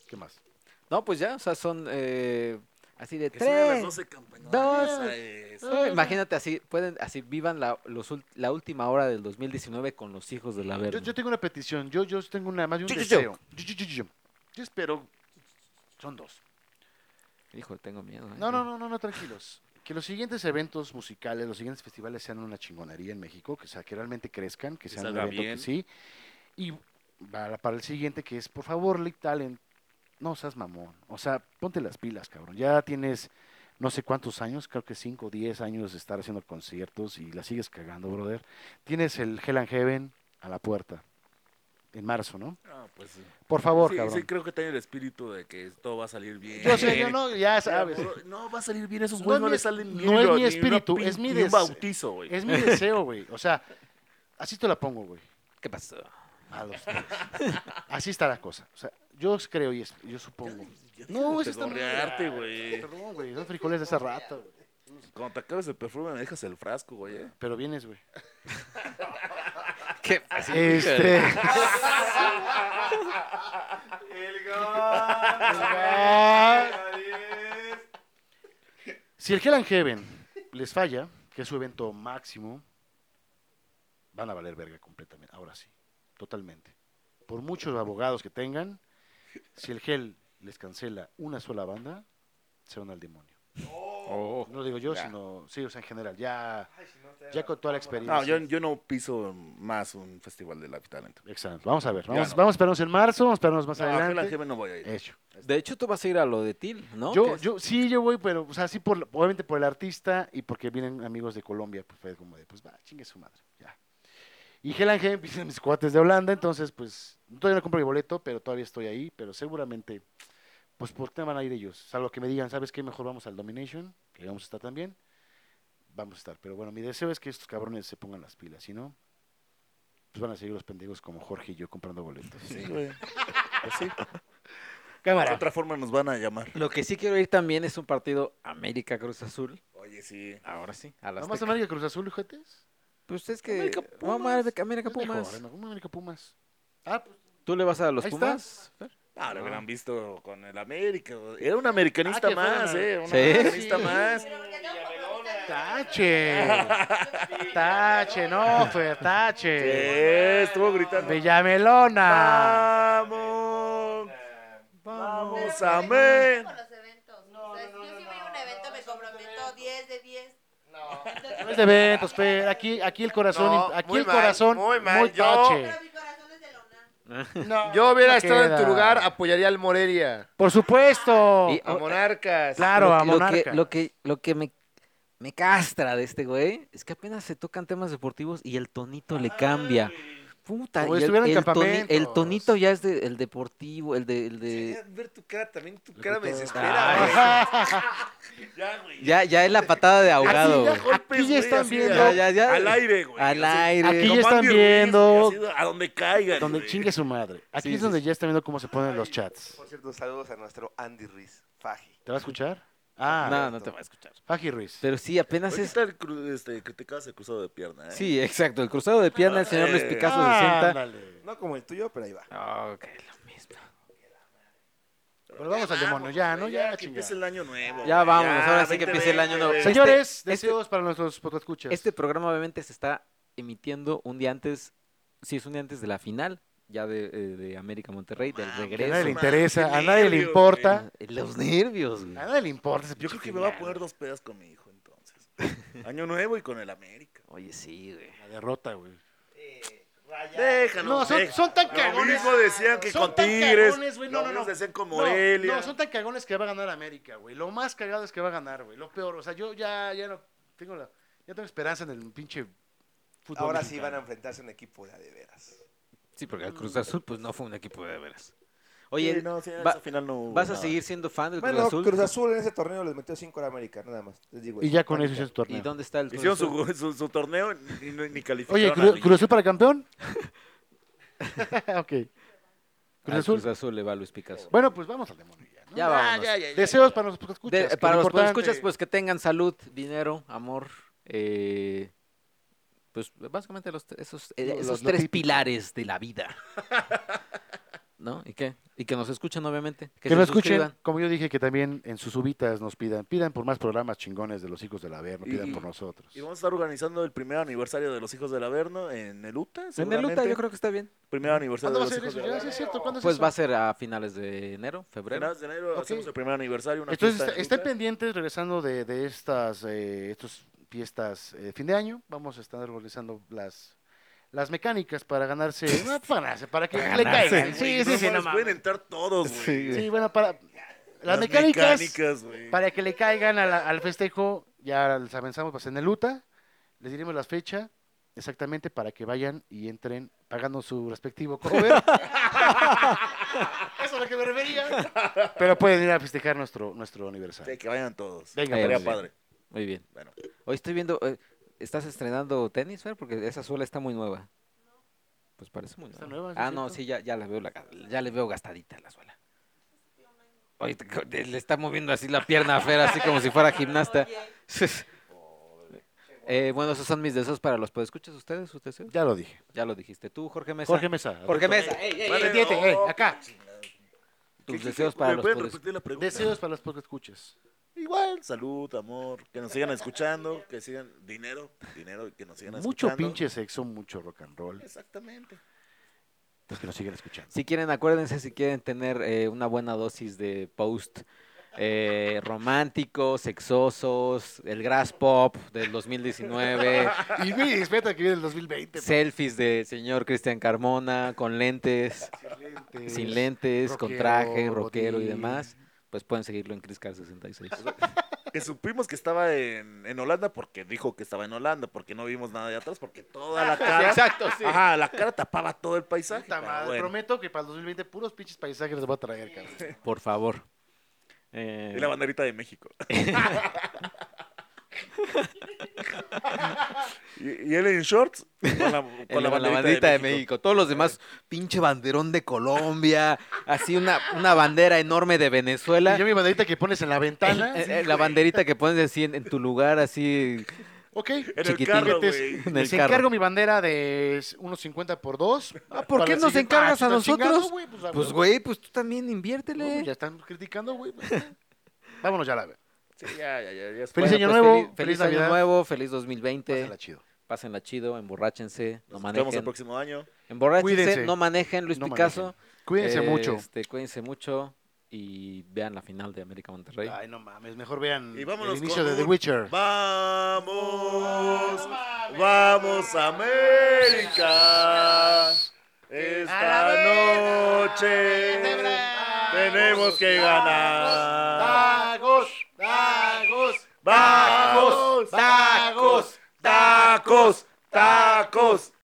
Speaker 1: ¿Qué más?
Speaker 2: No, pues ya, o sea, son eh, así de
Speaker 3: Que suenan las
Speaker 2: tres.
Speaker 3: 12 campanadas,
Speaker 2: dos,
Speaker 3: esa es.
Speaker 2: Ah, imagínate así, pueden, así vivan la, los ul- la última hora del 2019 con los hijos de la
Speaker 1: Yo,
Speaker 2: verga.
Speaker 1: yo tengo una petición. Yo, yo tengo una, más de un
Speaker 2: Yo, yo, yo.
Speaker 1: deseo. Yo, yo, yo, yo, yo. Yo espero. Son dos.
Speaker 2: Hijo, tengo miedo. eh.
Speaker 1: No, no, no, no, no, tranquilos. Que los siguientes eventos musicales, los siguientes festivales sean una chingonería en México, que, o sea, que realmente crezcan, que
Speaker 3: Que
Speaker 1: sean un
Speaker 3: salga
Speaker 1: evento que
Speaker 3: bien.
Speaker 1: sí. Y para, para el siguiente, que es, por favor, Lick Talent, no seas mamón. O sea, ponte las pilas, cabrón. Ya tienes no sé cuántos años, creo que 5 o 10 años de estar haciendo conciertos y la sigues cagando, brother. Tienes el Hell and Heaven a la puerta, en marzo, ¿no?
Speaker 3: Ah, pues sí.
Speaker 1: Por favor,
Speaker 3: Sí,
Speaker 1: cabrón.
Speaker 3: sí, creo que tiene el espíritu de que todo va a salir bien.
Speaker 1: Yo sé, yo no, ya sabes.
Speaker 3: Bro, No, va a salir bien, esos
Speaker 1: No
Speaker 3: güeyes
Speaker 1: es
Speaker 3: no,
Speaker 1: mi-
Speaker 3: le salen
Speaker 1: no
Speaker 3: ni
Speaker 1: es
Speaker 3: una-
Speaker 1: mi
Speaker 3: ni una
Speaker 1: espíritu,
Speaker 3: pin-
Speaker 1: es mi
Speaker 3: ni un
Speaker 1: deseo.
Speaker 3: bautizo, güey.
Speaker 1: Es mi deseo, güey. O sea, así te la pongo, güey.
Speaker 2: ¿Qué pasó?
Speaker 1: A los tres. Así está la cosa. O sea, yo creo y es- yo supongo. No, eso
Speaker 3: No, es
Speaker 1: está muy
Speaker 3: arte,
Speaker 1: grave.
Speaker 3: güey.
Speaker 1: Perdón, güey. Son frijoles de esa rata, güey.
Speaker 3: Cuando te acabes el perfume me dejas el frasco, güey. eh.
Speaker 1: Pero vienes, güey.
Speaker 2: ¿Qué pasó?
Speaker 1: Este.
Speaker 5: El
Speaker 1: Si el Hell and Heaven les falla, que es su evento máximo, van a valer verga completamente. Ahora sí, totalmente. Por muchos abogados que tengan, si el Hell les cancela una sola banda, se van al demonio.
Speaker 2: Oh,
Speaker 1: No lo digo yo,
Speaker 3: Ya.
Speaker 1: sino, sí, o sea, en general, ya, ya con toda la experiencia.
Speaker 3: No, yo, yo no piso más un festival de Live Talent.
Speaker 1: Exacto, vamos a ver,
Speaker 3: Ya
Speaker 1: vamos,
Speaker 3: no.
Speaker 1: vamos a esperarnos en marzo, vamos a esperarnos más
Speaker 3: No, Hell and
Speaker 1: Pues adelante.
Speaker 3: Heaven no voy a ir.
Speaker 1: Hecho.
Speaker 2: De hecho, tú vas a ir a lo de Til, ¿no? Que
Speaker 1: Yo,
Speaker 2: es-
Speaker 1: yo, sí, yo voy, pero, o sea, sí, por, obviamente por el artista y porque vienen amigos de Colombia, pues fue como de, pues va, chingue su madre, ya. Y Hell and Heaven, pues, mis cuates de Holanda, entonces, pues, todavía no compro mi boleto, pero todavía estoy ahí, pero seguramente, pues, ¿por qué no van a ir ellos? Salvo que me digan, ¿sabes qué? Mejor vamos al Domination, que vamos a estar también, vamos a estar. Pero bueno, mi deseo es que estos cabrones se pongan las pilas, si no, pues van a seguir los pendejos como Jorge y yo comprando boletos.
Speaker 3: Sí, güey. Pues sí. De
Speaker 1: Cámara.
Speaker 3: otra forma nos van a llamar.
Speaker 2: Lo que sí quiero ir también es un partido América Cruz Azul.
Speaker 3: Oye, sí.
Speaker 1: Ah,
Speaker 2: Ahora sí, a las.
Speaker 1: ¿Vamos a América Cruz Azul, hijotes?
Speaker 2: Pues es que.
Speaker 1: América
Speaker 2: No, América, América
Speaker 1: Es mejor,
Speaker 2: Pumas.
Speaker 1: ¿no? ¿Cómo América Pumas? Ah, pues,
Speaker 2: ¿Tú le vas a los
Speaker 1: Ahí está.
Speaker 2: Pumas?
Speaker 3: Ah, lo
Speaker 2: Ah.
Speaker 3: hubieran visto con el América. güey. Era un
Speaker 1: Ah,
Speaker 3: americanista
Speaker 1: que fueran
Speaker 3: más,
Speaker 1: a-
Speaker 3: ¿eh? Un
Speaker 2: Sí.
Speaker 3: americanista más.
Speaker 4: Pero porque tengo compromiso de-
Speaker 1: tache. Tache, no, fue
Speaker 3: Sí,
Speaker 1: tache.
Speaker 3: estuvo gritando.
Speaker 1: Villamelona.
Speaker 3: ¡Vamos! ¡Vamos,
Speaker 4: Pero me
Speaker 3: amén!
Speaker 4: comprometo con los eventos. O sea, si yo sí voy a un evento, me comprometo 10 de 10. Entonces,
Speaker 1: No es de eventos, pero aquí, aquí el corazón,
Speaker 5: No,
Speaker 1: aquí
Speaker 5: muy
Speaker 1: el
Speaker 5: mal,
Speaker 1: corazón,
Speaker 5: muy mal, yo-
Speaker 1: tache.
Speaker 4: Pero mi corazón es de la UNAM.
Speaker 5: Yo hubiera
Speaker 1: No
Speaker 5: estado en
Speaker 1: queda.
Speaker 5: tu lugar, apoyaría al Morelia,
Speaker 1: Por supuesto.
Speaker 2: Y-
Speaker 5: a Monarcas.
Speaker 1: Oh, eh, Claro, a
Speaker 2: lo, que- lo
Speaker 1: Monarca.
Speaker 2: que, lo que, lo que me, me castra de este güey es que apenas se tocan temas deportivos y el tonito le cambia. Puta,
Speaker 1: Como
Speaker 2: y el,
Speaker 1: estuviera en
Speaker 2: el toni- el
Speaker 1: campamentos.
Speaker 2: tonito ya es de- el deportivo, el de, el de-
Speaker 6: ver tu cara también, tu cara me
Speaker 2: gustó.
Speaker 1: Ah,
Speaker 6: desespera.
Speaker 3: Ya, güey.
Speaker 2: ya, ya es la patada de ahogado.
Speaker 1: ya,
Speaker 2: güey.
Speaker 3: golpes,
Speaker 1: Aquí ya
Speaker 3: güey,
Speaker 1: están
Speaker 3: así,
Speaker 1: viendo.
Speaker 3: ya,
Speaker 2: Ya, ya, ya.
Speaker 3: Al aire, güey.
Speaker 2: Al
Speaker 3: así,
Speaker 2: aire.
Speaker 1: Aquí
Speaker 3: como
Speaker 1: ya están
Speaker 3: Andy Ruiz,
Speaker 1: viendo.
Speaker 3: güey, así, A donde caigan.
Speaker 1: Donde
Speaker 3: güey.
Speaker 1: chingue su madre. Aquí
Speaker 2: Sí,
Speaker 1: es donde
Speaker 2: sí,
Speaker 1: ya están viendo cómo se ponen los chats.
Speaker 6: Por cierto, saludos a nuestro Andy Ruiz, Faji.
Speaker 1: ¿Te va a escuchar? Ah,
Speaker 2: No, no te va a escuchar.
Speaker 1: Faji Ruiz.
Speaker 2: Pero sí, apenas
Speaker 3: Oye, ¿qué
Speaker 2: es...
Speaker 3: tal cru- este, criticabas el cruzado de pierna, eh?
Speaker 2: Sí, exacto, el cruzado de pierna, el señor Luis
Speaker 3: Eh,
Speaker 2: Picasso
Speaker 1: Ah,
Speaker 2: 60.
Speaker 1: ándale.
Speaker 6: No como el tuyo, pero ahí va.
Speaker 2: Ok, lo mismo.
Speaker 1: Pero vamos al demonio, ya, ¿no? Ya,
Speaker 3: Ah, que
Speaker 1: chinga.
Speaker 3: empiece el año nuevo.
Speaker 2: Ya
Speaker 3: güey,
Speaker 2: vámonos, ahora sí que
Speaker 3: vente,
Speaker 2: empiece el año nuevo.
Speaker 3: güey.
Speaker 2: Señor-
Speaker 1: Señores,
Speaker 2: este-
Speaker 1: deseos para nuestros podcasts.
Speaker 2: Este programa obviamente se está emitiendo un día antes, sí, es un día antes de la final, ya de, eh, de América Monterrey, del
Speaker 3: Mames,
Speaker 1: a nadie le
Speaker 2: regreso.
Speaker 3: man,
Speaker 1: interesa,
Speaker 3: qué
Speaker 1: a nadie le
Speaker 3: nervios,
Speaker 1: importa.
Speaker 2: Los nervios, güey.
Speaker 1: A nadie le importa. ese
Speaker 3: Yo
Speaker 1: pinche
Speaker 3: creo que me va a
Speaker 1: final.
Speaker 3: poner dos pedas con mi hijo, entonces. Año nuevo y con el América.
Speaker 2: Oye, sí, güey.
Speaker 1: La derrota, güey.
Speaker 3: Déjanos.
Speaker 1: No, son,
Speaker 3: déjanos.
Speaker 1: son tan
Speaker 3: Lo
Speaker 1: cagones.
Speaker 3: mismo decían que
Speaker 1: son
Speaker 3: con
Speaker 1: tan
Speaker 3: Tigres.
Speaker 1: cagones, güey, no,
Speaker 3: lo
Speaker 1: no,
Speaker 3: mismo
Speaker 1: no.
Speaker 3: decían con
Speaker 1: No,
Speaker 3: Morelia.
Speaker 1: no, son tan cagones que va a ganar América, güey. Lo más cagado es que va a ganar, güey. Lo peor, o sea, yo ya, ya no tengo la, ya tengo esperanza en el pinche fútbol.
Speaker 6: Ahora sí van a
Speaker 1: mexicano.
Speaker 6: enfrentarse a un equipo de a de veras.
Speaker 2: Sí, porque el Cruz Azul pues no fue un equipo de veras.
Speaker 3: Oye,
Speaker 2: Oye,
Speaker 3: no, sí,
Speaker 2: va-
Speaker 3: al final no hubo
Speaker 2: ¿vas a
Speaker 3: nada.
Speaker 2: seguir siendo fan del
Speaker 6: Bueno,
Speaker 2: Cruz Azul?
Speaker 6: Cruz Azul en ese torneo les metió 5 a la América, nada más. Les digo
Speaker 1: Y ya con eso
Speaker 6: América.
Speaker 1: hicieron su torneo.
Speaker 2: ¿Y dónde está el Cruz
Speaker 3: Hicieron
Speaker 2: Azul?
Speaker 3: su, su, su torneo y ni, ni calificaron.
Speaker 1: Oye,
Speaker 3: a
Speaker 1: Cru-
Speaker 3: la
Speaker 1: ¿Cruz Azul
Speaker 3: liguilla.
Speaker 1: para campeón? ok. Cruz
Speaker 2: Al
Speaker 1: Azul.
Speaker 2: Ah, Cruz Azul le va Luis Picasso.
Speaker 1: Bueno, pues vamos al demonio ya, ¿no?
Speaker 2: Ya vámonos.
Speaker 1: Deseos para los escuchas.
Speaker 2: De- para los que escuchas, pues que tengan salud, dinero, amor, eh, pues básicamente los, tre- esos, eh,
Speaker 1: Lo- lo-
Speaker 2: esos
Speaker 1: lo
Speaker 2: tres
Speaker 1: típico.
Speaker 2: pilares de la vida. ¿No? ¿Y qué? Y que nos escuchen, obviamente.
Speaker 1: Que,
Speaker 2: se
Speaker 1: nos escuchen,
Speaker 2: suscriban.
Speaker 1: como yo dije, que también en sus ubitas nos pidan. Pidan por más programas chingones de los hijos del Averno,
Speaker 3: Y-
Speaker 1: pidan
Speaker 3: y-
Speaker 1: por nosotros.
Speaker 3: Y vamos a estar organizando el primer aniversario de los Hijos del Averno en el UTA.
Speaker 2: En el Luta yo creo que está bien.
Speaker 3: Primer aniversario
Speaker 1: ¿Cuándo va a
Speaker 3: de los
Speaker 1: ser eso? Ya,
Speaker 3: Hijos del
Speaker 1: sí
Speaker 3: Averno.
Speaker 1: es cierto, ¿cuándo es
Speaker 2: Pues
Speaker 1: eso?
Speaker 2: va a ser a finales de enero, febrero.
Speaker 3: Finales de enero
Speaker 1: Ok.
Speaker 3: hacemos el primer aniversario. Una
Speaker 1: Entonces,
Speaker 3: fiesta
Speaker 1: est-
Speaker 3: en el
Speaker 1: estén
Speaker 3: Utah.
Speaker 1: pendientes regresando de, de estas eh, estos fiestas eh, fin de año. Vamos a estar organizando las las mecánicas para ganarse. no, para, ganarse, para que le caigan. Sí, sí,
Speaker 3: No
Speaker 1: sí, no
Speaker 3: mames, Pueden
Speaker 1: mames.
Speaker 3: entrar todos, güey.
Speaker 1: Sí, bueno, para. Las mecánicas,
Speaker 3: güey.
Speaker 1: para que le caigan a la- al festejo, ya les avanzamos pues, en el UTA. Les diremos la fecha exactamente para que vayan y entren pagando su respectivo cover. Eso es a lo que me refería. Pero pueden ir a festejar nuestro, nuestro aniversario.
Speaker 3: Sí, que vayan todos.
Speaker 1: Venga,
Speaker 3: Estaría
Speaker 2: pues.
Speaker 3: padre.
Speaker 2: Muy bien.
Speaker 3: Bueno.
Speaker 2: Hoy estoy viendo, eh, ¿estás estrenando tenis, Fer? Porque esa suela está muy nueva. Pues parece muy nueva.
Speaker 1: Está nueva, sí,
Speaker 2: ah, no,
Speaker 1: cierto.
Speaker 2: sí, ya, ya la veo, la- ya le veo gastadita la suela. Oye, te- co- te- le está moviendo así la pierna a Fer, así como si fuera gimnasta.
Speaker 4: Oye,
Speaker 2: Eh, bueno, esos son mis deseos para los podescuchas. ¿Ustedes? ¿Sus deseos?
Speaker 1: Ya lo dije.
Speaker 2: Ya lo dijiste. Tú, Jorge Mesa.
Speaker 1: Jorge Mesa.
Speaker 2: Jorge
Speaker 1: Adrián.
Speaker 2: Mesa. ey, ey,
Speaker 3: Vale,
Speaker 2: ey,
Speaker 1: Entiende,
Speaker 3: no,
Speaker 1: eh, acá.
Speaker 2: Tus
Speaker 3: ¿Qué- qué-
Speaker 2: deseos
Speaker 3: qué-
Speaker 2: para
Speaker 3: ¿me
Speaker 2: los
Speaker 1: pues,
Speaker 3: pueden
Speaker 2: podescuchas.
Speaker 3: repetir la pregunta?
Speaker 1: Deseos para los que escuches.
Speaker 3: Igual, salud, amor, que nos sigan escuchando, que sigan dinero, dinero, que nos sigan
Speaker 1: Mucho
Speaker 3: escuchando.
Speaker 1: pinche sexo, mucho rock and roll.
Speaker 3: Exactamente.
Speaker 1: Los que nos siguen escuchando.
Speaker 2: Si quieren, acuérdense, si quieren tener eh, una buena dosis de post eh, romántico, sexosos, el grass pop del 2019,
Speaker 1: Y mi respeta que viene el 2020.
Speaker 2: selfies del señor Cristian Carmona con lentes,
Speaker 1: excelente.
Speaker 2: sin lentes, con
Speaker 1: rockero,
Speaker 2: traje, rockero y
Speaker 1: botín.
Speaker 2: demás, pues pueden seguirlo en Criscar66.
Speaker 3: Que supimos que estaba en, en Holanda porque dijo que estaba en Holanda, porque no vimos nada de atrás, porque toda la cara.
Speaker 2: Exacto, sí.
Speaker 3: Ajá, la cara tapaba todo el paisaje.
Speaker 1: Puta
Speaker 3: pero
Speaker 1: madre,
Speaker 3: bueno.
Speaker 1: Prometo que para el 2020 puros pinches paisajes les voy a traer, cabrón.
Speaker 2: Por favor. Eh,
Speaker 3: Y la banderita de México. y, y él en shorts con la, con
Speaker 2: Con la,
Speaker 3: la banderita,
Speaker 2: banderita de México. Todos los demás, pinche banderón de Colombia, así una, una bandera enorme de Venezuela.
Speaker 1: Y yo mi banderita que pones en la
Speaker 2: El-
Speaker 1: ventana.
Speaker 2: el- el- la banderita que pones así en, en tu lugar, así
Speaker 1: Ok.
Speaker 3: En el
Speaker 2: Chiquitín.
Speaker 3: carro,
Speaker 1: Juguetes.
Speaker 3: güey.
Speaker 2: en el
Speaker 1: Les
Speaker 2: carro.
Speaker 1: encargo mi bandera de s- unos 50 por 2.
Speaker 2: Ah, ¿por qué nos encargas a nosotros?
Speaker 1: pues, a
Speaker 2: Pues,
Speaker 1: huevo.
Speaker 2: güey, pues tú también
Speaker 1: No, pues,
Speaker 2: inviértele.
Speaker 1: ya están criticando, güey. pues, ya. Vámonos ya a la vez.
Speaker 3: Sí, ya, ya, ya, ya es
Speaker 1: Feliz
Speaker 2: Bueno,
Speaker 1: año
Speaker 2: pues,
Speaker 1: nuevo,
Speaker 2: feliz,
Speaker 1: feliz
Speaker 2: año
Speaker 1: Navidad.
Speaker 2: nuevo, feliz 2020.
Speaker 1: Pásenla
Speaker 2: Pásenla,
Speaker 1: chido.
Speaker 2: chido, emborráchense, no
Speaker 3: Nos vemos el
Speaker 2: manejen.
Speaker 3: próximo año.
Speaker 2: Emborráchense,
Speaker 1: Cuídense.
Speaker 2: no manejen, Luis
Speaker 1: No
Speaker 2: Picasso.
Speaker 1: Cuídense
Speaker 2: Eh,
Speaker 1: mucho.
Speaker 2: este, cuídense mucho y vean la final de América Monterrey.
Speaker 1: Ay, no mames, mejor vean
Speaker 3: Y
Speaker 1: el
Speaker 3: vámonos
Speaker 1: inicio
Speaker 3: con
Speaker 1: de The
Speaker 3: un-
Speaker 1: Witcher.
Speaker 3: Vamos, vamos América. Esta noche tenemos que ganar.
Speaker 1: ¡Tacos! ¡Tacos!
Speaker 3: Vamos, tacos, tacos, tacos.